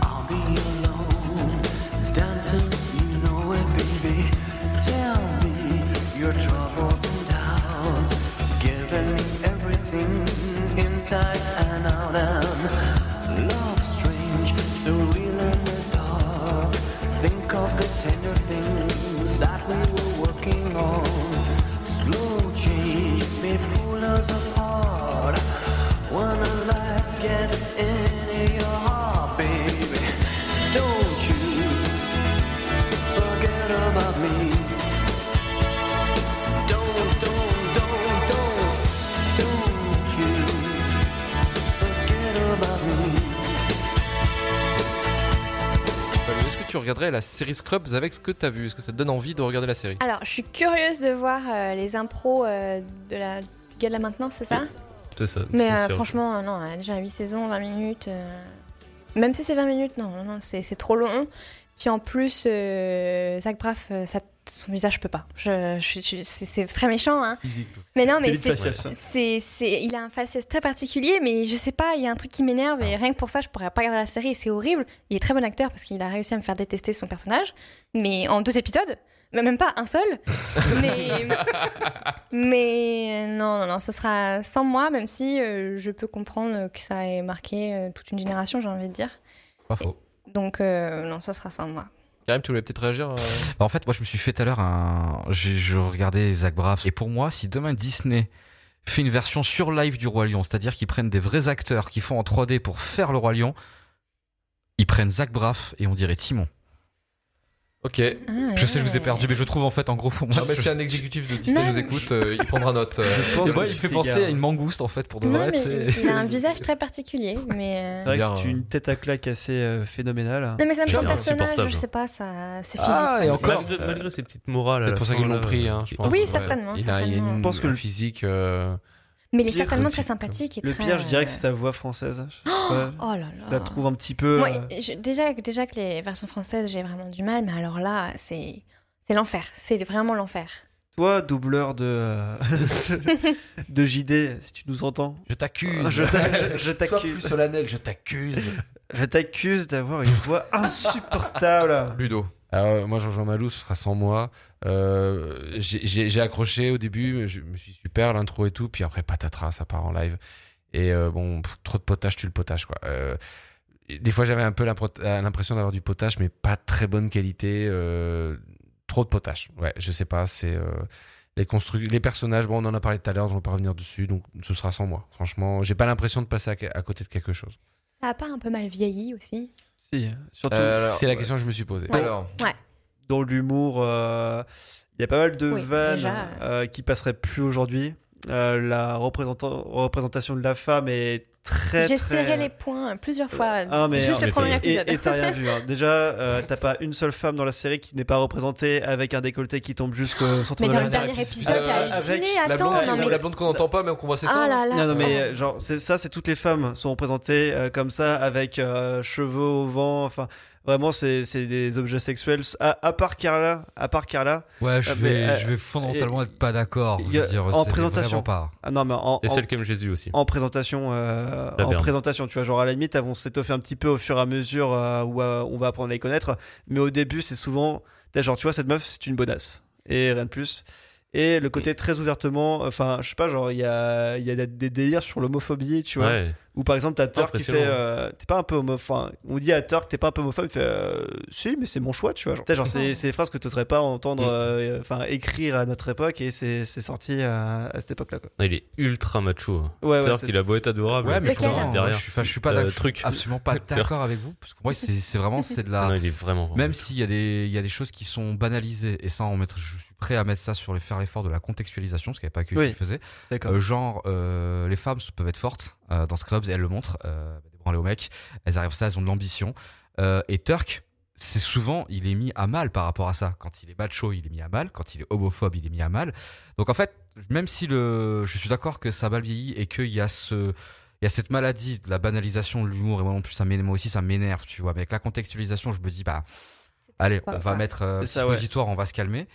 Speaker 1: I'll be alone, dancing, you know it, baby. Tell me your troubles and doubts. Giving me everything inside and out and love strange, so real in the dark. Think of the tender things that we were working on. Slow change may pull us apart. When a life gets into your heart, baby, don't you forget about me. Don't, don't, don't, don't, don't you forget about me.
Speaker 2: Est-ce que tu regarderais la série Scrubs avec ce que t'as vu Est-ce que ça te donne envie de regarder la série
Speaker 4: Alors, je suis curieuse de voir euh, les impros euh, de la du gars de la maintenance, c'est ça
Speaker 8: C'est ça.
Speaker 4: Mais
Speaker 8: On
Speaker 4: euh,
Speaker 8: s'y
Speaker 4: franchement, euh, non, euh, déjà 8 saisons, 20 minutes. euh, Même si c'est 20 minutes, non, non, non, c'est c'est trop long. Puis en plus, euh, Zach Braff, euh, ça- son visage, je peux pas. Je, je- je- c'est c'est très méchant, hein. Mais non, mais
Speaker 5: David
Speaker 4: c'est.
Speaker 5: Facias.
Speaker 6: hein.
Speaker 4: c'est- c'est- il a un faciès très particulier, mais je sais pas, il y a un truc qui m'énerve
Speaker 6: Ah.
Speaker 4: et rien que pour ça, je pourrais pas regarder la série. C'est horrible. Il est très bon acteur parce qu'il a réussi à me faire détester son personnage, mais en deux épisodes, mais même pas un seul. mais, mais euh, non, non, non, ce sera sans moi, même si euh, je peux comprendre que ça ait marqué euh, toute une génération, j'ai envie de dire.
Speaker 6: C'est pas faux.
Speaker 4: Donc euh, non, ce sera sans moi.
Speaker 2: Karim, tu voulais peut-être réagir euh,
Speaker 6: Bah, en fait, moi, je me suis fait tout à l'heure un. j'ai- Je regardais Zach Braff. Et pour moi, si demain Disney fait une version sur live du Roi Lion, c'est-à-dire qu'ils prennent des vrais acteurs qui font en 3D pour faire le Roi Lion. Ils prennent Zach Braff et on dirait Timon.
Speaker 2: Ok. Non,
Speaker 6: Je sais, je
Speaker 4: Ah.
Speaker 6: vous ai perdu, mais je trouve en fait en gros pour moi.
Speaker 2: mais
Speaker 6: je-
Speaker 2: c'est un exécutif de Disney,
Speaker 4: Non.
Speaker 2: nous écoute, euh, il prendra note. euh.
Speaker 5: Je pense
Speaker 6: Et moi,
Speaker 5: que
Speaker 6: il
Speaker 5: tu
Speaker 6: fait
Speaker 5: t'égares.
Speaker 6: penser à une mangouste en fait pour de
Speaker 4: Non,
Speaker 6: vrai.
Speaker 4: mais
Speaker 6: tu sais.
Speaker 4: il il a un visage très particulier, mais.
Speaker 5: C'est
Speaker 4: euh,
Speaker 5: vrai que
Speaker 2: Bien,
Speaker 5: c'est
Speaker 2: euh,
Speaker 8: hein.
Speaker 5: une tête à claque assez euh, phénoménale.
Speaker 4: Non, mais c'est même son
Speaker 8: C'est
Speaker 4: personnage,
Speaker 8: insupportable.
Speaker 4: je sais pas, ça. C'est physique.
Speaker 2: Ah, et
Speaker 4: C'est-
Speaker 2: encore.
Speaker 8: malgré, malgré ces petites morales. à
Speaker 3: C'est
Speaker 8: la
Speaker 3: pour ça
Speaker 8: fin,
Speaker 3: qu'ils
Speaker 8: là,
Speaker 3: l'ont pris, hein, je
Speaker 8: qui-
Speaker 3: pense.
Speaker 4: Oui,
Speaker 3: Ouais.
Speaker 4: certainement,
Speaker 3: Il a, il a une,
Speaker 4: certainement.
Speaker 5: Je pense que
Speaker 3: un
Speaker 5: le-
Speaker 3: physique. euh,
Speaker 4: Mais il est
Speaker 5: Pire,
Speaker 4: certainement
Speaker 3: le
Speaker 4: très
Speaker 3: type.
Speaker 4: sympathique et
Speaker 5: Le
Speaker 4: très,
Speaker 5: pire, je dirais que
Speaker 4: euh,
Speaker 5: c'est sa voix française. Je, sais pas,
Speaker 4: Oh là
Speaker 5: je
Speaker 4: là.
Speaker 2: Ah.
Speaker 5: la trouve un petit peu.
Speaker 4: Moi,
Speaker 5: euh,
Speaker 4: je- déjà, déjà que les versions françaises, j'ai vraiment du mal, mais alors là, c'est c'est l'enfer. C'est vraiment l'enfer.
Speaker 5: Toi, doubleur de, euh, de JD, si tu nous entends,
Speaker 3: Je t'accuse.
Speaker 5: je t'a- je- je
Speaker 3: Sois plus
Speaker 5: t'accuse.
Speaker 3: solennel, je t'accuse.
Speaker 5: Je t'accuse d'avoir une voix insupportable.
Speaker 2: Ludo.
Speaker 3: Alors, euh, moi, Jean-Jean Malou, ce sera sans moi. Euh, j'ai- J'ai j'ai accroché au début, je me suis dit, super, l'intro et tout. Puis après, patatras, ça part en live. Et euh, bon, pff, trop de potage, tue le potage, quoi. Euh, et des fois, j'avais un peu l'impro- euh, l'impression d'avoir du potage, mais pas très bonne qualité. euh, trop de potage. Ouais, je sais pas, c'est. euh, les, constru- les personnages, bon, on en a parlé tout à l'heure, je ne vais pas revenir dessus, donc ce sera sans moi. Franchement, j'ai pas l'impression de passer à, à côté de quelque chose.
Speaker 4: Ça a pas un peu mal vieilli aussi
Speaker 5: Si, surtout
Speaker 2: Euh, alors,
Speaker 3: C'est la
Speaker 2: ouais.
Speaker 3: question que je me suis posée.
Speaker 2: Alors,
Speaker 5: dans l'humour, euh, il y a pas mal de
Speaker 4: Oui,
Speaker 5: vannes
Speaker 4: déjà.
Speaker 5: euh, qui passeraient plus aujourd'hui. Euh, la représentant- représentation de la femme est très. euh,
Speaker 4: J'ai
Speaker 5: très-
Speaker 4: serré les points plusieurs fois,
Speaker 5: Ah, mais-
Speaker 4: juste
Speaker 6: Ah,
Speaker 4: le
Speaker 6: mais
Speaker 4: premier
Speaker 6: t'as-
Speaker 5: Et
Speaker 4: épisode.
Speaker 5: et t'as rien vu. hein. Déjà, euh, t'as pas une seule femme dans la série qui n'est pas représentée avec un décolleté qui tombe jusqu'au centre
Speaker 4: mais
Speaker 5: de
Speaker 4: dans
Speaker 5: la
Speaker 4: le
Speaker 5: nacre.
Speaker 4: dernier
Speaker 2: avec-
Speaker 4: épisode, j'ai
Speaker 5: avec
Speaker 4: halluciné.
Speaker 2: la blonde,
Speaker 4: Attends, non
Speaker 2: la
Speaker 4: mais.
Speaker 2: blonde qu'on n'entend pas, mais qu'on voit, c'est ça. hein.
Speaker 4: Ah là là.
Speaker 5: Non, non, mais
Speaker 4: oh.
Speaker 5: euh, genre, c'est ça, c'est toutes les femmes sont représentées euh, comme ça, avec euh, cheveux au vent, enfin, vraiment, c'est c'est des objets sexuels. À, à part Carla, à part Carla,
Speaker 6: Ouais, je
Speaker 5: Ah,
Speaker 6: vais,
Speaker 5: mais, euh,
Speaker 6: je vais fondamentalement être pas d'accord.
Speaker 5: il
Speaker 6: je
Speaker 5: y
Speaker 6: veux
Speaker 5: a-
Speaker 6: dire,
Speaker 5: en
Speaker 6: c'est vraiment
Speaker 5: présentation.
Speaker 6: Pas.
Speaker 5: ah non, mais en,
Speaker 8: Et
Speaker 5: en-
Speaker 8: celle qui aime Jésus aussi.
Speaker 5: en présentation, euh,
Speaker 8: La
Speaker 5: en
Speaker 8: Verne.
Speaker 5: présentation, tu vois, genre à la limite, elles vont s'étoffer un petit peu au fur et à mesure euh, où euh, on va apprendre à les connaître, mais au début, c'est souvent, t'as genre, tu vois, cette meuf, c'est une bonasse, et rien de plus. Et le côté très ouvertement, enfin, je sais pas, genre, il y a, il y a des délires sur l'homophobie, tu vois.
Speaker 8: Ouais.
Speaker 5: Ou par exemple, t'as Turk qui fait
Speaker 8: Impressionnant.
Speaker 5: euh, T'es pas un peu homophobe. Enfin, on dit à Turk, t'es pas un peu homophobe. Il fait euh, Si, mais c'est mon choix, tu vois. Genre, T'as genre, c'est c'est des phrases que t'oserais pas entendre,
Speaker 8: Mm.
Speaker 5: euh, enfin, écrire à notre époque et c'est c'est sorti à, à cette époque-là, quoi.
Speaker 8: Ah, Il est ultra macho. hein.
Speaker 5: Ouais,
Speaker 8: C'est-à-dire
Speaker 5: c'est-
Speaker 8: qu'il a beau être adorable.
Speaker 6: Ouais, mais
Speaker 4: Lequel
Speaker 6: pourtant, moi,
Speaker 8: derrière.
Speaker 6: je suis, enfin, je suis pas
Speaker 8: Euh,
Speaker 6: d'accord.
Speaker 8: truc.
Speaker 6: je suis absolument pas d'accord avec vous. Parce que moi, c'est c'est vraiment, c'est de la.
Speaker 8: Non, il est vraiment. vraiment
Speaker 6: Ah, Même
Speaker 8: macho.
Speaker 6: s'il y, a des- il y a des choses qui sont banalisées, et ça, on mettra- je suis prêt à mettre ça sur les faire l'effort de la contextualisation, ce qu'il n'y avait pas que
Speaker 5: Oui.
Speaker 6: qui faisait.
Speaker 5: D'accord.
Speaker 6: Euh, genre, euh, les femmes peuvent être fortes euh, dans Scrubs, et elles le montrent, euh, des branlées aux mecs, elles arrivent à ça, elles ont de l'ambition. Euh, et Turk, c'est souvent, il est mis à mal par rapport à ça. Quand il est macho, il est mis à mal. Quand il est homophobe, il est mis à mal. Donc en fait, même si le, je suis d'accord que ça mal vieillit et qu'il y a ce, il y a cette maladie de la banalisation de l'humour et moi non plus ça m'énerve, moi aussi ça m'énerve, tu vois. Mais avec la contextualisation, je me dis bah, allez, on
Speaker 4: pourquoi
Speaker 6: va
Speaker 4: pas.
Speaker 6: mettre euh,
Speaker 5: C'est ça, ouais.
Speaker 6: suppositoire, on va se calmer.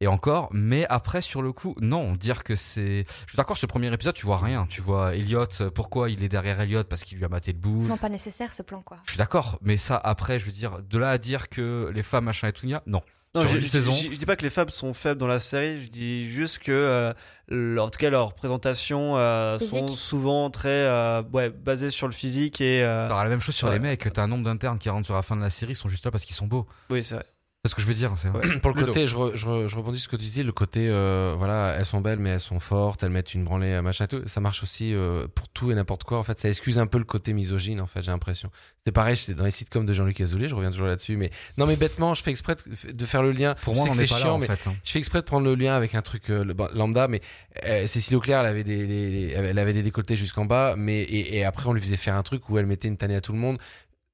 Speaker 6: Et encore, mais après sur le coup, non, dire que c'est, je suis d'accord, ce premier épisode, tu vois rien, tu vois Elliot, euh, pourquoi il est derrière Elliot parce qu'il lui a maté le bout.
Speaker 4: Non, pas nécessaire ce plan quoi.
Speaker 6: Je suis d'accord, mais ça après, je veux dire, de là à dire que les femmes machin et tout, gna, non.
Speaker 5: Non,
Speaker 6: sur
Speaker 5: je-
Speaker 6: une
Speaker 5: je-
Speaker 6: saison.
Speaker 5: je- je dis pas que les femmes sont faibles dans la série. Je dis juste que, euh, le- en tout cas, leurs présentations euh, sont
Speaker 4: Physique.
Speaker 5: souvent très euh, ouais, basées sur le physique et. euh,
Speaker 6: Alors la même chose sur
Speaker 5: Ouais.
Speaker 6: les mecs, t'as un nombre d'internes qui rentrent sur la fin de la série, ils sont juste là parce qu'ils sont beaux.
Speaker 5: Oui, c'est vrai.
Speaker 6: C'est ce que je veux dire. c'est-
Speaker 5: Ouais.
Speaker 3: pour le
Speaker 2: Ludo.
Speaker 3: côté, je, re- je, re- je rebondis sur ce que tu dis, le côté, euh, voilà, elles sont belles, mais elles sont fortes, elles mettent une branlée, euh, machin, et tout. Ça marche aussi euh, pour tout et n'importe quoi. En fait, ça excuse un peu le côté misogyne, en fait, j'ai l'impression. C'est pareil, j'étais dans les sitcoms de Jean-Luc Azoulay, je reviens toujours là-dessus, mais non, mais bêtement, je fais exprès de, de faire le lien.
Speaker 6: Pour
Speaker 3: Je
Speaker 6: moi,
Speaker 3: sais
Speaker 6: on
Speaker 3: que
Speaker 6: en
Speaker 3: c'est
Speaker 6: est pas là,
Speaker 3: chiant,
Speaker 6: en
Speaker 3: mais
Speaker 6: fait. hein.
Speaker 3: je fais exprès de prendre le lien avec un truc euh, le- bah, lambda, mais euh, Cécile Auclair, elle avait des, des- des- elle avait des décolletés jusqu'en bas, mais et, et après on lui faisait faire un truc où elle mettait une tannée à tout le monde.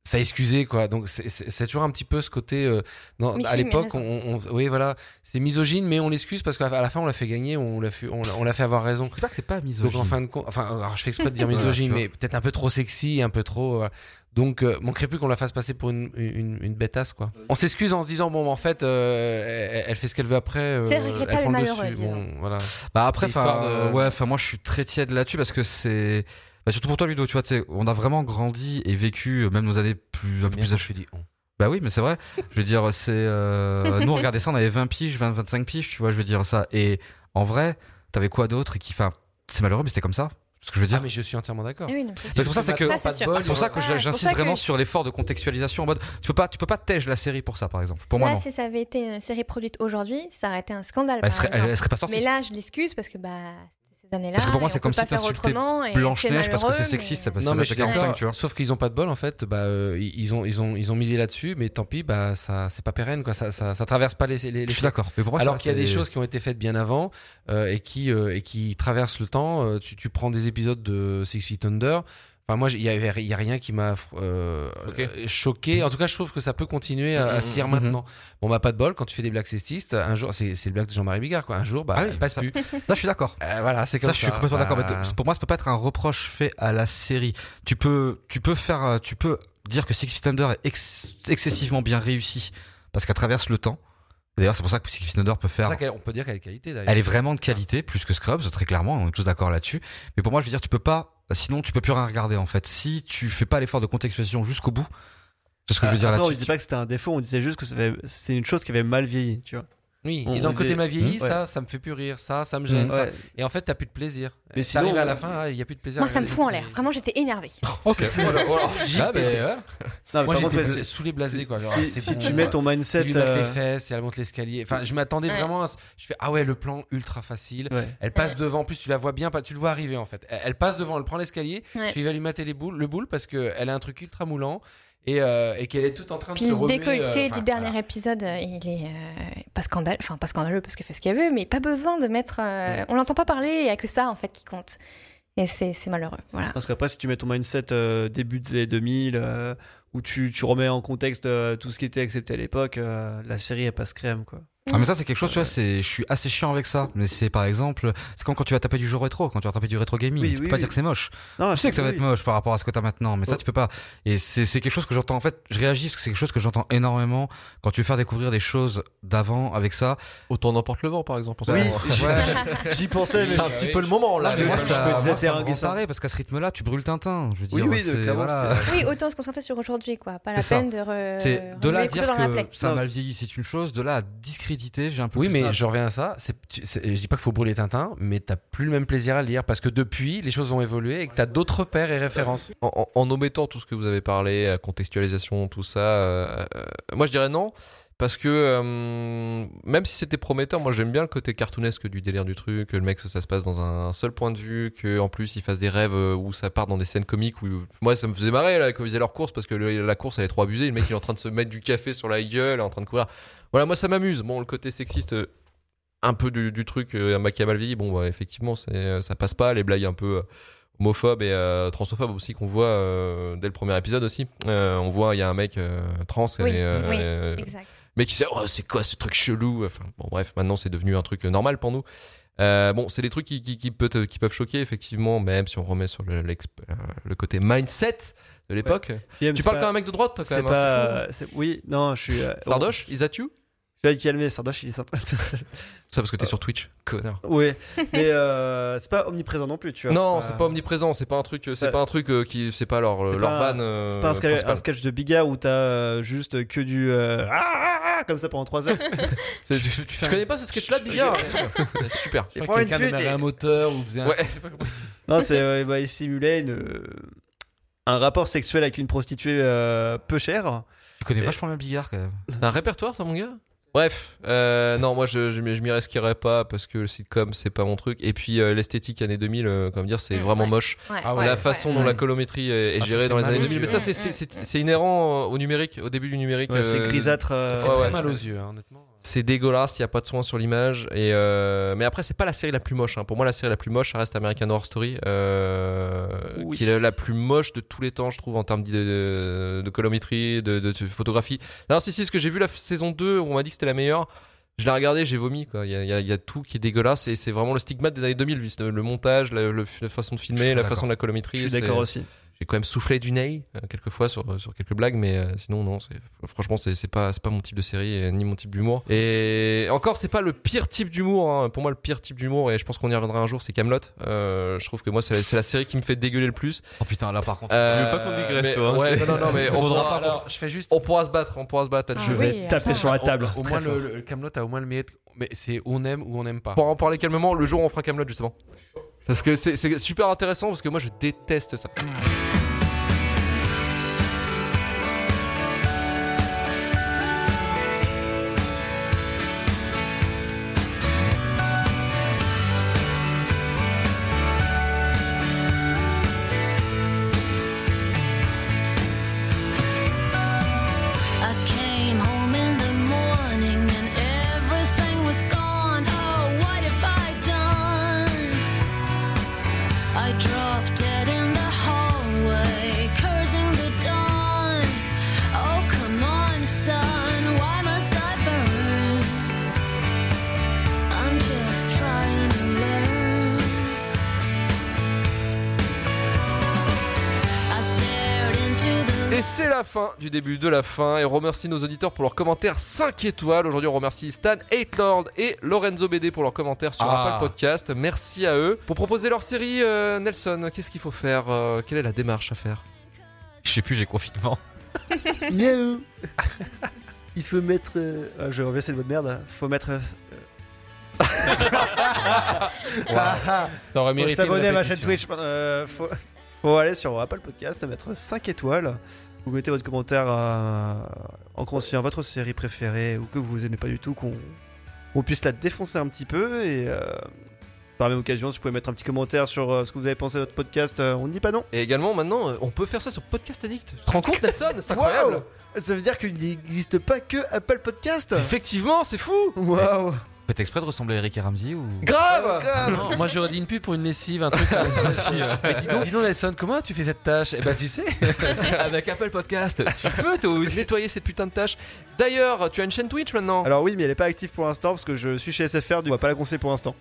Speaker 3: Ça excusait quoi. Donc c'est- c'est c'est toujours un petit peu ce côté. euh, dans-
Speaker 4: Michi,
Speaker 3: à
Speaker 4: mais
Speaker 3: l'époque, on,
Speaker 4: raison.
Speaker 3: on- oui voilà, c'est misogyne, mais on l'excuse parce qu'à à la fin on l'a fait gagner, on l'a fait, on l'a- on l'a fait avoir raison.
Speaker 6: Je dis pas que c'est pas misogyne.
Speaker 3: Donc en fin de compte, enfin, alors, je fais exprès de dire
Speaker 6: Voilà,
Speaker 3: misogyne,
Speaker 6: tu vois.
Speaker 3: mais peut-être un peu trop sexy, un peu trop. voilà. Donc, euh, manquerait plus qu'on la fasse passer pour une, une, une bêtasse, quoi. On s'excuse en se disant, bon, mais en fait, euh, elle, elle fait ce qu'elle veut après. euh,
Speaker 4: C'est regrettable
Speaker 3: elle prend le
Speaker 4: et malheureux,
Speaker 3: dessus.
Speaker 4: disons.
Speaker 3: Bon, voilà.
Speaker 6: Bah après,
Speaker 3: C'est histoire
Speaker 6: enfin,
Speaker 3: de-
Speaker 6: ouais, enfin moi je suis très tiède là-dessus parce que c'est, bah, surtout pour toi Ludo, tu vois, tu sais, on a vraiment grandi et vécu euh, même nos années plus un peu plus
Speaker 3: Bien sûr,
Speaker 6: âgées.
Speaker 3: je suis dit, on.
Speaker 6: Bah oui, mais c'est vrai. Je veux dire, c'est euh, nous on regardait ça, on avait 20 piges, 20, 25 piges, tu vois, je veux dire ça. Et en vrai, t'avais quoi d'autre qui, enfin, c'est malheureux, mais c'était comme ça. C'est Ce que je veux
Speaker 3: Ah,
Speaker 6: dire.
Speaker 3: mais je suis entièrement d'accord.
Speaker 4: Ah oui, non, c'est
Speaker 6: Mais c'est pour ça, c'est que-
Speaker 4: Ça, c'est sûr. Ah,
Speaker 6: C'est pour ça que
Speaker 4: C'est pour ça
Speaker 6: j'insiste
Speaker 4: que-
Speaker 6: vraiment sur l'effort de contextualisation en mode tu peux pas tu peux pas tège la série pour ça par exemple pour moi
Speaker 4: Là,
Speaker 6: non Bah,
Speaker 4: si ça avait été une série produite aujourd'hui, ça aurait été un scandale.
Speaker 6: elle
Speaker 4: par
Speaker 6: serait, elle,
Speaker 4: exemple.
Speaker 6: elle serait pas sortie
Speaker 4: Mais là, je l'excuse parce que bah, c'est- ces années-là.
Speaker 6: Parce que pour moi,
Speaker 4: et
Speaker 6: c'est
Speaker 4: on
Speaker 6: comme
Speaker 4: peut pas
Speaker 6: si t'insultais
Speaker 4: faire autrement, et
Speaker 6: Blanche-Neige parce que
Speaker 4: malheureux,
Speaker 6: c'est sexiste,
Speaker 4: mais-
Speaker 6: parce que Bah, ça
Speaker 3: mais
Speaker 6: date
Speaker 3: je
Speaker 6: de
Speaker 3: suis d'accord.
Speaker 6: 45, tu vois.
Speaker 3: Sauf qu'ils ont pas de bol en fait, bah euh, ils ils ont ils ont ils ont misé là-dessus, mais tant pis, bah ça c'est pas pérenne quoi, ça ça, ça traverse pas les les. les
Speaker 6: Je suis d'accord. Mais pour moi, ça
Speaker 3: Alors
Speaker 6: reste
Speaker 3: qu'il y a des
Speaker 6: des-
Speaker 3: choses qui ont été faites bien avant euh, et qui euh, et qui traversent le temps. Euh, tu, tu prends des épisodes de Six Feet Under. Enfin moi j'ai- il y avait il y a rien qui m'a fr- euh, euh, choqué. En tout cas je trouve que ça peut continuer à, à se lire
Speaker 6: Mhm.
Speaker 3: maintenant. Bon bah pas de bol quand tu fais des blagues sexistes. Un jour c'est c'est le blague de Jean-Marie Bigard quoi. Un jour bah
Speaker 6: Ah oui,
Speaker 3: il passe
Speaker 6: ça-
Speaker 3: plus.
Speaker 6: Là, je suis d'accord.
Speaker 3: Euh, voilà c'est
Speaker 6: Ça,
Speaker 3: comme ça.
Speaker 6: je suis complètement d'accord.
Speaker 3: Bah,
Speaker 6: mais Pour moi, ça peut pas être un reproche fait à la série. Tu peux, tu peux faire, euh, tu peux dire que Six Feet Under est ex- excessivement bien réussi parce qu'elle traverse le temps. D'ailleurs, c'est pour ça que Six Feet Under peut
Speaker 3: c'est
Speaker 6: faire.
Speaker 3: pour ça qu'elle- on peut dire qu'elle a des qualités d'ailleurs.
Speaker 6: Elle est vraiment de qualité, plus que Scrubs, très clairement. On est tous d'accord là-dessus. Mais pour moi, je veux dire, tu peux pas. Sinon, tu peux plus rien regarder en fait. Si tu fais pas l'effort de contextualisation jusqu'au bout, c'est ce que je veux dire
Speaker 3: Ah,
Speaker 5: Après, on
Speaker 6: là-dessus.
Speaker 5: disait pas que c'était un défaut, on disait juste que ça avait- c'était une chose qui avait mal vieilli, tu vois.
Speaker 3: Oui,
Speaker 5: On-
Speaker 3: et dans
Speaker 5: on
Speaker 3: le côté
Speaker 5: faisait-
Speaker 3: ma vieillie,
Speaker 5: Mmh.
Speaker 3: ça, ça me fait plus rire, ça,
Speaker 6: Mmh,
Speaker 3: ça me gêne. ça.
Speaker 5: Ouais.
Speaker 3: Et en fait, t'as plus de plaisir.
Speaker 5: Mais
Speaker 3: ça
Speaker 5: sinon-
Speaker 3: arrive à la fin, ah, il y a plus de plaisir.
Speaker 4: Moi, ça me
Speaker 3: C'est-
Speaker 4: fout en l'air. Vraiment, j'étais énervée.
Speaker 6: euh, Ok. Voilà, voilà.
Speaker 3: Ah, ben, ouais.
Speaker 5: Non, mais Ah,
Speaker 3: Moi,
Speaker 5: par contre,
Speaker 3: j'étais
Speaker 5: ouais,
Speaker 3: bla-
Speaker 5: c'est-
Speaker 3: saoulé blasé. Quoi.
Speaker 5: si-
Speaker 3: Alors, c'est
Speaker 5: si
Speaker 3: bon,
Speaker 5: tu
Speaker 3: quoi.
Speaker 5: mets ton
Speaker 3: Il
Speaker 5: mindset.
Speaker 3: lui monte les
Speaker 5: euh,
Speaker 3: fesses, et elle monte l'escalier. Enfin, je m'attendais
Speaker 4: Ouais.
Speaker 3: vraiment à ce- Je fais, ah ouais, le plan ultra facile.
Speaker 5: ouais.
Speaker 3: Elle passe devant, en plus, tu la vois bien, pas- tu le vois arriver en fait. Elle, elle passe devant, elle prend l'escalier.
Speaker 4: Ouais.
Speaker 3: Je vais lui mater les boules, le boule parce qu'elle a un truc ultra moulant et, euh, et qu'elle est toute en train
Speaker 4: Puis
Speaker 3: de se
Speaker 4: le
Speaker 3: remuer. euh,
Speaker 4: décolleté
Speaker 3: enfin,
Speaker 4: du dernier
Speaker 3: voilà.
Speaker 4: épisode, euh, il est euh, pas scandaleux, enfin pas scandaleux parce qu'elle fait ce qu'elle veut, mais pas besoin de mettre. euh,
Speaker 6: Mm.
Speaker 4: On l'entend pas parler, il y a que ça en fait qui compte. Et c'est c'est malheureux, voilà.
Speaker 5: Parce qu'après, si tu mets ton mindset euh, début des années 2000, euh, où tu, tu remets en contexte euh, tout ce qui était accepté à l'époque, euh, la série, elle passe crème, quoi.
Speaker 6: Ah mais ça c'est quelque chose tu
Speaker 3: Euh,
Speaker 6: vois c'est je suis assez chiant avec ça mais c'est par exemple c'est comme quand tu vas taper du jeu rétro quand tu vas taper du rétro gaming
Speaker 5: Oui,
Speaker 6: tu peux
Speaker 5: oui,
Speaker 6: pas
Speaker 5: oui.
Speaker 6: dire que c'est moche
Speaker 5: Non,
Speaker 6: tu sais que ça va
Speaker 5: oui,
Speaker 6: être moche par rapport à ce que t'as maintenant mais ça
Speaker 5: Oh.
Speaker 6: tu peux pas et c'est c'est quelque chose que j'entends en fait je réagis parce que c'est quelque chose que j'entends énormément quand tu veux faire découvrir des choses d'avant avec ça
Speaker 2: Autant n'emporte le vent, par exemple. pour
Speaker 5: Oui,
Speaker 2: savoir.
Speaker 5: j'ai-
Speaker 2: Ouais.
Speaker 5: J'y pensais, mais.
Speaker 2: c'est un petit peu le moment là.
Speaker 6: Ah, mais moi
Speaker 5: je
Speaker 6: ça
Speaker 5: peux
Speaker 6: moi,
Speaker 5: te
Speaker 6: ça me
Speaker 5: déterrer
Speaker 6: rend
Speaker 5: ça.
Speaker 6: taré, parce qu'à ce rythme là tu brûles Tintin je veux
Speaker 5: Oui,
Speaker 6: dire
Speaker 5: oui, de-
Speaker 6: c'est-
Speaker 5: clairement,
Speaker 6: voilà.
Speaker 5: c'est-
Speaker 4: Oui, autant se concentrer sur aujourd'hui, quoi. Pas la
Speaker 6: C'est ça.
Speaker 4: peine de. re-
Speaker 6: c'est de
Speaker 4: remuer
Speaker 6: là à
Speaker 4: le couteau
Speaker 6: dire
Speaker 4: dans la plaie.
Speaker 6: que ça
Speaker 5: Non,
Speaker 6: a mal
Speaker 5: c'est-
Speaker 6: vieilli c'est une chose de là à discréditer j'ai un peu
Speaker 3: Oui,
Speaker 6: plus
Speaker 3: mais
Speaker 6: ça.
Speaker 3: je reviens à ça. C'est, tu- c'est- je dis pas qu'il faut brûler Tintin, mais t'as plus le même plaisir à le lire parce que depuis, les choses ont évolué et que t'as d'autres repères et références.
Speaker 2: en, en- en omettant tout ce que vous avez parlé, euh, contextualisation, tout ça, euh, euh, moi je dirais non. Parce que euh, même si c'était prometteur, moi j'aime bien le côté cartoonesque du délire du truc, que le mec ça, se passe dans un seul point de vue, que en plus il fasse des rêves euh, où ça part dans des scènes comiques. Où moi ça me faisait marrer là, quand ils faisaient leur course parce que le- la course elle est trop abusée, le mec il est en train de se mettre du café sur la gueule, en train de courir. Voilà, moi ça m'amuse. Bon, le côté sexiste, euh, un peu du, du truc, euh, un mec qui a mal vieilli, bon bah, effectivement c'est, euh, ça passe pas, les blagues un peu euh, homophobe et euh, transphobe aussi qu'on voit euh, dès le premier épisode aussi. Euh, on voit il y a un mec euh, trans et,
Speaker 4: Oui,
Speaker 2: euh,
Speaker 4: oui,
Speaker 2: euh,
Speaker 4: Exact.
Speaker 2: mais qui sait oh, c'est quoi ce truc chelou. Enfin bon bref maintenant c'est devenu un truc euh, normal pour nous. Euh, bon, c'est des trucs qui, qui, qui peut te- qui peuvent choquer, effectivement, même si on remet sur le, l'exp- euh, le côté mindset de l'époque.
Speaker 5: Guillaume,
Speaker 2: Tu
Speaker 5: c'est
Speaker 2: parles
Speaker 5: pas-
Speaker 2: comme un mec de droite, toi, quand
Speaker 5: C'est
Speaker 2: même.
Speaker 5: pas.
Speaker 2: hein,
Speaker 5: euh, c'est- Oui, non, je suis. euh,
Speaker 2: c'est fou. Sardoche, ils tu
Speaker 5: Je vais te calmer, Sardoche, il est sympa.
Speaker 2: Ça parce que
Speaker 5: Ah,
Speaker 2: t'es sur Twitch, connard.
Speaker 5: oui, mais euh, c'est pas omniprésent non plus, tu vois.
Speaker 2: Non,
Speaker 5: Euh,
Speaker 2: c'est pas omniprésent, c'est pas un truc, c'est
Speaker 5: Ouais.
Speaker 2: pas un truc euh, qui, c'est pas leur,
Speaker 5: C'est
Speaker 2: leur
Speaker 5: pas-
Speaker 2: van. euh,
Speaker 5: C'est pas un sketch,
Speaker 2: principal.
Speaker 5: un sketch de Bigard où t'as euh, juste que du. euh, ah, ah, ah, comme ça pendant 3 heures.
Speaker 2: C'est- tu, tu connais pas ce sketch-là,
Speaker 5: Je- je-
Speaker 2: Bigard Super.
Speaker 5: Et prends une
Speaker 3: quelqu'un
Speaker 5: pute
Speaker 3: démarrait
Speaker 5: et-
Speaker 3: un moteur ou faisait un.
Speaker 2: Ouais.
Speaker 5: Non, c'est euh, bah, il simulait une, euh, un rapport sexuel avec une prostituée euh, peu chère.
Speaker 6: tu connais vachement bien Bigard quand même
Speaker 2: T'as un répertoire, ça, mon gars Bref, euh, non, moi je, je, m'y- je m'y risquerais pas parce que le sitcom c'est pas mon truc. Et puis euh, l'esthétique années 2000, euh, comme dire, c'est
Speaker 4: Mm,
Speaker 2: vraiment
Speaker 4: ouais.
Speaker 2: moche.
Speaker 4: Ouais,
Speaker 3: Ah,
Speaker 4: ouais,
Speaker 2: la
Speaker 4: ouais.
Speaker 2: façon dont
Speaker 3: ouais.
Speaker 2: la colométrie est, est
Speaker 6: Ah, ça
Speaker 2: gérée
Speaker 6: fait
Speaker 2: dans les
Speaker 6: mal
Speaker 2: années
Speaker 6: aux
Speaker 2: 2000. Mais
Speaker 6: yeux.
Speaker 2: ça, c'est- c'est c'est- c'est inhérent euh, au numérique, au début du numérique.
Speaker 5: Ouais, c'est
Speaker 2: euh,
Speaker 5: grisâtre. euh,
Speaker 3: Fait
Speaker 2: Ouais, ouais.
Speaker 3: très mal aux yeux, hein, honnêtement.
Speaker 2: C'est dégueulasse, il n'y a pas de soin sur l'image. Et euh, Mais après, c'est pas la série la plus moche. hein. Pour moi, la série la plus moche, ça reste American Horror Story, euh,
Speaker 5: Oui.
Speaker 2: qui est la, la plus moche de tous les temps, je trouve, en termes d'idée de, de colométrie, de, de- de photographie. Non, si, si, ce que j'ai vu la f- saison 2, où on m'a dit que c'était la meilleure. Je l'ai regardé, j'ai vomi. quoi. Il y, a- il y a- il y a tout qui est dégueulasse et c'est vraiment le stigmate des années 2000. lui. C'est Le montage, la, le- la façon de
Speaker 6: Je
Speaker 2: filmer,
Speaker 6: suis
Speaker 2: la
Speaker 6: d'accord.
Speaker 2: façon de la colométrie.
Speaker 5: Je suis
Speaker 2: c'est-
Speaker 5: d'accord aussi.
Speaker 2: J'ai quand même soufflé du nez euh, quelques fois sur, sur quelques blagues, mais euh, sinon non, c'est- franchement c'est c'est pas c'est pas mon type de série et ni mon type d'humour. Et encore c'est pas le pire type d'humour. hein. Pour moi le pire type d'humour et je pense qu'on y reviendra un jour c'est Camelot. Euh, je trouve que moi c'est la- c'est la série qui me fait dégueuler le plus.
Speaker 6: oh putain là par contre
Speaker 2: Euh,
Speaker 8: veux pas qu'on digresse,
Speaker 2: mais-
Speaker 8: toi, hein,
Speaker 2: ouais,
Speaker 8: c'est-
Speaker 2: non non mais on
Speaker 8: Faudra
Speaker 2: pourra,
Speaker 8: pas
Speaker 2: alors,
Speaker 3: Alors, je fais juste.
Speaker 2: on pourra se battre, on pourra se battre là-dessus.
Speaker 5: Je
Speaker 4: Ah
Speaker 5: vais
Speaker 4: oui,
Speaker 5: taper
Speaker 4: attends.
Speaker 5: sur la table.
Speaker 3: Au, au moins, le, le Camelot a au moins le mérite. Mais c'est on aime ou on n'aime pas.
Speaker 2: Pour en parler calmement, le jour où on fera Camelot justement. Parce que c'est- c'est super intéressant parce que moi je déteste ça. C'est la fin du début de la fin et on remercie nos auditeurs pour leurs commentaires 5 étoiles. Aujourd'hui, on remercie Stan Haitlord et Lorenzo BD pour leurs commentaires sur
Speaker 6: Ah.
Speaker 2: Apple Podcast. Merci à eux. Pour proposer leur série, euh, Nelson, qu'est-ce qu'il faut faire euh, Quelle est la démarche à faire
Speaker 6: Je sais plus, j'ai confinement.
Speaker 5: Miaou Il faut mettre. euh, ah, je vais rebaisser de votre merde. Faut mettre. euh, Ah, ah.
Speaker 3: T'aurais
Speaker 5: faut
Speaker 3: mérité. une
Speaker 5: s'abonner à ma chaîne
Speaker 3: répétition.
Speaker 5: Twitch. euh, faut... faut aller sur Apple Podcast, mettre 5 étoiles. Vous mettez votre commentaire euh, en conseillant votre série préférée ou que vous aimez pas du tout, qu'on qu'on puisse la défoncer un petit peu. Et euh, par la même occasion, si vous pouvez mettre un petit commentaire sur euh, ce que vous avez pensé de notre podcast, euh, on ne dit pas non.
Speaker 2: Et également, maintenant, euh, on peut faire ça sur Podcast Addict. Tu te rends compte, Nelson C'est incroyable
Speaker 5: Wow Ça veut dire qu'il n'existe pas que Apple Podcast
Speaker 2: Effectivement, c'est fou
Speaker 5: Waouh
Speaker 6: Faites exprès de ressembler à Eric et Ramsey ou.
Speaker 3: Bah,
Speaker 2: Grave
Speaker 3: Non, moi j'aurais dit une pub pour une lessive, un truc comme ça aussi. euh.
Speaker 2: Bah,
Speaker 3: Mais dis donc, dis donc, Nelson, comment tu fais cette tâche Eh ben tu sais.
Speaker 2: Avec Apple Podcast, tu peux toi aussi nettoyer cette putain de tâche. D'ailleurs, tu as une chaîne Twitch maintenant.
Speaker 5: Alors oui, mais elle est pas active pour l'instant parce que je suis chez SFR, donc on va pas la conseiller pour l'instant.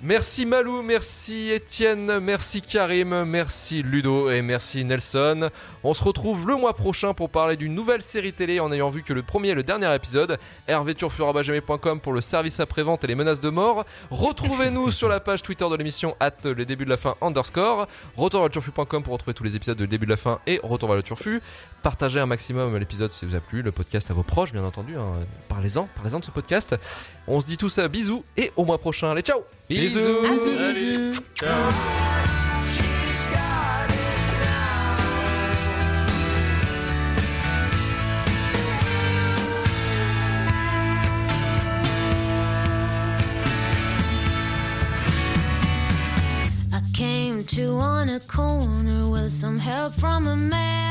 Speaker 2: Merci Malou, merci Étienne, merci Karim, merci Ludo et merci Nelson. On se retrouve le mois prochain pour parler d'une nouvelle série télé en ayant vu que le premier et le dernier épisode. hervéturfurabajamé.com pour le service après-vente et les menaces de mort. Retrouvez-nous sur la page Twitter de l'émission at le début de la fin underscore. Retour vers le turfu.com pour retrouver tous les épisodes de le début de la fin et retour vers le turfu. Partagez un maximum l'épisode si vous a plu, le podcast à vos proches bien entendu. hein. Parlez-en, parlez-en de ce podcast. On se dit tout ça, bisous et au mois prochain. Allez, ciao
Speaker 6: Bisous.
Speaker 10: I came to on a corner with some help from a man.